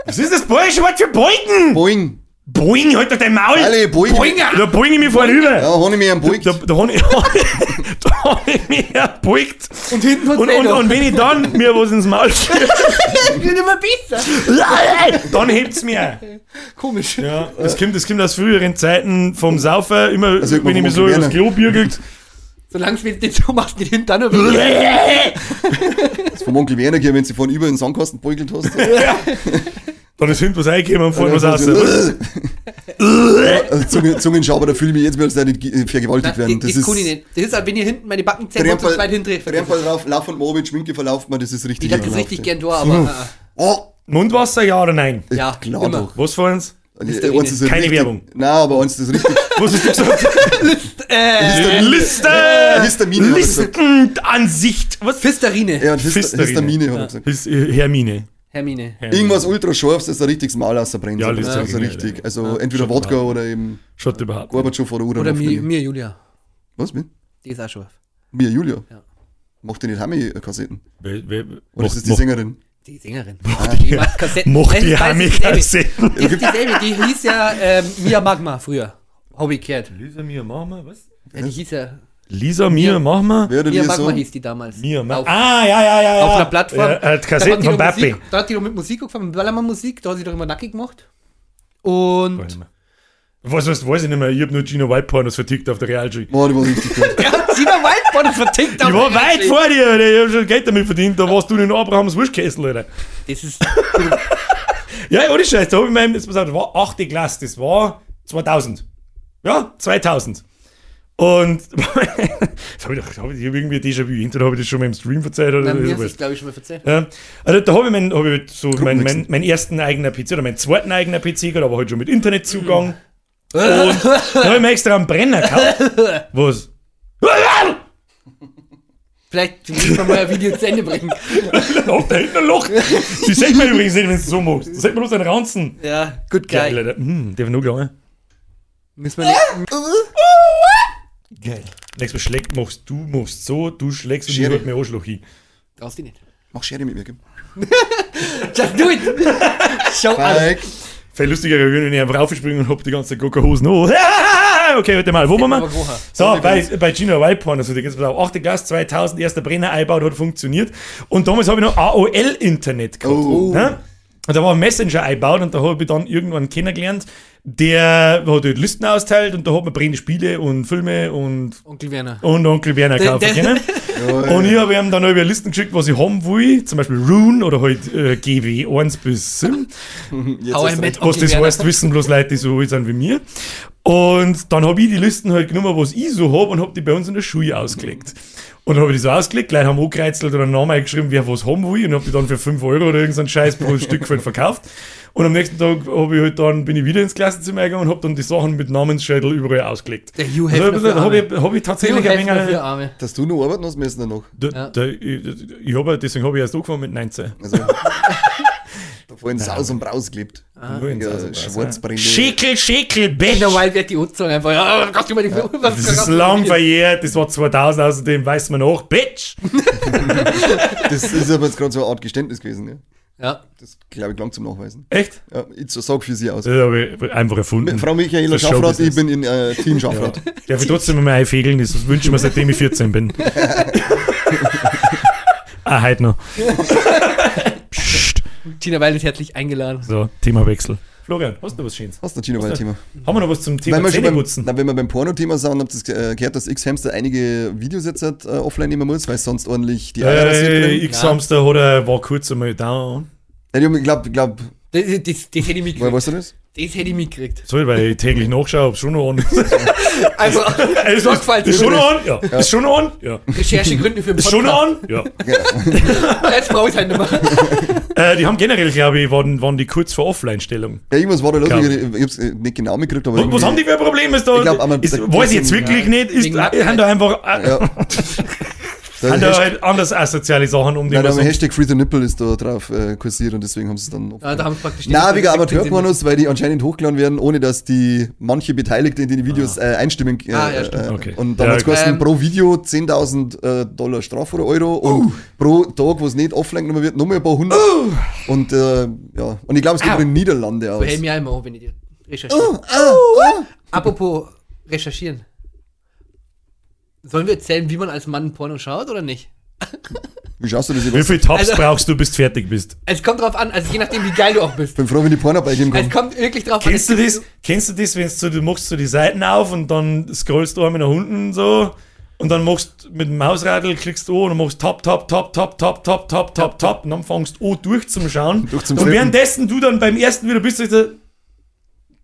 Speaker 1: Was ist das Boy? Wort für Beugen?
Speaker 3: Boing.
Speaker 1: Boing, halt doch dein Maul!
Speaker 3: Alle, Boing.
Speaker 1: Da boing ich mich vorne über.
Speaker 3: Ja, hab ich mir einen
Speaker 1: Da,
Speaker 3: Boing.
Speaker 1: da hab ich, [LAUGHS] da hab ich mich erbeugt.
Speaker 2: Und hinten hat's eh
Speaker 1: Und,
Speaker 2: weh
Speaker 1: und,
Speaker 2: getan. [LAUGHS]
Speaker 1: und wenn ich dann mir was ins Maul schiebe, [LAUGHS]
Speaker 2: Das wird immer besser.
Speaker 1: dann hebt's mir.
Speaker 2: Komisch.
Speaker 1: Ja, das kommt, das kommt aus früheren Zeiten vom Saufer, immer
Speaker 3: hört man
Speaker 1: wenn ich
Speaker 3: vom
Speaker 1: mich so
Speaker 3: Onkel
Speaker 1: übers Klo bürgelt.
Speaker 2: Solange es nicht so machst, nicht hinten dann nur.
Speaker 3: Das ist vom Onkel Werner hier, wenn sie von über den Sandkasten beugelt hast.
Speaker 1: Dann ist hinten was eingekommen und vorne was raus.
Speaker 3: [LAUGHS] Also Zungen, Zungenschauber, da fühle ich mich jetzt, mehr, als da nicht ge- vergewaltigt werden.
Speaker 2: das, das kann ich nicht. Das ist, als wenn ihr hinten meine Backenzähne zu zweit hintrefft. Ich
Speaker 3: Rennfall drauf, Lauf von oben, Schminke verlauft man, das ist richtig.
Speaker 2: hätte das
Speaker 3: ekelhaft,
Speaker 2: richtig
Speaker 3: ja.
Speaker 2: gern da, aber.
Speaker 3: Oh,
Speaker 1: Mundwasser, ja oder nein?
Speaker 2: äh, Ja,
Speaker 3: klar
Speaker 2: immer.
Speaker 3: doch.
Speaker 1: Was vor uns?
Speaker 2: Listerine.
Speaker 3: Eins ist
Speaker 1: Keine
Speaker 3: richtig,
Speaker 1: Werbung.
Speaker 3: Nein, aber eins ist
Speaker 2: [LAUGHS]
Speaker 3: richtig.
Speaker 1: Was ist
Speaker 3: [LAUGHS]
Speaker 1: das?
Speaker 3: Histamin,
Speaker 1: Liste!
Speaker 3: Histamine. hat er gesagt.
Speaker 1: Listenansicht! Was?
Speaker 2: Fisterine,
Speaker 3: Ja, und Hist
Speaker 1: Fisterine.
Speaker 3: Histamine hat er gesagt.
Speaker 1: Ist äh, Hermine.
Speaker 2: Hermine.
Speaker 3: Irgendwas ultra scharfes, das ein richtiges Maul rausbrennt.
Speaker 1: Ja, das
Speaker 3: das
Speaker 1: ist
Speaker 3: ist also
Speaker 1: ja
Speaker 3: richtig.
Speaker 1: genial,
Speaker 3: Also entweder Wodka oder eben
Speaker 1: Schaut überhaupt. nicht.
Speaker 3: Gorbatschow oder Uran.
Speaker 2: Oder mir,
Speaker 3: aufnehmen.
Speaker 2: mir, Julia.
Speaker 3: Was, mir?
Speaker 2: Die ist auch schon.
Speaker 3: Mir, Julia.
Speaker 2: Ja.
Speaker 3: Macht die nicht Hami-Kassetten?
Speaker 1: Wer- wer-
Speaker 3: Oder
Speaker 1: macht-
Speaker 3: ist das die
Speaker 1: macht-
Speaker 3: Sängerin?
Speaker 2: Die Sängerin. Ah, die macht Kassetten.
Speaker 1: Macht
Speaker 2: Das
Speaker 1: die
Speaker 2: ist beides
Speaker 1: Hami-Kassetten.
Speaker 2: dieselbe. Die ist dieselbe. Die hieß ja ähm, Mia Magma früher. Hobbykehrt.
Speaker 1: Lisa Mia Mama, was?
Speaker 2: Ja, die hieß ja.
Speaker 1: Lisa Mia Mama?
Speaker 3: Wer denn
Speaker 2: Mia
Speaker 3: ihr
Speaker 2: Magma
Speaker 3: so?
Speaker 2: hieß die damals.
Speaker 1: Mia Mama.
Speaker 2: Auf,
Speaker 1: Ah, ja, ja, ja. ja.
Speaker 2: auf einer Plattform.
Speaker 1: Äh, äh,
Speaker 2: Da hat
Speaker 1: Kassetten
Speaker 2: die
Speaker 1: von
Speaker 2: doch
Speaker 1: Papi.
Speaker 2: Musik- Da hat die doch mit Musik angefangen, mit Ballermann-Musik. Da hat sie doch immer nackig gemacht. Und.
Speaker 1: Weiß
Speaker 2: [LAUGHS]
Speaker 1: ich nicht mehr. Was, was weiß ich nicht mehr? Ich hab nur Gina Wild Pornos vertickt auf der Realschule.
Speaker 3: Boah, die war richtig gut.
Speaker 2: Der hat sie mal weit vorne vertickt.
Speaker 1: Ich war weit vor dir, Alter. Ich hab schon Geld damit verdient. Da warst du in Abrahams Wurschkessel, Alter.
Speaker 2: Das ist.
Speaker 1: [LAUGHS] Ja, ohne Scheiß. Da hab ich meinem, jetzt pass auf, das war 8. Klasse. Das war 2000. Ja, 2000. Und [LAUGHS] das habe ich, doch- hab ich ich hab irgendwie ein Déjà-vu. Hinterher habe ich das schon mal im Stream verzeiht oder
Speaker 2: Nein, mir
Speaker 1: so.
Speaker 2: hast du
Speaker 1: was.
Speaker 2: es, glaube ich, schon mal verzählt.
Speaker 1: Ja. Also da habe ich, mein, hab ich so mein, mein,
Speaker 3: Gruppenmixen.
Speaker 1: mein ersten eigenen PC oder meinen zweiten eigenen PC gehabt, aber halt schon mit Internetzugang. Und da habe ich mir extra einen Brenner gekauft. [LAUGHS] Was?
Speaker 2: Vielleicht müssen wir mal ein Video zu Ende bringen.
Speaker 1: Auf da hinten ein Loch. Die sieht man übrigens nicht, wenn du so machst. Da sieht man bloß einen Ranzen.
Speaker 2: Ja, gut,
Speaker 1: Geil,
Speaker 2: geil.
Speaker 1: Alter. Hm, der war nur gegangen.
Speaker 2: Müssen wir nicht.
Speaker 1: Geil. Nächstes Mal schlägt, machst du, machst so, du schlägst und ich
Speaker 3: Schere.
Speaker 1: halt mir Arschloch hin.
Speaker 2: Brauchst die nicht.
Speaker 3: Mach Schere mit mir, gell?
Speaker 1: [LAUGHS]
Speaker 2: Just do it! Schau an.
Speaker 3: Feig.
Speaker 1: Viel lustiger gewesen, wenn ich einfach aufspringe und hab die ganze Gockerhosen hoch. [LAUGHS] Okay, warte mal, wo waren wir?
Speaker 2: Aber woher?
Speaker 1: So, bei, bei Gina Wildporn, also die ganze Zeit, 8. Glas 2000, erster Brenner eingebaut, hat funktioniert. Und damals habe ich noch AOL-Internet gehabt.
Speaker 3: Oh.
Speaker 1: Ne? Und da war ein Messenger eingebaut und da habe ich dann irgendwann kennengelernt, der hat halt Listen austeilt und da hat man brennende Spiele und Filme und,
Speaker 2: Onkel Werner.
Speaker 1: und Onkel Werner kaufen
Speaker 2: der- [LAUGHS]
Speaker 1: können.
Speaker 3: oh,
Speaker 1: Und ich habe ihm dann über Listen geschickt, was ich haben will, zum Beispiel Rune oder halt äh, GW 1 bis 7.
Speaker 3: Jetzt
Speaker 2: How I
Speaker 3: erst
Speaker 2: Met
Speaker 3: recht.
Speaker 1: Was
Speaker 2: Onkel
Speaker 1: das
Speaker 2: Werner.
Speaker 1: heißt, wissen bloß Leute, die so alt sind wie mir. Und dann habe ich die Listen halt genommen, was ich so habe, und habe die bei uns in der Schule ausgelegt. Und habe ich die so ausgelegt, gleich haben wir angereizelt oder einen Namen eingeschrieben, wer was haben will, und habe die dann für 5 Euro oder irgendeinen Scheiß
Speaker 2: [LAUGHS]
Speaker 1: pro Stück für verkauft. Und am nächsten Tag habe ich halt dann, bin ich wieder ins Klassenzimmer gegangen und habe dann die Sachen mit Namensschädel überall ausgelegt.
Speaker 2: Der Hugh
Speaker 1: Also
Speaker 2: Hefner für
Speaker 1: habe ich,
Speaker 2: Arme.
Speaker 1: hab ich
Speaker 2: Hugh
Speaker 1: tatsächlich ein
Speaker 2: Hefner
Speaker 1: wenig.
Speaker 2: für Arme.
Speaker 3: Dass du noch arbeiten hast müssen danach.
Speaker 1: Da,
Speaker 2: Ja.
Speaker 1: da, ich, ich hab, ja- deswegen habe ich erst angefangen mit 19.
Speaker 3: Also, da vorhin Saus und Braus gelebt. Ja, also Schwarzbrille.
Speaker 1: also Schickel, Schickel, Bitch!
Speaker 2: Kinder Wild wird die Utzung einfach. Ja, oh kannst du mal die Das
Speaker 1: Das ist lang verjährt, das war 2000, außerdem weiß man noch, Bitch!
Speaker 3: Das ist aber jetzt gerade so eine Art Geständnis gewesen. Ne?
Speaker 2: Ja.
Speaker 3: Das glaube ich lang zum Nachweisen.
Speaker 1: Echt?
Speaker 3: Ja, ich sag für Sie aus.
Speaker 1: Das habe ich einfach erfunden.
Speaker 3: Frau Michaela
Speaker 1: Das ist
Speaker 3: Schaffrath, ich
Speaker 1: Showbusiness.
Speaker 3: bin in äh, Team Schaffrath.
Speaker 1: Darf ich trotzdem mal einfegeln, das wünsche ich mir seitdem ich 14
Speaker 3: [LAUGHS]
Speaker 1: bin. ah, heute noch. Psst.
Speaker 2: Tina Wild ist herzlich eingeladen.
Speaker 1: So, Themawechsel. Florian, hast du was Schönes?
Speaker 3: Hast du ein China-Thema?
Speaker 1: Haben wir noch was zum Thema
Speaker 3: Wenn wir, schon beim,
Speaker 1: Zähneputzen?
Speaker 3: na, wenn wir beim Porno-Thema sind, habt ihr das, äh, gehört, dass X-Hamster einige Videos jetzt hat, äh, offline nehmen muss, weil sonst ordentlich die Eier
Speaker 1: Äh,
Speaker 3: rasiert werden.
Speaker 1: X-Hamster hat er- war kurz einmal down.
Speaker 3: Nein, Ich glaube, glaub,
Speaker 2: Das, das, das hätte ich
Speaker 3: woher
Speaker 2: mitgekriegt.
Speaker 3: weißt du das?
Speaker 2: Das hätte ich mitgekriegt.
Speaker 1: Soll ich, weil ich täglich nachschaue, ob es schon noch
Speaker 3: [LAUGHS]
Speaker 1: an ist.
Speaker 2: Also,
Speaker 1: Ist,
Speaker 2: Sorgfalt.
Speaker 1: ist schon noch an? Ja. Ist schon noch an? Ja.
Speaker 2: Recherchegründe für den
Speaker 1: Ist schon noch an? Ja.
Speaker 2: Jetzt brauche ich halt nicht mehr.
Speaker 1: Äh, die haben generell, glaube ich, waren, waren die kurz vor Offline-Stellung.
Speaker 3: Ja, irgendwas war da los,
Speaker 1: Klar.
Speaker 3: ich, ich hab's äh, nicht genau mitgekriegt, aber.
Speaker 1: Was, was
Speaker 3: irgendwie-
Speaker 1: haben die für ein Problem? Ist da,
Speaker 3: Ich glaub, einmal-
Speaker 1: ist, weiß ich jetzt wirklich
Speaker 2: Ja,
Speaker 1: nicht. Ist,
Speaker 2: wegen
Speaker 1: äh, haben da einfach äh,
Speaker 3: Ja.
Speaker 1: haben da
Speaker 3: da, Hashtag,
Speaker 1: halt anders asoziale Sachen um die
Speaker 3: nein, da haben wir
Speaker 1: man sonst-
Speaker 3: Hashtag Free the Nipple ist da drauf äh, kursiert und deswegen haben sie es dann.
Speaker 2: Ja, da haben sie praktisch
Speaker 3: Na, wegen
Speaker 2: Amateurpornos.
Speaker 3: Amateurpornos, weil die anscheinend hochgeladen werden, ohne dass die manche Beteiligten in den Videos äh, einstimmen. Äh,
Speaker 2: Ah, ja, stimmt.
Speaker 3: äh,
Speaker 1: Okay.
Speaker 3: Und dann
Speaker 1: Ja,
Speaker 3: hat's kosten
Speaker 2: ähm,
Speaker 3: pro Video 10.000 äh, Dollar Strafe oder Euro
Speaker 2: Uh.
Speaker 3: und pro Tag, wo es nicht offline genommen wird, nochmal ein paar hundert. Und äh, ja, und ich glaube, es geht
Speaker 2: Uh. Au.
Speaker 3: von den Niederlande aus.
Speaker 2: So
Speaker 3: Ah,
Speaker 2: hält mich einmal an, wenn ich dir recherchiere. Apropos recherchieren. Sollen wir erzählen, wie man als Mann Porno schaut oder nicht?
Speaker 3: Wie schaust du das
Speaker 1: Wie
Speaker 3: jetzt?
Speaker 1: viele Tabs
Speaker 2: Also-
Speaker 1: brauchst du, bis du fertig bist?
Speaker 2: Es kommt drauf an, also je nachdem, wie geil du auch bist.
Speaker 3: Ich bin froh, wenn die Pornarbeit
Speaker 2: Es
Speaker 3: hinkommt.
Speaker 2: kommt wirklich drauf
Speaker 1: Kennst du
Speaker 2: an. es
Speaker 1: das? Kennst du das, wenn du, du machst so die Seiten auf und dann scrollst du einmal nach unten so und dann machst mit dem Mausradl klickst du an und machst tap tap tap tap tap tap tap tap tap und dann fangst du an
Speaker 3: [LAUGHS]
Speaker 1: durchzuschauen.
Speaker 3: Durch zum
Speaker 1: und
Speaker 3: Flippen.
Speaker 1: währenddessen du dann beim ersten wieder bist, sagst du,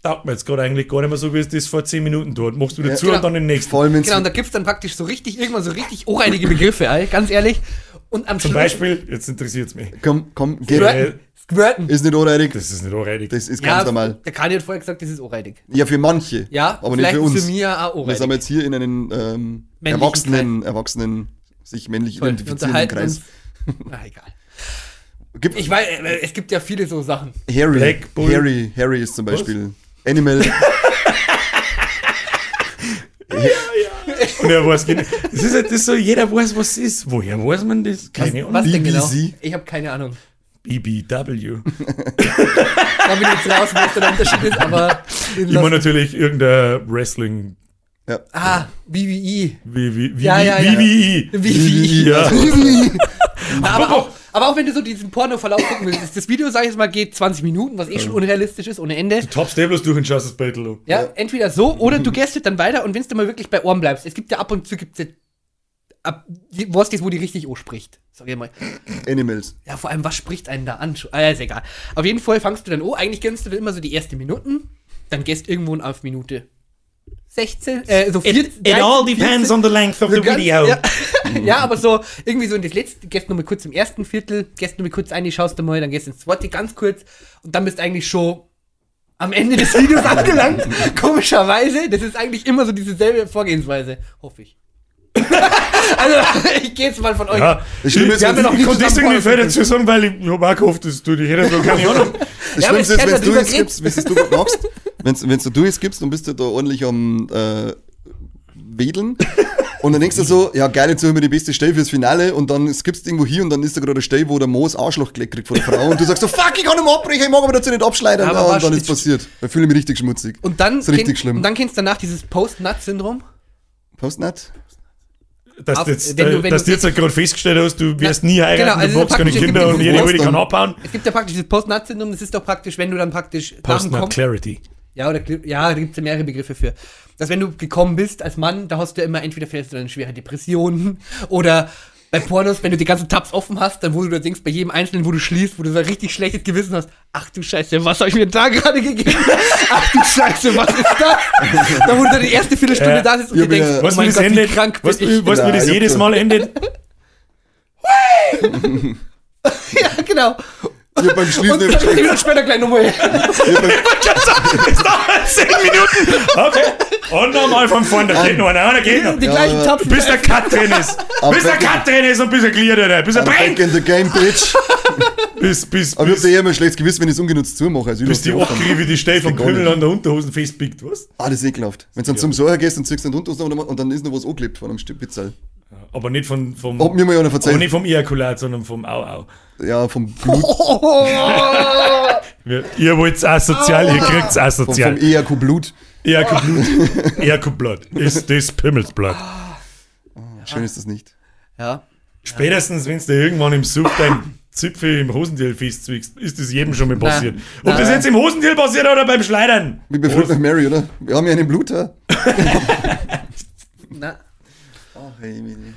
Speaker 1: taugt mir jetzt gerade eigentlich gar nicht mehr so, wie es das vor 10 Minuten tut. Machst du wieder
Speaker 3: Ja.
Speaker 1: zu
Speaker 2: Genau.
Speaker 1: und dann den nächsten.
Speaker 3: Vor allem, wenn's
Speaker 2: Genau, und da gibt's dann praktisch so richtig, irgendwann so richtig ohreinige Begriffe, ey, ganz ehrlich. Und am
Speaker 1: Zum
Speaker 2: Schluss-
Speaker 1: Beispiel, jetzt interessiert es mich.
Speaker 3: komm, komm, geht.
Speaker 1: Äh,
Speaker 2: Squirten. Squirten.
Speaker 3: Ist nicht unreinig.
Speaker 1: Das ist nicht anreinig.
Speaker 3: Das ist
Speaker 2: Ja,
Speaker 3: ganz normal.
Speaker 2: der Kani hat vorher gesagt, das ist ohrreinig.
Speaker 3: Ja, für manche.
Speaker 2: Ja,
Speaker 3: aber nicht
Speaker 2: vielleicht
Speaker 3: für uns.
Speaker 2: ist für mich auch
Speaker 3: wir sind
Speaker 2: ohrreinig.
Speaker 3: jetzt hier in einen ähm,
Speaker 2: Männlichen
Speaker 3: Erwachsenen, Erwachsenen, sich männlich
Speaker 2: Toll, wir
Speaker 3: identifizierenden
Speaker 2: unterhalten
Speaker 3: Kreis.
Speaker 2: uns. Na, egal.
Speaker 3: Gibt
Speaker 2: Ich weiß, äh, es gibt ja viele so Sachen.
Speaker 3: Harry.
Speaker 1: Black Bull.
Speaker 3: Harry, Harry ist zum Beispiel Animal.
Speaker 1: Und er weiß genau. Das ist halt das ist so, jeder weiß, was es ist. Woher weiß man das? Keine
Speaker 2: Was
Speaker 1: Ahnung.
Speaker 2: denn genau?
Speaker 3: BBC?
Speaker 2: Ich habe keine Ahnung. [LAUGHS]
Speaker 1: BBW.
Speaker 2: Da bin ich jetzt raus, was der Unterschied ist,
Speaker 1: [LAUGHS]
Speaker 2: aber.
Speaker 1: Ich meine natürlich irgendein Wrestling.
Speaker 2: ah, BBI.
Speaker 1: Wie, wie, wie,
Speaker 2: Ja, ja,
Speaker 1: wie,
Speaker 2: ja.
Speaker 1: wie, wie,
Speaker 2: BBI.
Speaker 1: [LAUGHS]
Speaker 2: [LAUGHS]
Speaker 1: Ja.
Speaker 2: Na, aber, auch, aber auch wenn du so diesen Porno-Verlauf gucken willst, ist das Video, sag ich jetzt mal, geht 20 Minuten, was eh schon unrealistisch ist, ohne Ende.
Speaker 1: Top Stables durch ein Justice Battle. oh.
Speaker 2: Ja, entweder so oder du gehst dann weiter und wenn du mal wirklich bei Ohren bleibst. Es gibt ja ab und zu gibt's ja ab, die, wo wo die richtig O spricht. Sag ich mal.
Speaker 3: [LAUGHS] Animals.
Speaker 2: Ja, vor allem, was spricht einen da an? Schu- Ah, ist egal. Auf jeden Fall fangst du dann an. Eigentlich kennst du dann immer so die ersten Minuten, dann gehst irgendwo auf Minute 16, äh, so 14.
Speaker 1: It all depends on the length of the
Speaker 2: Ganz-
Speaker 1: video.
Speaker 2: Ja, [LAUGHS] ja, aber so irgendwie so in das letzte, gehst nochmal kurz im ersten Viertel, gehst nochmal kurz ein, schaust du mal, dann gehst ins zweite ganz kurz und dann bist du eigentlich schon am Ende des Videos [LAUGHS] angelangt. Komischerweise, das ist eigentlich immer so dieselbe Vorgehensweise, hoffe ich. [LAUGHS] also, ich gehe jetzt mal von euch.
Speaker 1: Ja,
Speaker 3: Das Schlimme ist,
Speaker 1: ich,
Speaker 3: wenn
Speaker 1: ich,
Speaker 3: du
Speaker 2: nicht
Speaker 1: ich konnte
Speaker 2: zusammen
Speaker 1: deswegen nicht
Speaker 2: Pornos
Speaker 1: weiter zusammen, weil ich habe auch gehofft, dass du dich hättest, aber keine Ahnung.
Speaker 3: Das
Speaker 2: Ja, aber
Speaker 3: Schlimmste
Speaker 2: ich
Speaker 3: ist,
Speaker 2: kenn
Speaker 3: wenn
Speaker 2: ja
Speaker 3: du jetzt
Speaker 2: drüber
Speaker 3: gibst, wenn du gut machst, wenn's, wenn's du jetzt gibst, dann bist du da ordentlich am äh, Wedeln. Und dann denkst du so, ja geil, jetzt suche ich mir die beste Stelle fürs Finale und dann skippst du irgendwo hier und dann ist da gerade eine Stelle, wo der Moos Arschloch gelegt kriegt von der Frau und du sagst so, fuck, ich kann nicht mehr abbrechen, ich mag aber dazu nicht abschleudern.
Speaker 2: Aber
Speaker 3: Ja,
Speaker 2: was
Speaker 3: und dann ist
Speaker 2: ist-
Speaker 3: passiert. Da fühle ich mich richtig schmutzig.
Speaker 2: Und dann,
Speaker 3: Das ist richtig
Speaker 2: kenn-
Speaker 3: schlimm.
Speaker 2: und dann kennst du danach dieses Post-Nut-Syndrom.
Speaker 3: Postnet?
Speaker 1: Dass
Speaker 2: Auf-
Speaker 1: du jetzt,
Speaker 2: wenn du-
Speaker 1: äh,
Speaker 2: wenn
Speaker 1: dass
Speaker 2: du-
Speaker 1: du jetzt halt gerade festgestellt hast, du wirst nie heiraten,
Speaker 2: genau, also
Speaker 1: du brauchst keine
Speaker 2: praktisch-
Speaker 1: Kinder und
Speaker 2: du
Speaker 1: jede
Speaker 3: brauchst
Speaker 1: Wilde kann
Speaker 3: dann-
Speaker 1: abhauen.
Speaker 2: Es gibt ja praktisch dieses Post-Nut-Syndrom, das ist doch praktisch, wenn du dann praktisch nach dem
Speaker 1: Post-Nut
Speaker 2: Kom-
Speaker 1: Clarity.
Speaker 2: Ja, oder, Gl- ja, da gibt's ja mehrere Begriffe für. Dass wenn du gekommen bist als Mann, da hast du ja immer entweder fällst du dann in schwere Depressionen [LAUGHS] oder bei Pornos, wenn du die ganzen Tabs offen hast, dann wo du da denkst, bei jedem Einzelnen, wo du schließt, wo du so ein richtig schlechtes Gewissen hast, ach du Scheiße, was habe ich mir da [LAUGHS] gerade gegeben? Ach du Scheiße, was
Speaker 1: [LAUGHS]
Speaker 2: ist das? da wo du dann die erste Viertelstunde
Speaker 1: Ja.
Speaker 2: da sitzt und
Speaker 3: Ja,
Speaker 2: dir denkst,
Speaker 3: aber-
Speaker 2: oh
Speaker 1: Weißt du, wie
Speaker 2: mein
Speaker 1: das
Speaker 2: Gott, wie
Speaker 1: endet?
Speaker 2: krank bin
Speaker 1: Weißt
Speaker 2: ich. [LAUGHS]
Speaker 1: du, weißt du, wie
Speaker 3: Ja,
Speaker 1: das
Speaker 3: ich hab
Speaker 1: jedes
Speaker 3: so-
Speaker 1: Mal endet?
Speaker 2: ja, genau.
Speaker 3: Ich hab beim
Speaker 2: Und
Speaker 3: Schließen
Speaker 2: dann
Speaker 3: einfach-
Speaker 2: wieder später gleich nochmal her.
Speaker 1: Es dauert 10 Minuten. Okay. Und nochmal von vorne. Da geht noch einer. Da geht noch.
Speaker 2: Die gleichen
Speaker 3: aber-
Speaker 2: Tabs.
Speaker 1: Bis der Cut drin ist.
Speaker 3: Aber
Speaker 1: Bis der
Speaker 3: wirklich-
Speaker 1: Cut drin ist und bis er clear drin ist. Bis er
Speaker 3: [LAUGHS] Back
Speaker 1: brennt.
Speaker 3: in the [LAUGHS] game, bitch.
Speaker 1: Bis, bis,
Speaker 3: Aber ich hab
Speaker 1: bis,
Speaker 3: da eher mal ein schlechtes Gewissen, wenn ich es ungenutzt zumache. Also ich
Speaker 1: bis
Speaker 3: lass
Speaker 1: die
Speaker 3: offen.
Speaker 1: Ochkriege, wie die Stelle vom
Speaker 3: gar
Speaker 1: Kümmel
Speaker 3: nicht.
Speaker 1: an der Unterhosen festpickt. Was?
Speaker 3: Ah, das ist ekelhaft. Wenn du dann zum Säuer gehst und ziehst den Hund aus und dann ist noch was angeklebt von einem Stück Pizza.
Speaker 1: Aber nicht von, vom,
Speaker 3: Hat mir mal einer
Speaker 1: aber
Speaker 3: verzeiht.
Speaker 1: nicht vom Ejakulat, sondern vom Au-Au.
Speaker 3: Ja, [LAUGHS] vom Blut,
Speaker 1: Wir- Ihr wollt's asozial, ihr kriegt's
Speaker 3: vom, vom E
Speaker 1: asozial.
Speaker 3: EAQ-Blut.
Speaker 1: Ejakublut. Ejakublut ist das Pimmelsblatt.
Speaker 3: Schön ist das nicht.
Speaker 2: [LAUGHS] Ja.
Speaker 1: Spätestens, wenn du irgendwann im Such dein Zipfel im Hosendeal festzwickst, ist das jedem schon mal passiert. Ob das jetzt im Hosendeal passiert oder beim Schleidern.
Speaker 3: Wie befüllt nach Mary, oder? Wir haben ja einen Blut, ja?
Speaker 2: Na,
Speaker 3: Ah,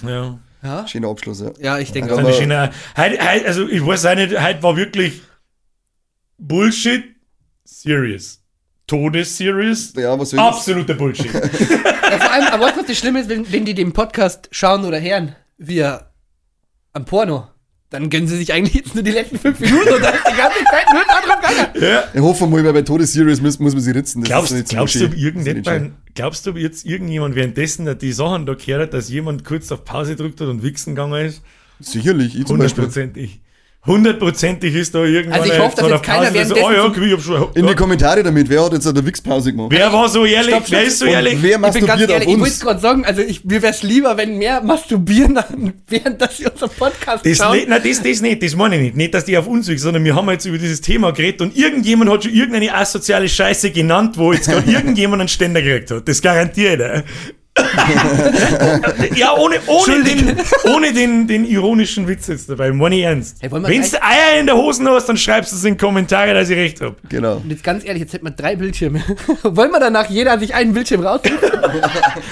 Speaker 1: Ja.
Speaker 2: ja.
Speaker 3: Schöner Abschluss, ja.
Speaker 2: Ja, ich denke
Speaker 3: Ja,
Speaker 2: auch.
Speaker 1: Eine
Speaker 3: Aber-
Speaker 1: schöne, heut, heut, also ich weiß auch nicht, heute war wirklich Bullshit, serious. Todes-serious,
Speaker 3: Ja, was soll [LAUGHS] das?
Speaker 1: absoluter Bullshit.
Speaker 2: Ja, vor allem, aber weißt du, was das Schlimme ist, wenn, wenn die den Podcast schauen oder hören, wir am Porno, dann gönnen sie sich eigentlich jetzt nur die letzten fünf Minuten und dann ist die ganze Zeit nur darum gegangen.
Speaker 3: Ich hoffe mal, weil bei Todesseries muss, muss man sie ritzen. Das
Speaker 1: Glaubst,
Speaker 3: ist nicht so
Speaker 1: glaubst,
Speaker 3: schön.
Speaker 1: du,
Speaker 3: Das ist nicht schön.
Speaker 1: irgendjemand, glaubst du jetzt irgendjemand währenddessen der die Sachen da gehört hat, dass jemand kurz auf Pause gedrückt hat und wichsen gegangen ist?
Speaker 3: Sicherlich, ich zum Beispiel.
Speaker 1: Hundertprozentig. Hundertprozentig ist da irgendwann
Speaker 2: Also ich hoffe, dass
Speaker 1: so
Speaker 2: jetzt
Speaker 1: eine
Speaker 2: keiner
Speaker 1: Pause, der so,
Speaker 2: währenddessen
Speaker 1: ah, ja,
Speaker 2: zum-
Speaker 1: okay, ich hab schon,
Speaker 3: In die
Speaker 1: ja.
Speaker 3: Kommentare damit, wer hat jetzt eine Wichspause gemacht?
Speaker 1: Wer war so ehrlich?
Speaker 2: Stopp, stopp.
Speaker 1: Wer ist so
Speaker 3: Und
Speaker 1: ehrlich?
Speaker 3: wer
Speaker 2: Ich bin ganz
Speaker 3: masturbiert auf
Speaker 2: ehrlich, ich wollte
Speaker 3: uns?
Speaker 2: gerade sagen, also ich, mir wäre es lieber, wenn mehr masturbieren, dann, [LAUGHS] während dass sie unseren Podcast
Speaker 1: Das,
Speaker 2: schauen.
Speaker 1: nicht- nein, das, das nicht, das meine ich nicht. Nicht, dass die auf uns wichsen, sondern wir haben jetzt über dieses Thema geredet und irgendjemand hat schon irgendeine asoziale Scheiße genannt, wo jetzt
Speaker 3: [LAUGHS]
Speaker 1: gerade irgendjemand einen Ständer gekriegt hat. Das garantiere ich dir. ja, ohne, ohne, den, ohne den, den ironischen Witz jetzt dabei, meine ich ernst.
Speaker 2: Hey, wollen wir
Speaker 1: Wenn du Eier in der Hose hast, dann schreibst du es in die Kommentare, dass ich recht habe.
Speaker 3: Genau.
Speaker 2: Und jetzt ganz ehrlich, jetzt hätten wir drei Bildschirme. [LAUGHS] Wollen wir danach jeder sich einen Bildschirm rausnehmen?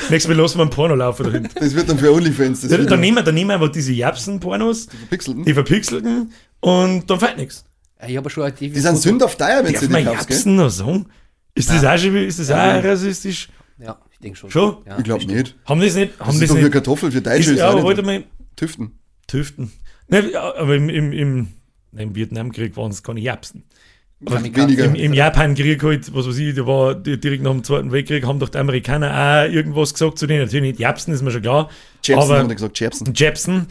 Speaker 1: Nächstes Mal lassen wir einen Porno laufen dahin.
Speaker 3: Das wird dann für Onlyfans. Das
Speaker 1: Dann,
Speaker 3: wird
Speaker 1: dann, nehmen, wir- dann nehmen wir einfach diese Japsen-Pornos,
Speaker 3: Pixelten.
Speaker 1: die verpixelten, und dann fällt nichts.
Speaker 2: Ja, Ich habe schon halt
Speaker 3: Die sind Sünd auf Dyer, wenn
Speaker 1: Darf
Speaker 3: sie die
Speaker 1: man
Speaker 3: kaufst, gell?
Speaker 1: Japsen noch sagen? Ist das auch, schon- ist das auch rassistisch?
Speaker 2: Ja, ich denke schon.
Speaker 1: Schon?
Speaker 2: Ja.
Speaker 3: Ich glaube nicht.
Speaker 1: Haben die es nicht?
Speaker 3: Das
Speaker 1: Haben die
Speaker 3: ist
Speaker 1: es
Speaker 3: doch wie
Speaker 1: nicht?
Speaker 3: Kartoffel für Deutsche.
Speaker 1: Ist,
Speaker 3: ist
Speaker 1: ja,
Speaker 3: auch
Speaker 1: aber
Speaker 3: nicht
Speaker 1: heute
Speaker 3: drin.
Speaker 1: mal
Speaker 3: Tüften.
Speaker 1: tüften. Ne, aber im, im, im, nein, im Vietnamkrieg waren es keine Japsen.
Speaker 3: Weniger.
Speaker 1: Im, im Japankrieg halt, was weiß ich, da war die- direkt nach dem Zweiten Weltkrieg, haben doch die Amerikaner auch irgendwas gesagt zu denen. Natürlich nicht Japsen, ist mir schon klar.
Speaker 3: Jepsen haben
Speaker 1: aber
Speaker 3: die gesagt, Jepsen.
Speaker 1: Japsen.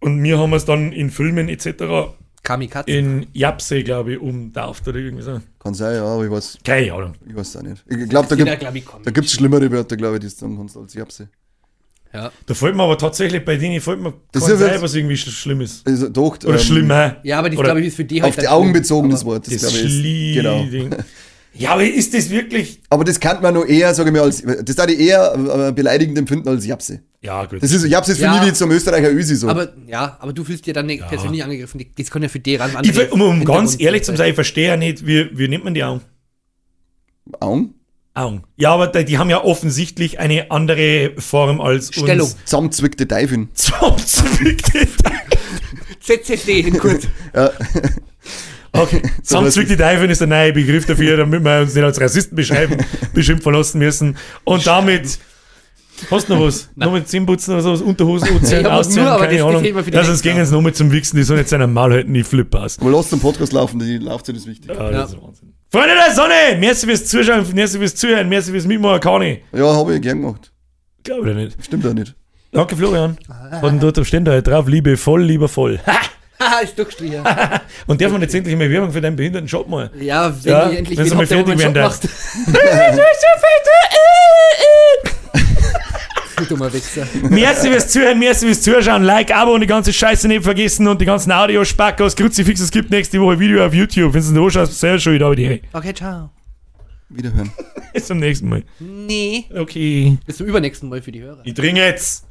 Speaker 1: Und wir haben es dann in Filmen etc.
Speaker 2: Kamikaze.
Speaker 1: in Japse, glaube ich, umtauft oder irgendwie so.
Speaker 3: Kann sein, ja, aber ich weiß,
Speaker 1: Keine Ahnung.
Speaker 3: ich weiß es auch nicht. Ich glaube, da
Speaker 2: Jeder,
Speaker 3: gibt
Speaker 2: glaub ich, kommt.
Speaker 3: Da gibt es schlimmere Wörter, glaube ich, die du sagen kannst als Japse.
Speaker 2: Ja.
Speaker 1: Da fällt mir aber tatsächlich bei denen, fällt mir
Speaker 3: Das
Speaker 1: kein
Speaker 3: ist ja
Speaker 1: ein,
Speaker 3: was-
Speaker 1: was irgendwie sch schlimm ist.
Speaker 3: Also, doch,
Speaker 1: Oder
Speaker 3: ähm,
Speaker 1: schlimmer.
Speaker 2: Ja, aber das
Speaker 1: Oder
Speaker 2: glaube ich ist für die halt
Speaker 3: Auf
Speaker 2: dann
Speaker 3: die Augen
Speaker 2: schlimm.
Speaker 3: bezogen, das
Speaker 2: Aber-
Speaker 3: Wort. Das,
Speaker 1: Das
Speaker 3: glaube ich, ist- genau.
Speaker 1: Schlie-Ding. Ja, aber ist das wirklich.
Speaker 3: Aber das kann man nur eher, sage ich mal, als, das da die eher äh, beleidigend empfinden als Japse.
Speaker 1: Ja, gut.
Speaker 3: Das ist, Japse ist für
Speaker 2: Ja.
Speaker 3: mich wie zum Österreicher Ösi so.
Speaker 2: Aber ja, aber du fühlst dir dann nicht persönlich angegriffen. Die- Das kann ja für die ganz
Speaker 1: ich,
Speaker 2: andere
Speaker 1: ver- um, um ganz
Speaker 2: Hintergrund-
Speaker 1: ehrlich zu sein, ich verstehe ja nicht, wie, wie nennt man die Augen?
Speaker 3: Augen?
Speaker 1: Augen. Ja, aber da- die haben ja offensichtlich eine andere Form als
Speaker 2: Stellung.
Speaker 1: uns. [LAUGHS]
Speaker 3: Zusammenzwickte Teufel.
Speaker 1: Zusammenzwickte
Speaker 2: ZZD
Speaker 1: [LAUGHS]
Speaker 2: in kurz.
Speaker 3: Ja.
Speaker 1: Okay, zusammenzwickte Teufel ist der neue Begriff dafür, damit wir uns nicht als Rassisten
Speaker 2: [LAUGHS]
Speaker 1: beschreiben, beschimpft verlassen müssen. Und damit. Hast du noch was? Nochmal Zinnputzen oder sowas? Unterhosen, Ozean,
Speaker 2: [LAUGHS] Ich hab was
Speaker 1: Ausziehen,
Speaker 2: nur, aber
Speaker 1: keine
Speaker 2: das- das
Speaker 1: Ahnung.
Speaker 2: heben wir für die
Speaker 1: Lass uns
Speaker 2: nächsten
Speaker 1: gehen jetzt nochmal zum Wichsen, die sollen jetzt seinen Maul halten, die flippe aus.
Speaker 3: Aber lasst den Podcast laufen, die Laufzeit ist wichtig.
Speaker 1: Ah, das ist Wahnsinn. Freunde der Sonne, merci fürs Zuschauen, merci fürs Zuhören, merci fürs Mitmachen, Kani.
Speaker 3: Ja, habe ich gern gemacht.
Speaker 1: Glaube ich nicht.
Speaker 3: Stimmt auch nicht.
Speaker 1: Danke, Florian.
Speaker 2: Ah.
Speaker 1: Hat denn dort am Ständer halt drauf, Liebe voll, lieber voll. Ha!
Speaker 2: Haha, ist durchgestrichen.
Speaker 1: Und darf man jetzt endlich mal Werbung für deinen behinderten Shop machen? [LAUGHS]
Speaker 2: Ja, wenn
Speaker 1: Ja,
Speaker 2: ich endlich
Speaker 1: wenn sie
Speaker 2: wen
Speaker 1: mal
Speaker 2: hab, der
Speaker 1: fertig
Speaker 2: oben einen
Speaker 1: werden
Speaker 2: Job macht. [LAUGHS] Du dummer Wichser.
Speaker 1: Merci fürs Zuhören, merci fürs Zuschauen. Like, Abo und die ganze Scheiße nicht vergessen und die ganzen Audiospackos, Kruzifix, es gibt nächste Woche Video auf YouTube. Wenn du es nicht anschaust, selber schon wieder, aber die
Speaker 2: Okay, ciao.
Speaker 3: Wiederhören.
Speaker 1: Bis zum nächsten Mal.
Speaker 2: Nee.
Speaker 1: Okay.
Speaker 2: Bis zum übernächsten Mal für die Hörer.
Speaker 1: Ich trinke jetzt.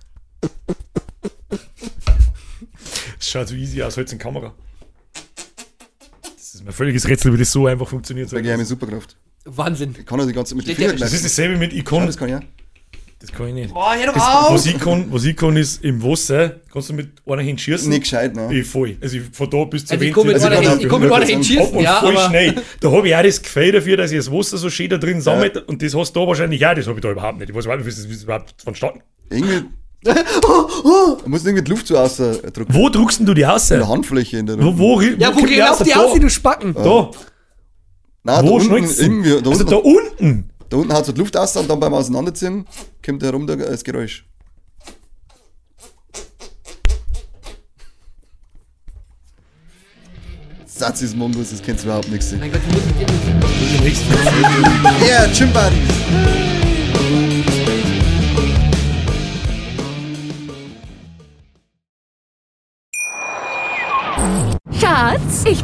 Speaker 1: Das schaut so easy aus, heute in Kamera. Das ist mir ein völliges Rätsel, wie das so einfach funktioniert.
Speaker 3: Eine geheime Superkraft.
Speaker 2: Wahnsinn.
Speaker 3: Ich kann ja die ganze Zeit mit
Speaker 2: Steht
Speaker 3: den Fingern
Speaker 2: ja-
Speaker 1: Das
Speaker 3: knacken.
Speaker 1: ist dasselbe mit
Speaker 3: Ja,
Speaker 1: Ikonen.
Speaker 3: Das kann ja.
Speaker 1: Das kann ich nicht.
Speaker 2: Boah, Oh, hör doch
Speaker 1: Was
Speaker 2: auf!
Speaker 1: ich kann, was ich kann ist im Wasser, kannst du mit einer hinschießen.
Speaker 3: Nicht gescheit, ne?
Speaker 1: Ich voll. Also ich- von da bis zur
Speaker 2: Also ich komme mit
Speaker 3: Also
Speaker 2: einer
Speaker 3: kann
Speaker 2: hin,
Speaker 3: auch
Speaker 2: ich komm mit
Speaker 3: wirklich
Speaker 2: einer hin,
Speaker 3: sagen,
Speaker 1: Ab
Speaker 2: schießen,
Speaker 1: und
Speaker 2: ja,
Speaker 1: voll
Speaker 2: aber
Speaker 1: schnell. Da habe ich auch das Gefühl dafür, dass ich das Wasser so schön da drin sammelt und das hast du da wahrscheinlich auch. Das habe ich da überhaupt nicht. Ich weiß überhaupt nicht, wie das- wie das überhaupt vonstatten. [LAUGHS]
Speaker 3: Irgendwie. Man muss irgendwie die Luft so ausdrücken.
Speaker 1: Wo druckst denn du die aus?
Speaker 3: Eine Handfläche in der
Speaker 1: Wo, wo,
Speaker 2: Ja, wo
Speaker 1: kommt
Speaker 2: gehen auf die
Speaker 1: Da.
Speaker 2: aus, die du Spacken?
Speaker 1: Da,
Speaker 3: Nein,
Speaker 1: wo
Speaker 3: Ah, da unten,
Speaker 1: schneidest du?
Speaker 3: irgendwie, da
Speaker 1: also
Speaker 3: unten,
Speaker 1: da unten.
Speaker 3: da unten haut so die Luft aus und dann beim Auseinanderziehen kommt herum da, das Geräusch. Satz ist Mundus, das kennst du überhaupt nicht sehen.
Speaker 2: Mein Gott, ich muss mit dir nicht.
Speaker 3: Yeah, Chimpanzees!
Speaker 4: Schatz, ich